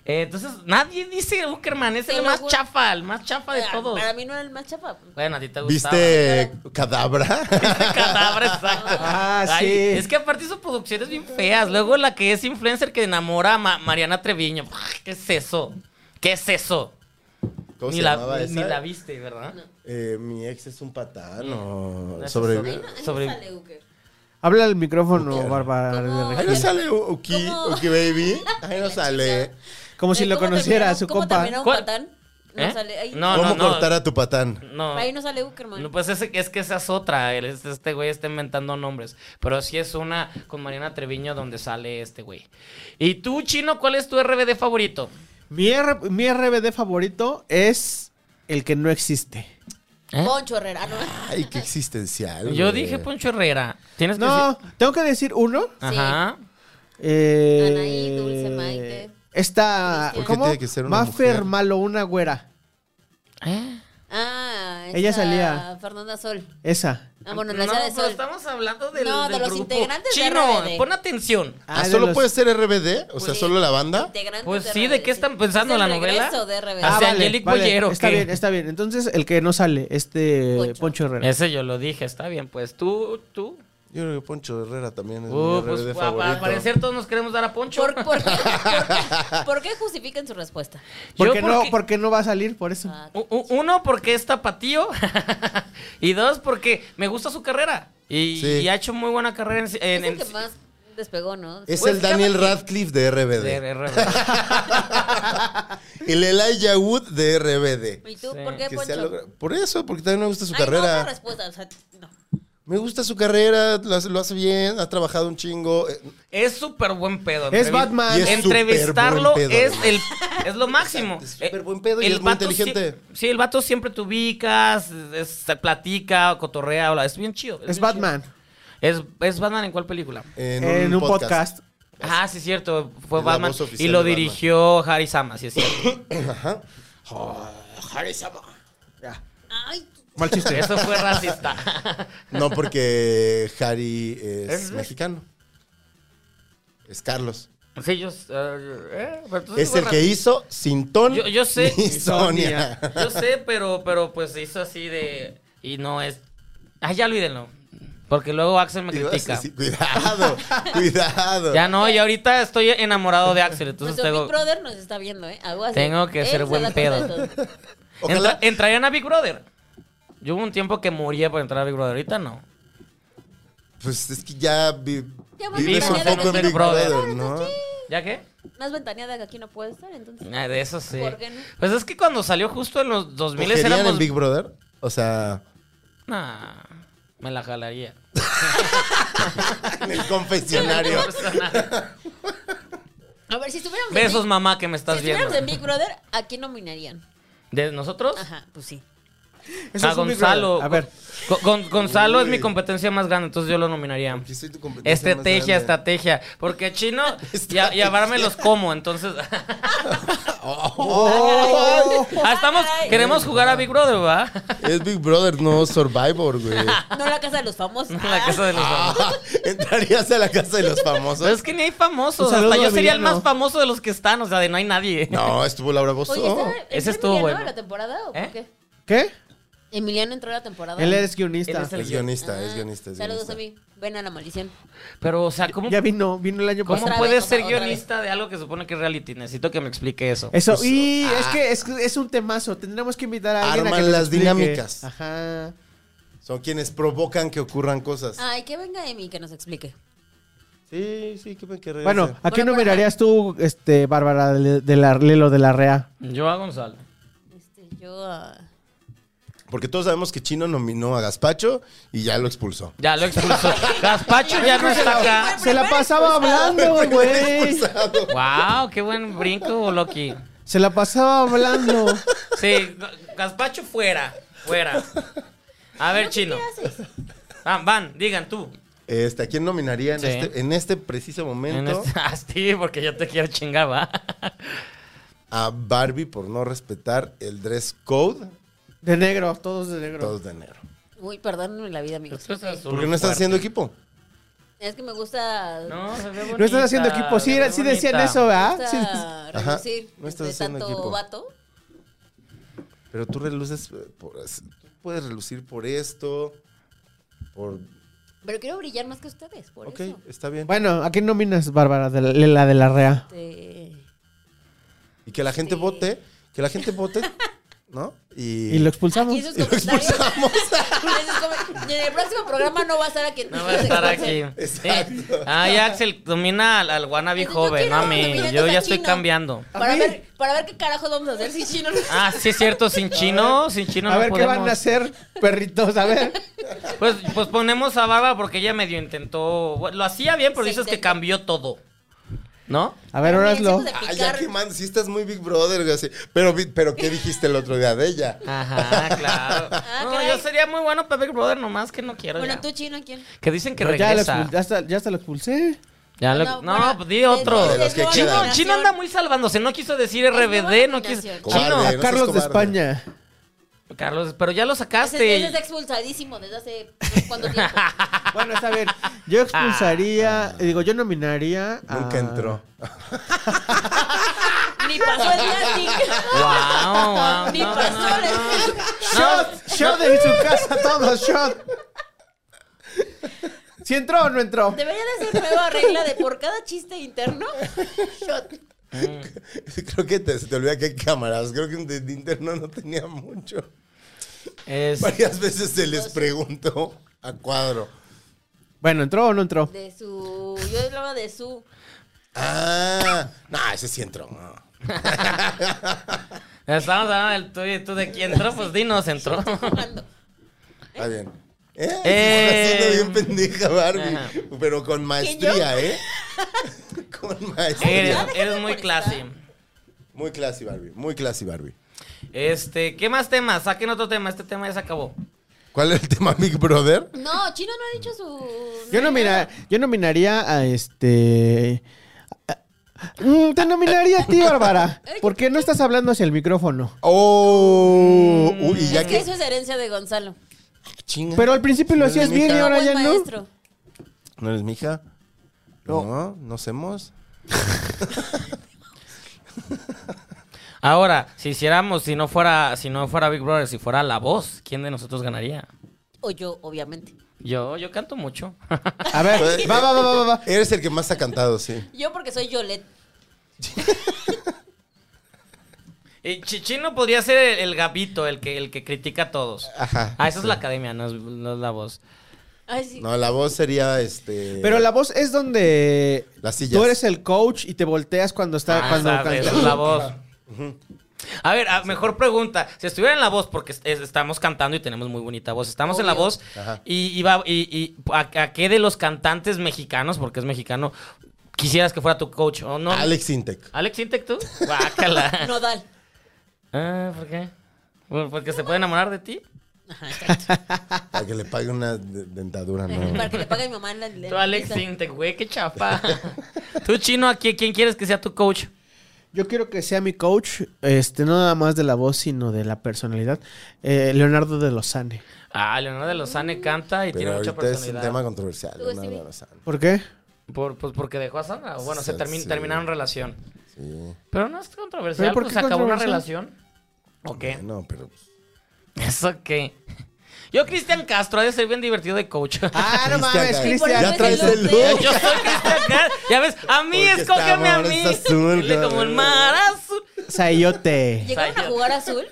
G: Eh, entonces, nadie dice Uckerman, es
F: Te
G: el
F: lo
G: más
F: juro.
G: chafa, el más chafa de
F: Ah,
G: todos.
F: Para mí no era el más chapa.
G: Bueno, a ti te gustaba.
D: ¿Viste Cadabra?
G: Cadabra, exacto.
E: Ah,
G: Ay,
E: sí.
G: Es que aparte hizo producciones bien feas. Luego la que es influencer que enamora a Ma- Mariana Treviño. ¿Qué es eso? ¿Qué es eso?
D: ¿Cómo
G: Ni
D: se
G: la,
D: llamaba esa?
G: ni la viste, ¿verdad?
D: Eh, mi ex es un patán o
G: No, eso
D: sobre...
G: sobre-
F: Sobre...
G: sobre-
F: sale Ucker.
E: Habla al micrófono, Bárbara.
F: ¿Cómo?
D: Ahí no sale Uki,
F: ¿Cómo?
D: Uki Baby. Ahí no sale.
E: Como si lo
F: ¿Cómo
E: conociera
F: terminaron-
E: su
F: cómo
E: compa.
F: terminaron
G: ¿Cuál?
F: patán? No
G: ¿Eh?
F: sale ahí.
G: No,
D: ¿Cómo
G: no, no.
D: cortar a tu patán?
G: No.
F: Ahí no sale Uckerman.
G: No, pues es, es que esa es otra. el- Este, este güey está inventando nombres. Pero sí es una con Mariana Treviño donde sale este güey. ¿Y tú, Chino, cuál es tu RBD favorito?
E: Mi, R- mi RBD favorito es el que no existe.
G: ¿Eh?
F: Poncho Herrera. No.
D: Ay, qué existencial.
G: Yo
D: güey.
G: dije Poncho Herrera. Tienes que
E: No,
G: decir-
E: tengo que decir uno.
G: Ajá.
E: Eh,
F: Anaí, Dulce, Maite.
E: Esta,
F: Cristian.
D: ¿Por qué
E: ¿cómo?
D: tiene que ser una
E: Maffer
D: mujer?
E: Malo, una güera.
G: ¿Eh?
F: Ah,
E: Ella
F: esta
E: salía.
F: Fernanda Sol.
E: Esa.
F: Ah, bueno,
G: No,
F: la hacía de
G: pero
F: Sol.
G: estamos hablando del,
F: No, de
G: del
F: los
G: grupo.
F: integrantes de
G: Chino,
F: RBD.
G: pon atención.
D: Ah,
E: Ah, de
D: ¿Solo
E: los-
D: puede ser RBD? O sea,
F: Sí.
D: ¿solo la banda?
F: Integrantes
G: Pues
F: de
G: sí,
F: RBD,
G: ¿de qué están
F: sí.
G: pensando
F: Es
G: la
F: el
G: novela?
F: regreso de RBD.
G: Ah, Hacia Angelique Boyer, ¿o
E: Está
G: qué?
E: bien, está bien. Entonces, el que no sale, este Poncho,
F: Poncho.
E: Herrera.
G: Ese yo lo dije, está bien. Pues tú, tú.
D: Yo creo que Poncho Herrera también es
G: Uh,
D: mi
G: pues
D: RBD
G: a-
D: favorito.
G: al parecer todos nos queremos dar a Poncho.
F: ¿Por, por, qué, por qué- por qué justifican su respuesta?
G: Yo
E: Porque, no,
G: porque-
E: porque no va a salir por eso.
F: Ah,
G: U- u- Uno, porque es tapatío. y dos, porque me gusta su carrera. Y,
D: Sí.
G: y ha hecho muy buena carrera en.
F: es
G: en-
F: el
G: en-
F: que más despegó, ¿no?
D: Es
G: Pues,
D: el Daniel
G: fíjate.
D: Radcliffe de
G: de-
D: RBD.
G: de- de-
D: El Elijah Wood de RBD.
F: ¿Y tú
G: Sí.
F: por qué,
D: Que se ha
F: Poncho?
D: logra- Por eso, porque también me gusta su
F: Ay, no, otra
D: carrera.
F: respuesta, o sea, no.
D: Me gusta su carrera, lo hace, lo hace bien, ha trabajado un chingo. eh,
G: es súper buen pedo.
E: Es
G: Entrevi-
E: Batman.
D: Y es
G: Entrevistarlo
D: súper buen pedo,
G: es, el, es lo máximo.
D: Es súper buen pedo y es muy
G: vato
D: inteligente.
G: sie- sí, el vato siempre te ubicas, es- se platica, cotorrea, habla. Es bien chido.
E: es
G: bien
E: Batman.
G: chido. Es, es Batman en cuál película?
D: En,
E: En, un podcast.
G: Ah, sí, es cierto. Fue
D: Es la
G: Batman.
D: voz
G: Y
D: oficial
G: lo
D: de Batman.
G: dirigió Harry Sama, sí, es cierto. Oh,
D: Ajá.
F: Ay,
E: Mal chiste.
G: Eso fue racista.
D: No, porque Harry es,
G: Es-
D: mexicano. Es Carlos.
G: Sí, yo. eh, pero entonces
D: Es
G: fue
D: el que
G: racista.
D: hizo Sintón
G: Yo- yo sé.
D: y
G: Y
D: Sonia.
G: Yo sé, pero, pero pues se hizo así de. Y no es. Ah, ya olvídenlo. Porque luego Axel me
D: Ibas a
G: critica.
D: decir, Cuidado, cuidado.
G: Ya no, y ahorita estoy enamorado de Axel. Entonces
F: nuestro
G: tengo.
F: Big Pues, Brother nos está viendo, ¿eh? Algo así.
G: Tengo que
F: Él
G: ser
F: se
G: buen
F: da
G: pedo.
F: cuenta de todo.
D: Ojalá.
G: Entra- ¿Entrarían a Big Brother? Yo hubo un tiempo que moría por entrar a Big Brother. Ahorita no.
D: Pues es que ya vi-
F: Ya vas
D: vives un
F: planeando
D: poco en
F: Big
D: Big
G: Brother.
D: Brother, ¿no?
G: ¿Ya qué?
F: Más ventaneada que aquí no puede estar, entonces.
G: Ah, de eso sí.
F: ¿Por qué no?
G: Pues es que cuando salió justo en los 2000
D: ¿Cogerían en
G: éramos.
D: Big Brother? O sea,
G: Nah, me la jalaría.
D: en el confesionario.
F: A ver, si estuviéramos. en
G: Besos,
F: Big-
G: mamá, que me
F: Si
G: estás viendo.
F: estuviéramos en Big Brother, ¿a quién nominarían?
G: ¿De nosotros?
F: Ajá, pues sí.
E: Eso
G: a
E: es un Big
G: Ah, Gonzalo.
E: Brother. A ver.
G: Go- Gon- Gonzalo es
D: Uy.
G: mi competencia más grande, entonces yo lo nominaría.
D: Aquí soy tu competencia
G: Este Estrategia,
D: más grande.
G: estrategia. Porque chino, y, a- y a Vara me los como, entonces.
D: Oh,
G: Ah, estamos,
F: caray.
G: queremos jugar a Big Brother, ¿va?
D: es Big Brother, no Survivor, güey.
F: No la casa de los famosos.
G: La casa de los famosos.
D: Ah, Entrarías a la casa de los
G: Pero
D: famosos.
G: es que ni hay
E: pues, Un
G: famosos.
E: saludo
G: Hasta yo
E: a
G: sería el
E: Villano.
G: más famoso de los que están, o sea, de no hay nadie.
D: No, estuvo Laura Bozo.
F: Oye, ¿está- entró
G: Ese estuvo
F: Emiliano
G: bueno.
F: a la temporada o por
G: ¿Eh?
F: qué?
E: ¿Qué?
F: Emiliano entró a la temporada. Ah,
E: Él es
G: Él
E: guionista.
G: es
D: Es guionista, es guionista. es
F: Saludos
D: guionista.
F: a mí. Ven a la maldición.
G: Pero, o sea, ¿cómo,
E: Ya vino, vino el año
G: ¿cómo
E: pasado.
F: Otra
G: puedes
F: vez,
G: ser
F: otra vez.
G: guionista de algo que supone que es reality? Necesito que me explique eso.
E: Eso,
D: Pues,
E: y es que es, es un temazo. Tendremos que invitar a alguien a
D: ah. Arman
E: que nos
D: las
E: explique.
D: dinámicas.
E: Ajá.
D: Son quienes provocan que ocurran cosas.
F: Ay, que venga Emi que nos explique.
D: Sí, sí, qué me querría
E: Bueno,
D: hacer.
E: ¿a quién
F: Bueno,
E: mirarías tú, este, Bárbara de, de la Lelo de la Rea?
G: Yo a Gonzalo.
F: Este, yo ah,
D: Porque todos sabemos que Chino nominó a Gaspacho y ya lo expulsó.
G: Ya lo expulsó. Gaspacho ya no está acá.
E: Se la
F: pues,
E: pasaba hablando, güey.
D: Expulsado.
G: Wow, qué buen brinco, Loki.
E: Se la pasaba hablando.
G: Sí, G- Gazpacho fuera, fuera. A ver, chino. Van, van, digan tú.
D: Este, ¿A quién nominaría en,
G: Sí.
D: este, en este preciso
G: En
D: momento?
G: este- Ah, sí, porque yo te quiero chingar, va.
D: A Barbie por no respetar el dress code
E: De negro, todos de negro.
D: todos de enero.
F: Uy, perdónenme la vida, amigos.
D: Porque no estás haciendo equipo.
F: Es que me gusta.
G: No, se ve
E: No estás
G: bonita,
E: haciendo equipo. Sí,
G: se
E: era-
G: ve
E: sí decían
G: bonita.
E: eso,
F: Me
E: ¿verdad? Sí, sí.
F: gusta
D: Ah, Ajá,
F: reducir
D: no estás
F: de
D: haciendo
F: tanto
D: equipo.
F: vato.
D: Pero tú reluces, eh, por- as- puedes relucir por esto, por...
F: Pero quiero brillar más que ustedes, por
D: ok,
F: eso.
D: está bien.
E: Bueno, ¿a quién nominas, Bárbara de la Lela de la Rea?
F: Este,
D: Y que la gente vote, que la gente vote ¿no?
E: Y lo expulsamos.
F: Aquí esos comentarios. Esos comen- y en el próximo programa no va a estar aquí.
G: No va a estar aquí.
D: Exacto.
G: Ah, ya Axel domina al, al wannabe
F: Yo
G: joven.
F: quiero
G: No, a mí.
F: dominar
G: Yo
F: esa
G: ya estoy
F: china.
G: cambiando.
F: Para ver, para ver qué carajos vamos a hacer sin chino.
G: Ah, sí es cierto, sin chino, sin chino
E: a
G: no
E: ver
G: podemos.
E: qué van a hacer, perritos. A ver.
G: Pues, pues ponemos a Bárbara porque ella medio intentó. bueno, lo hacía bien, pero
F: Se
G: dices que
F: intentó.
G: cambió todo. ¿no?
E: A ver, ahora hazlo.
F: También,
D: Ay,
F: chicos, de
D: ya
F: picar.
D: que man, si estás muy Big Brother, güey, así. Pero, vi- pero ¿qué dijiste el otro día de ella?
E: Ah,
G: Ajá, claro.
F: Ah,
G: no,
F: caray.
G: yo sería muy bueno para Big Brother, nomás que no quiero.
F: Bueno,
G: ya.
F: tú chino, ¿quién?
G: Que dicen que
E: Pero ya, lo
G: regresa.
E: expul- ya hasta, ya hasta lo expulsé.
G: Ya lo-
F: No,
G: No,
F: bueno,
G: pues di
F: de-
G: otro.
D: de los que
G: Chino-
D: quedan.
G: chino, anda muy salvándose. No quiso decir RBD, no quiso.
F: nominación.
D: Cobarde.
G: Chino,
D: Eh,
E: a
D: no seas
E: Carlos de
D: cobarde.
E: España.
G: Carlos, pero ya lo
F: Ese,
G: sacaste.
F: ese está expulsadísimo desde hace no sé cuánto tiempo.
E: Bueno, está bien. Yo expulsaría, eh, digo, yo nominaría. a-
D: Nunca entró.
F: Ni pasó el casting.
G: Wow, wow.
F: Ni
G: no,
F: pasó
G: no,
F: el-
G: no.
E: Shot en su casa, todos, shot. ¿Si entró o no entró?
F: Debería de ser nueva regla de por cada chiste interno. Shot.
D: Creo que te- se te olvida que hay cámaras. Creo que de, de interno no tenía mucho.
G: Es-
D: Varias veces se les preguntó a cuadro.
E: Bueno, ¿entró o no entró?
F: De su. Yo hablaba de su.
D: Ah, no, ese sí entró. no.
G: Estamos hablando del tuyo y tú de quién entró, pues dinos, entró.
F: Jugando.
D: Está bien. ¿Eh? se
G: Eh.
D: Está haciendo bien pendeja Barbie,
G: Ajá.
D: pero con maestría, ¿eh? con
G: Eres,
D: maestría.
G: eres muy classy.
D: Muy classy Barbie, muy classy Barbie.
G: Este, ¿qué más temas? Saquen otro tema, este tema ya se acabó.
D: ¿Cuál es el tema Big Brother?
F: No, Chino no ha dicho su.
E: Yo, nomina- yo nominaría a este. a- Mm, Te nominaría a ti, Bárbara. Porque no estás hablando hacia el micrófono.
D: Oh, uy, y ya
F: Es que
D: que
F: eso es herencia de Gonzalo.
D: chinga.
E: Pero al principio lo
D: No eres
E: hacías
D: mi
E: bien y
D: hija.
E: ahora
F: Buen
E: ya no.
F: maestro.
D: ¿No eres mi hija? No, no, somos.
G: Ahora, si hiciéramos, si no fuera, si no fuera Big Brother, si fuera La Voz, ¿quién de nosotros ganaría?
F: O yo, obviamente.
G: Yo, yo canto mucho.
E: A ver, va, va, va, va, va, va.
D: Eres el que más ha cantado, sí.
F: Yo porque soy Yolette.
G: Y Chi- Chino podría ser el, el gabito, el que, el que critica a todos.
D: Ajá.
G: Ah, esa es la academia, no es, no es La Voz.
F: Ay, sí.
D: No, la voz sería este.
E: Pero la voz es donde
D: Las sillas.
E: tú eres el coach y te volteas cuando está
G: Ah,
E: cuando
G: esa-
E: canta.
G: esa es la voz. A ver, a- mejor pregunta. Si estuviera en la voz, porque es- es- estamos cantando y tenemos muy bonita voz, estamos en la
F: Obvio.
G: voz y, y va- y- y a, a qué de los cantantes mexicanos, porque es mexicano, quisieras que fuera tu coach o no?
D: Alex Intec.
G: Alex Intec, tú? Guácala.
F: Nodal.
G: Ah, ¿Por qué? ¿Por- ¿Porque se puede enamorar de ti?
F: Ajá, exacto.
D: Para que le pague una de- dentadura
F: Para
D: nueva.
F: que le pague a mi mamá en la. en
G: Tú,
F: la
G: Alex
F: pizza.
G: Intec, güey, qué chapa. tú, chino, aquí, ¿quién quieres que sea tu coach?
E: Yo quiero que sea mi coach, este, no nada más de la voz, sino de la personalidad. eh, Leonardo de Lozane.
G: Ah, Leonardo de
F: Mm.
G: Lozane canta y
D: Pero
G: tiene
D: ahorita
G: mucha
D: es un
G: personalidad.
D: tema controversial.
F: Tú,
D: ¿no?
F: Stevie.
D: No, no, o sea,
E: ¿Por qué?
G: Por- pues porque dejó a Sandra. Bueno, se
D: Sí,
G: termin-
D: sí.
G: terminaron relación.
D: sí.
G: Pero no es controversial,
E: ¿Pero por
G: pues
E: qué
G: se acabó una
E: controversial?
G: relación. ¿O qué?
D: No, pero.
G: ¿Eso qué? Yo, Cristian Castro, ha de ser bien divertido de coach.
E: Ah, no mames,
D: Cristian,
F: Cristian.
D: Ya traes
F: Por
D: el
F: el
D: look.
F: look.
G: Yo soy Cristian Castro. Ya ves, a mí
D: Porque
G: escógeme a
D: este
G: mí.
D: amor es azul,
G: Dile como
D: cabrón.
G: el mar azul.
E: Sayote.
F: ¿Llegaron a jugar azul?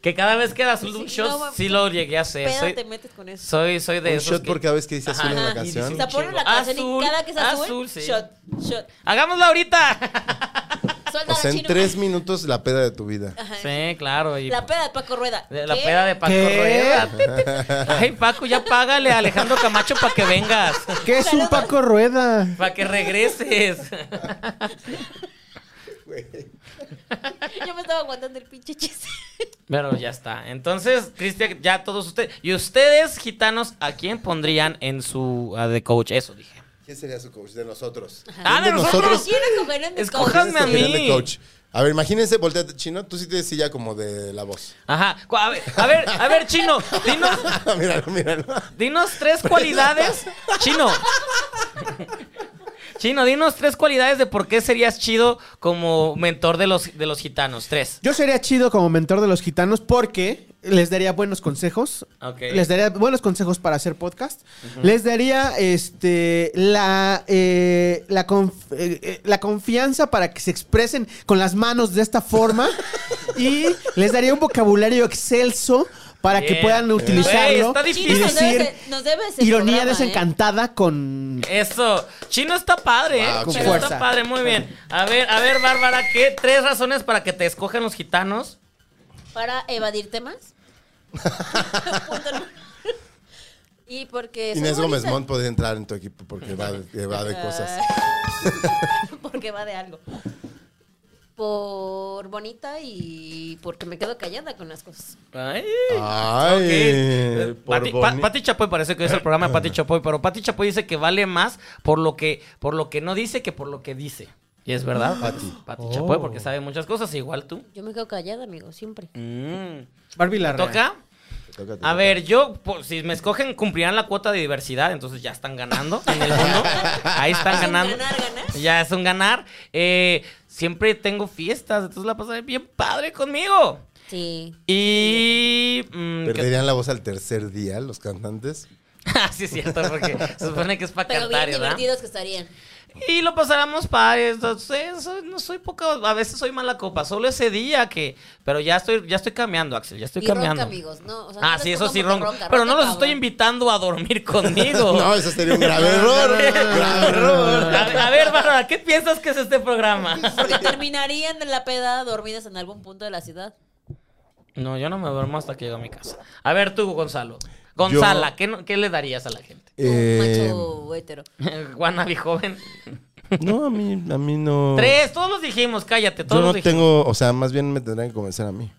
G: Que cada vez que era azul de un
F: Sí,
G: shot,
F: no, ma-
G: sí lo llegué a hacer.
F: Pero te
G: Soy,
F: metes con eso.
G: soy, soy de
D: Un
G: esos.
D: shot
G: que-
D: por cada vez que dice azul
F: Ajá,
D: en la
F: y
G: dice
D: canción.
F: O sea, ponen la
G: chingo.
F: canción
G: Azul,
F: y cada que es azul,
G: azul, sí.
F: shot, shot.
G: ¡Hagámoslo ahorita!
F: Suelta
D: O sea,
F: la
D: Pues en
F: chino.
D: tres minutos la peda de tu vida.
F: Ajá.
G: sí, claro. y-
F: La peda de Paco Rueda.
G: De La
F: ¿Qué?
G: peda de Paco
E: ¿Qué?
G: Rueda. Ay, Paco, ya págale a Alejandro Camacho para que vengas.
E: ¿Qué es un Paco Rueda?
G: Para que regreses.
F: Yo me estaba aguantando el pinche chiste.
G: Pero ya está. Entonces, Cristian, ya todos ustedes. ¿Y ustedes, gitanos, a quién pondrían en su ah, de coach? Eso dije.
D: ¿Quién sería su coach? De nosotros.
G: Ah, de nosotros.
F: ¿Quién escogerían de
G: Escojan-
F: coach?
G: Escójanme a
D: Escogerán
G: mí.
D: de coach. A ver, imagínense, volteate, chino. Tú sí te decía como de la voz.
G: Ajá. Cu- A ver, a ver, a ver, chino. Dinos,
D: míralo, míralo.
G: dinos tres cualidades. Chino. Chino, dinos tres cualidades de por qué serías chido como mentor de los, de los gitanos. Tres.
E: Yo sería chido como mentor de los gitanos porque les daría buenos consejos.
G: Ok.
E: Les daría buenos consejos para hacer podcast. Les daría este la, eh, la, conf- eh, eh, la confianza para que se expresen con las manos de esta forma. y les daría un vocabulario excelso para que
G: Bien.
E: puedan
G: Güey,
E: utilizarlo.
G: está
E: y
G: difícil.
F: Chino, nos
E: decir
F: debes- nos debes el
E: ironía
F: programa, ¿eh?
E: desencantada con.
G: Eso, Chino está padre, ¿eh?
D: Wow,
G: Chino
D: con
E: fuerza.
G: está padre, muy bien. A ver, a ver, Bárbara, ¿qué? ¿Tres razones para que te escojan los gitanos?
F: Para evadir temas. Punto número- y porque. son
D: Inés Gómez
F: bonitas.
D: Mont puede entrar en tu equipo porque va de, va de cosas.
F: Ah, porque va de algo. Por bonita y porque me quedo callada con las cosas.
G: Ay.
D: Ay,
G: ok.
H: por
G: Pati, Pa-
H: boni-
G: Pati Chapoy parece que es el programa de Pati Chapoy, pero Pati Chapoy dice que vale más por lo que, por lo que no dice que por lo que dice. Y es verdad, Pati. Pati Chapoy, porque sabe muchas cosas, igual tú.
F: Yo me quedo callada, amigo, siempre.
G: Mm.
E: Barbie Larrea.
G: ¿Toca?
D: te toca, te
G: A
D: toca.
G: ver, yo, por- si me escogen, cumplirán la cuota de diversidad, entonces ya están ganando en el mundo. Ahí están
F: Es un
G: ganando.
F: ganar, ganar.
G: Ya es un ganar. Eh, siempre tengo fiestas, entonces la pasaré bien padre conmigo.
F: Sí.
G: Y... mm, que-
D: ¿Perderían la voz al tercer día los cantantes?
G: Ah, sí, es cierto, porque se supone que es para
F: Pero
G: cantar,
F: bien
G: ¿verdad?
F: divertidos que estarían.
G: Y lo pasáramos padre. Entonces, eh, soy- no soy poca, a veces soy mala copa, solo ese día que. Pero ya estoy, ya estoy cambiando, Axel, ya estoy
F: y ronca,
G: cambiando.
F: amigos, ¿no? O sea,
G: ah,
F: no
G: sí,
F: les
G: eso
F: pongan
G: sí
F: porque
G: ronco.
F: ronca,
G: pero no
F: ronca,
G: los estoy
F: cabrón.
G: invitando a dormir conmigo.
D: No, eso sería un grave error. grave error.
G: A ver, a ver, Bárbara, ¿qué piensas que es este programa?
F: Porque terminarían en la peda dormidas en algún punto de la ciudad.
G: No, yo no me duermo hasta que llego a mi casa. A ver, tú, Gonzalo. Gonzala,
D: Yo-
G: ¿qué, no- ¿qué le darías a la gente?
F: Un
D: Eh,
F: macho hétero.
G: Guanabi joven.
D: no, a mí, a mí no.
G: Tres, todos los dijimos, cállate,
D: Yo
G: todos
D: no
G: los dijimos.
D: tengo, o sea, más bien me tendrán que convencer a mí.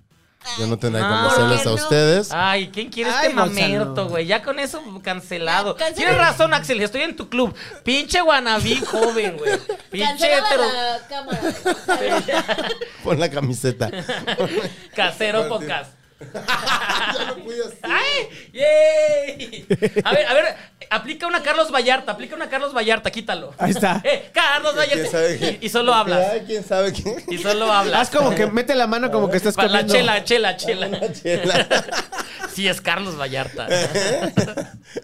D: Yo no tendré que
G: Ah.
D: convencerles a
F: ¿Por qué no?
D: ustedes.
G: Ay, ¿quién quiere
E: Ay,
G: este
E: Gonzalo.
G: mamerto, güey? Ya con eso cancelado.
F: Ya, cancela.
G: Tienes razón, Axel, estoy en tu club. Pinche guanabí joven, güey. Pinche
F: Cancelaba
G: hetero.
F: la cámara.
D: Pon la camiseta.
G: Casero podcast.
D: Ya no pude hacer.
G: ¡Ay! ¡Yay! A ver, a ver, aplica una Carlos Vallarta, aplica una Carlos Vallarta, quítalo.
E: Ahí está.
G: ¡Eh, Carlos
D: ¿Quién
G: Vallarta!
D: sabe
G: Y,
D: qué?
G: y solo hablas.
D: Ay, ¿Quién sabe qué?
G: Y solo hablas.
E: Haz como que mete la mano como que estás
G: Pa- la
E: comiendo.
G: chela, chela, chela.
D: Chela.
G: Sí, es Carlos Vallarta.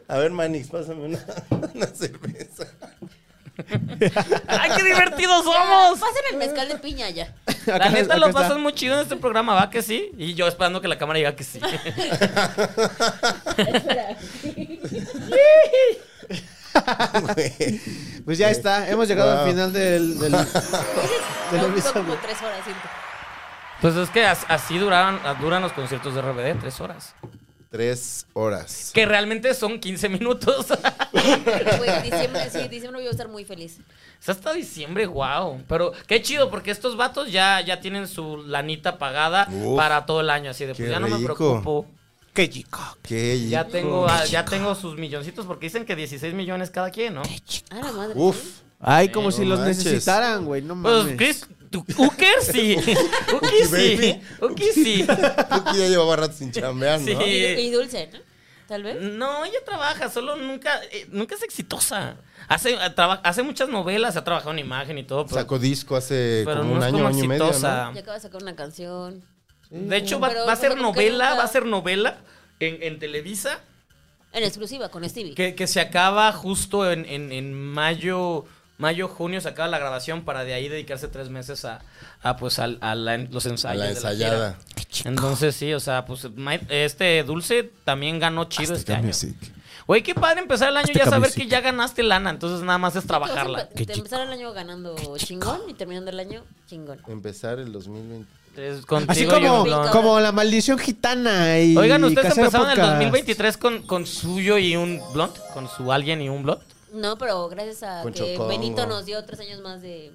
D: A ver, Manix, pásame una, una cerveza.
G: ¡Ay, qué divertidos somos!
F: Pasen el mezcal de piña ya.
G: La
E: Acá-
G: neta
E: acá
G: lo
E: está.
G: pasan muy chido en este programa, ¿va que sí? Y yo esperando que la cámara diga que sí.
D: Güey.
E: Pues ya está, hemos llegado al
D: Wow.
E: final del, del, del
F: Yo
E: episodio.
F: como tres horas, siento.
G: Pues es que as- así duraron, duran los conciertos de RBD, tres horas.
D: Tres horas.
G: Que realmente son 15 minutos.
F: Güey, diciembre, sí, diciembre voy a estar muy feliz.
G: Es hasta diciembre, wow. Pero qué chido, porque estos vatos ya, ya tienen su lanita pagada
D: Uf,
G: para todo el año. Así de, pues
D: qué
G: ya no me
D: rico.
G: preocupo.
E: Qué chico.
D: Qué
G: Ya
D: rico.
G: tengo, ah, ya tengo sus milloncitos, porque dicen que 16 millones cada quien, ¿no?
F: Ah, la madre.
D: Uf.
E: Ay, como
D: no
E: si los
D: manches.
E: necesitaran, güey, no
G: Pues
E: mames.
G: Chris, tú- Uker sí. Uki
D: Uki
G: sí.
D: baby.
G: Uki sí.
D: Porque ya llevaba rato sin chambear, ¿no?
G: Sí.
F: Y, y dulce, ¿no? Tal vez.
G: No, ella trabaja, solo nunca, eh, nunca es exitosa. Hace, eh, traba- hace muchas novelas, ha trabajado en imagen y todo, pero,
D: Sacó disco hace
G: pero
D: como
G: no
D: un
G: es
D: año,
G: como
D: año y medio, ¿no?
G: exitosa.
F: Ya acaba de sacar una canción.
G: De hecho, va,
F: Pero
G: va a ser
F: no sé por qué
G: novela,
F: nunca-
G: va a ser novela en, en Televisa,
F: En exclusiva con Stevie.
G: que, que se acaba justo en, en- en mayo, mayo, junio, se acaba la grabación para de ahí dedicarse tres meses a, a, pues, al- a la- los
D: A
G: ensayos.
D: la
G: de gira.
D: ensayada.
G: Entonces sí, o sea, pues Ma- este Dulce también ganó chido este
D: Azteca
G: año.
D: Music.
G: Güey, qué padre empezar el año y ya
E: Azteca
G: saber
E: Music.
G: que ya ganaste lana, entonces nada más
F: Vas
G: es
F: a
G: trabajarla.
F: empe- te empezar el año ganando chingón y terminando el año chingón.
D: Empezar el 2020.
G: Entonces,
E: Así
G: contigo
E: como,
G: y un blon.
E: como la maldición gitana y
G: Oigan, ¿ustedes
E: Casero
G: empezaron el
E: Podcast.
G: 2023 con, con suyo y un blunt? ¿Con su alguien y un blunt?
F: No, pero gracias a
D: Con
F: que
D: Chocongo.
F: Benito nos dio tres años más de.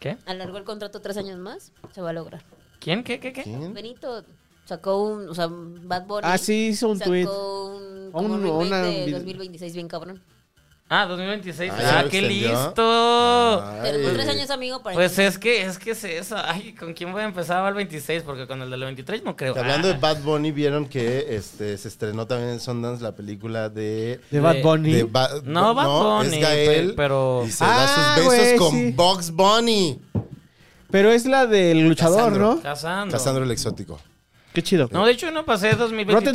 G: ¿Qué?
F: Alargó el contrato tres años más, se va a lograr.
G: ¿Quién? ¿Qué? ¿Qué? ¿Qué?
D: ¿Quién?
F: Benito sacó un. O sea, Bad Bunny.
E: Ah, sí, hizo un
F: sacó
E: tweet.
F: un. Como
E: Un-
F: remake
E: una
F: de
E: vid-
F: 2026, bien cabrón.
G: Ah, 2026.
D: Ah, ya
G: Ah,
D: lo
G: qué
D: extendió. Ah.
G: listo.
F: Tenemos
D: Ay.
F: tres años, amigo, para.
G: Pues es que, es que es eso. Ay, ¿con quién voy a empezar el 26? Porque con el del 23 no creo.
D: Que Hablando de
G: Ah.
D: Bad Bunny, vieron que este, se estrenó también en Sundance la película de.
E: de Bad
G: de-
E: Bunny.
D: de Ba-
G: No, Bad Bunny,
D: Es Gael,
G: pe- pero-
D: Y se
E: Ah,
D: da sus besos
E: güey,
D: con
E: sí.
D: Box Bunny.
E: Pero es la del luchador,
D: Casandro.
E: ¿no?
G: Casando.
D: Cazando el exótico.
E: Qué chido.
G: No, de hecho, yo no pasé 2023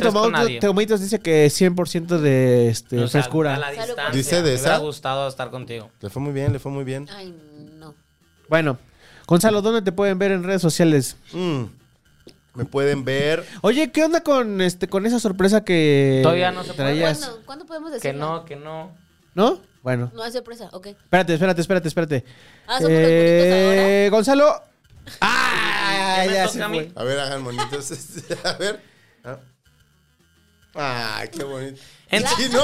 E: Rotten
G: con
E: Tomatoes,
G: nadie.
E: Tomatoes dice que 100% de este,
G: O sea,
E: frescura.
G: a la distancia.
D: Dice de
G: me
D: esa.
G: hubiera gustado estar contigo.
D: Le fue muy bien, le fue muy bien.
F: Ay, no.
E: Bueno, Gonzalo, ¿dónde te pueden ver en redes sociales?
D: Mm. Me pueden ver.
E: Oye, ¿qué onda con este con esa sorpresa que
G: Todavía no se puede.
E: traías?
F: ¿Cuándo, ¿Cuándo podemos decir?
G: Que no, que no.
E: ¿No? Bueno.
F: No hay sorpresa, ok.
E: Espérate, espérate, espérate, espérate.
F: Ah, somos los
E: Eh, Gonzalo. Ah,
G: ¿Qué me
E: ya
G: toca
E: se
G: a mí?
E: fue.
D: A ver, hagan bonitos. este, a ver. Ah. Ay, qué bonito. El
G: En-
D: chino.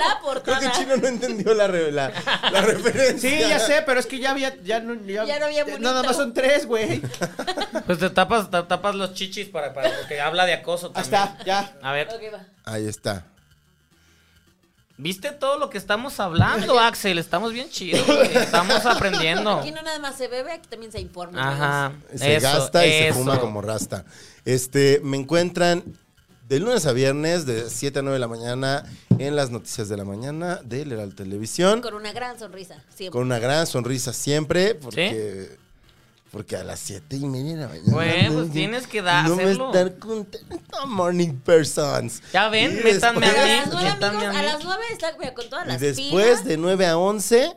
D: Creo que el
F: La portada.
D: chino no entendió la, re- la, la referencia.
E: Sí, ya sé, pero es que ya había ya no ya,
F: Ya no había bonito.
E: Nada más son tres, güey.
G: Pues te tapas, te tapas los chichis para, para porque habla de acoso
E: Ahí
G: también.
E: está, ya.
G: A ver,
F: Ok, va.
D: Ahí está.
G: ¿viste todo lo que estamos hablando, Axel? Estamos bien chidos, güey. estamos aprendiendo.
F: Aquí no nada más se bebe, aquí también se informa.
G: Ajá.
F: amigos.
D: Se
G: eso,
D: gasta y
G: eso.
D: se fuma como rasta. Este, me encuentran de lunes a viernes, de 7 a 9 de la mañana, en las noticias de la mañana del Heraldo Televisión.
F: Con una gran sonrisa, siempre.
D: Con una gran sonrisa siempre, porque. Porque a las 7 y media de la mañana.
G: Güey,
D: no
G: pues
D: me-
G: tienes que dar-
D: No me
G: hacerlo.
D: estar contento, morning persons.
G: Ya ven,
D: Y
G: métanme a
F: A
D: después-
F: las
G: mí.
F: nueve,
G: Neta, mi
F: amigos, a
G: amigo.
F: las nueve está mira, con todas
D: Y
F: las
D: después
F: pilas.
D: de 9 a 11.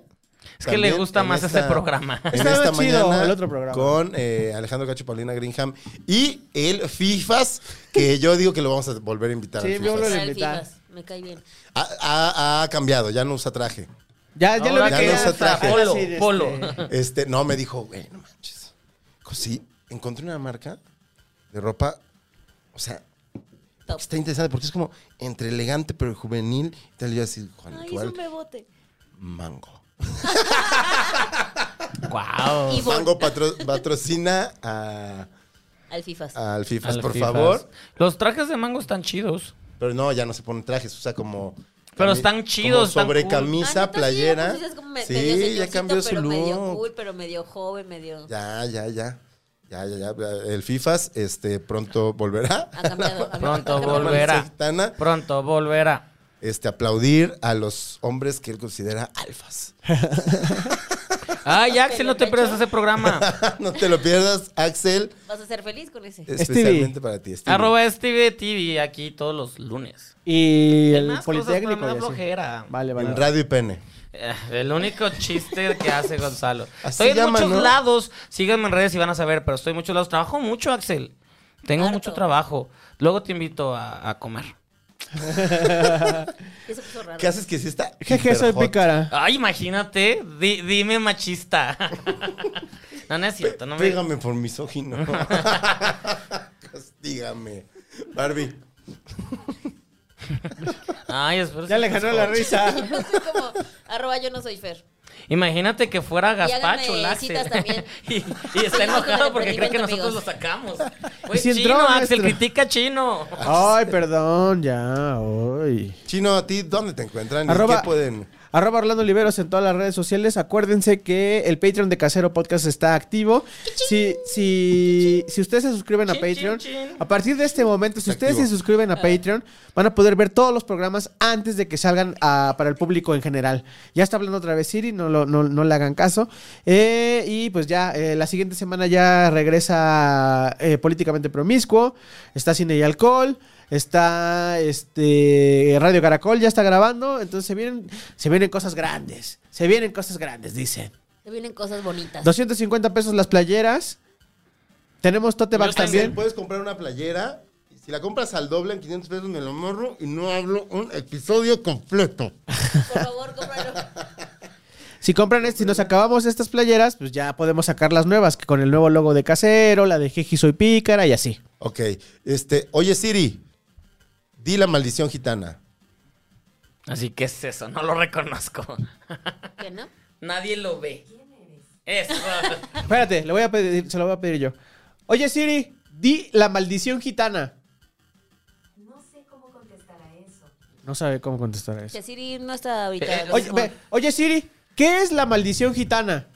G: Es que le gusta más
D: este
G: ese programa.
D: En
E: Estaba
D: esta
E: chido
D: mañana
E: el otro programa.
D: con eh, Alejandro Cacho Paulina Greenham y el FIFAS, que yo digo que lo vamos a volver a invitar
E: Sí,
D: al
E: yo
D: FIFAS.
E: lo-
F: Al
E: invitar.
F: Fifas, Me cae bien.
D: Ha, ha- ha cambiado, ya no usa traje.
E: Ya, ya lo vi
G: Ahora
D: Ya
E: que
D: no
E: ya
D: se
G: usa
D: traje.
G: Polo,
E: Sí, este-
G: polo.
D: Este, no, me dijo, güey, no manches. Dijo, Sí, encontré una marca de ropa, o sea,
F: Top.
D: está interesante porque es como entre elegante pero juvenil. Y tal, y yo así, Juan,
F: Ay, es
D: igual,
F: un bebote.
D: mango.
G: Guau.
F: Y
D: Oh.
F: vol-
D: Pues Mango patro- patrocina a-
F: Al Fifas. Ah,
D: al FIFAS,
G: Al
D: por
G: Fifas.
D: favor.
G: Los trajes de mango están chidos.
D: Pero no, ya no se ponen trajes, usa como.
G: Pero
D: cami-
G: están chidos,
D: Como
G: están
D: sobre
G: cool.
D: camisa,
F: Ah, neta, sí,
D: playera.
F: pues, es como me- medio
D: Sí, ya
F: señorcito,
D: cambió su
F: pero Medio
D: look.
F: cool, pero medio joven, medio.
D: Ya, ya, ya. Ya, ya, ya. El FIFAS, este, pronto volverá.
F: Ha cambiado, ha cambiado.
G: Pronto
D: La mano
G: volverá.
D: sextana,
G: Pronto volverá.
D: Este, aplaudir a los hombres que él considera alfas.
G: Ay, Axel, Ah, no te pierdas ese programa.
D: no te lo pierdas, Axel.
F: Vas a ser feliz con ese.
D: Especialmente para ti, Stevie.
G: Arroba Steve TV aquí todos los lunes.
E: Y
G: Hay
E: el
G: más cosas, pero
E: Politécnico.
G: me da
E: y así.
G: flojera.
E: Vale, vale.
D: En radio y pene.
G: Eh, El único chiste que hace Gonzalo.
D: Así
G: estoy en
D: llaman,
G: muchos
D: ¿no?
G: lados. Síganme en redes y van a saber, pero estoy en muchos lados. Trabajo mucho, Axel. Tengo
F: Harto.
G: mucho trabajo. Luego te invito a, a comer.
F: Eso puso raro.
D: ¿Qué haces que sí está?
E: Jeje, soy
D: hiperhot?
E: pícara.
G: Ay, imagínate. Di- dime machista. no, no es cierto. No me...
D: Pégame por misógino. Castígame. Barbie.
G: Ay, espero
E: Ya
G: que
E: le
G: no
E: ganó
G: se
E: la
G: escuche.
E: risa.
F: Así como, arroba yo no soy Fer.
G: Imagínate que fuera
F: háganme
G: Gaspacho, el Axel.
F: citas también.
G: y, y está enojado porque cree que
F: Entretenimiento,
G: nosotros lo
F: amigos.
G: sacamos. Güey,
E: si entró
G: chino,
E: nuestro.
G: Axel, critica a chino.
E: Ay, perdón, ya. Ay.
D: Chino, ¿a ti dónde te encuentran? ¿Y
E: Arroba-
D: qué pueden?
E: Arroba Orlando Oliveros en todas las redes sociales. Acuérdense que el Patreon de Casero Podcast está activo. Si, si, si ustedes se suscriben a
G: Chin, chin,
E: Patreon,
G: chin.
E: a partir de este momento, si
D: Está
E: ustedes se
D: activo.
E: suscriben a Patreon, van a poder ver todos los programas antes de que salgan ah, para el público en general. Ya está hablando otra vez Siri, no, lo- no, no le hagan caso. Eh, y pues ya, eh, la siguiente semana ya regresa eh, Políticamente Promiscuo, está Cine y Alcohol. Está este Radio Caracol ya está grabando, entonces se vienen se vienen cosas grandes. Se vienen cosas grandes, dicen.
F: Te vienen cosas bonitas.
E: 250 pesos las playeras. Tenemos tote bags
G: Yo tengo-
E: también.
D: Puedes comprar una playera. y Si la compras al doble en 500 pesos, me lo morro y no hablo un episodio completo.
F: Por favor, cómpralo.
E: Si compran este, si nos acabamos estas playeras, pues ya podemos sacar las nuevas, que con el nuevo logo de casero, la de Jeji Soy Pícara y así.
D: Ok. Este, oye, Siri. Di la maldición gitana.
G: Así que es eso, no lo reconozco.
F: ¿Qué no?
G: Nadie lo ve. Eso.
E: Espérate, le voy a pedir, se lo voy a pedir yo. Oye, Siri, di la maldición gitana.
C: No sé cómo contestar a eso.
E: No sabe cómo contestar a eso.
F: Que Siri no está ahorita.
G: Eh,
F: lo
E: Oye,
F: mismo.
E: ve, oye, Siri, ¿qué es la maldición gitana?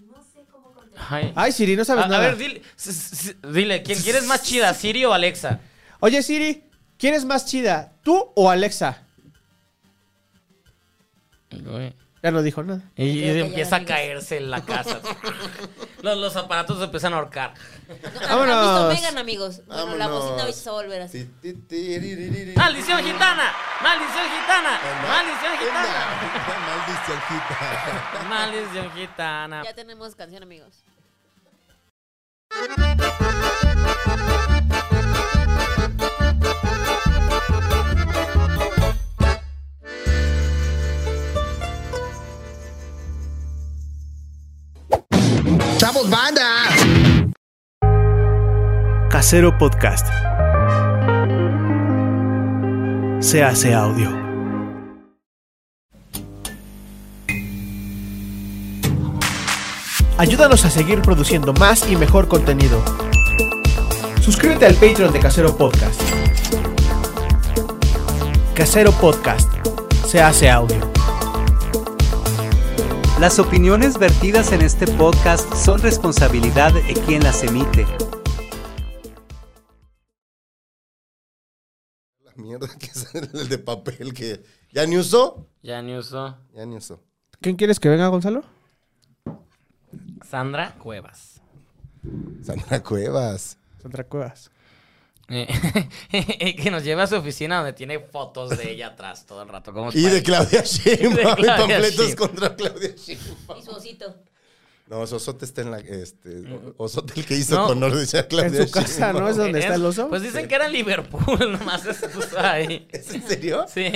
C: No sé cómo contestar.
G: Ay.
E: Ay, Siri, no
G: A,
E: sabes
G: a
E: nada.
G: ver, dile, s- s- dile, ¿quién quieres más chida, Siri o Alexa?
E: Oye, Siri, ¿quién es más chida, tú o Alexa? Ya no dijo nada.
G: Y, y
F: Creo que ya
G: empieza a
F: amigos.
G: caerse en la casa. los, los aparatos se empiezan a ahorcar.
F: Vámonos.
E: Vámonos.
F: Megan, amigos. Bueno, la
D: Vámonos.
F: bocina hoy se va a volver así.
D: Ti, ti, ti, ri, ri, ri, ri.
G: ¡Maldición gitana! ¡Maldición gitana! ¡Maldición gitana!
D: Maldición gitana.
G: ¡Maldición gitana!
F: Ya tenemos canción, amigos.
I: Casero Podcast. Se hace audio.
B: Ayúdanos a seguir produciendo más y mejor contenido. Suscríbete al Patreon de Casero Podcast. Casero Podcast. Se hace audio.
A: Las opiniones vertidas en este podcast son responsabilidad de quien las emite.
D: La mierda que es el de papel que ya ni usó.
G: Ya ni usó.
D: Ya ni usó.
E: ¿Quién quieres que venga, Gonzalo?
G: Sandra Cuevas.
D: Sandra Cuevas.
E: Sandra Cuevas.
G: Eh, que nos lleve a su oficina donde tiene fotos de ella atrás todo el rato. como
D: Y de
G: Spider-Man.
D: Claudia Sheinbaum.
G: Y de Claudia
D: Y panfletos
G: Sheinbaum.
D: contra Claudia Sheinbaum.
F: Y su osito.
D: No, es Osote está en la... Este, Osote el que hizo
G: No.
D: con honor de Claudia
E: Mm. En su casa,
D: Sheinbaum.
E: ¿no? Es donde está el oso.
G: Pues dicen que era en Liverpool, nomás se puso ahí.
D: ¿Es en serio?
G: Sí.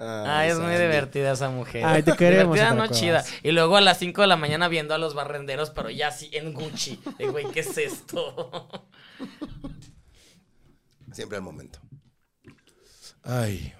G: Ah, es muy
D: Sandy.
G: divertida esa mujer.
E: Ay, te queremos,
G: Divertida,
E: Sandra
G: no chida.
E: Cuevas.
G: Y luego a las 5 de la mañana viendo a los barrenderos, pero ya sí en Gucci. De güey, ¿qué es esto?
D: Siempre al momento. Ay,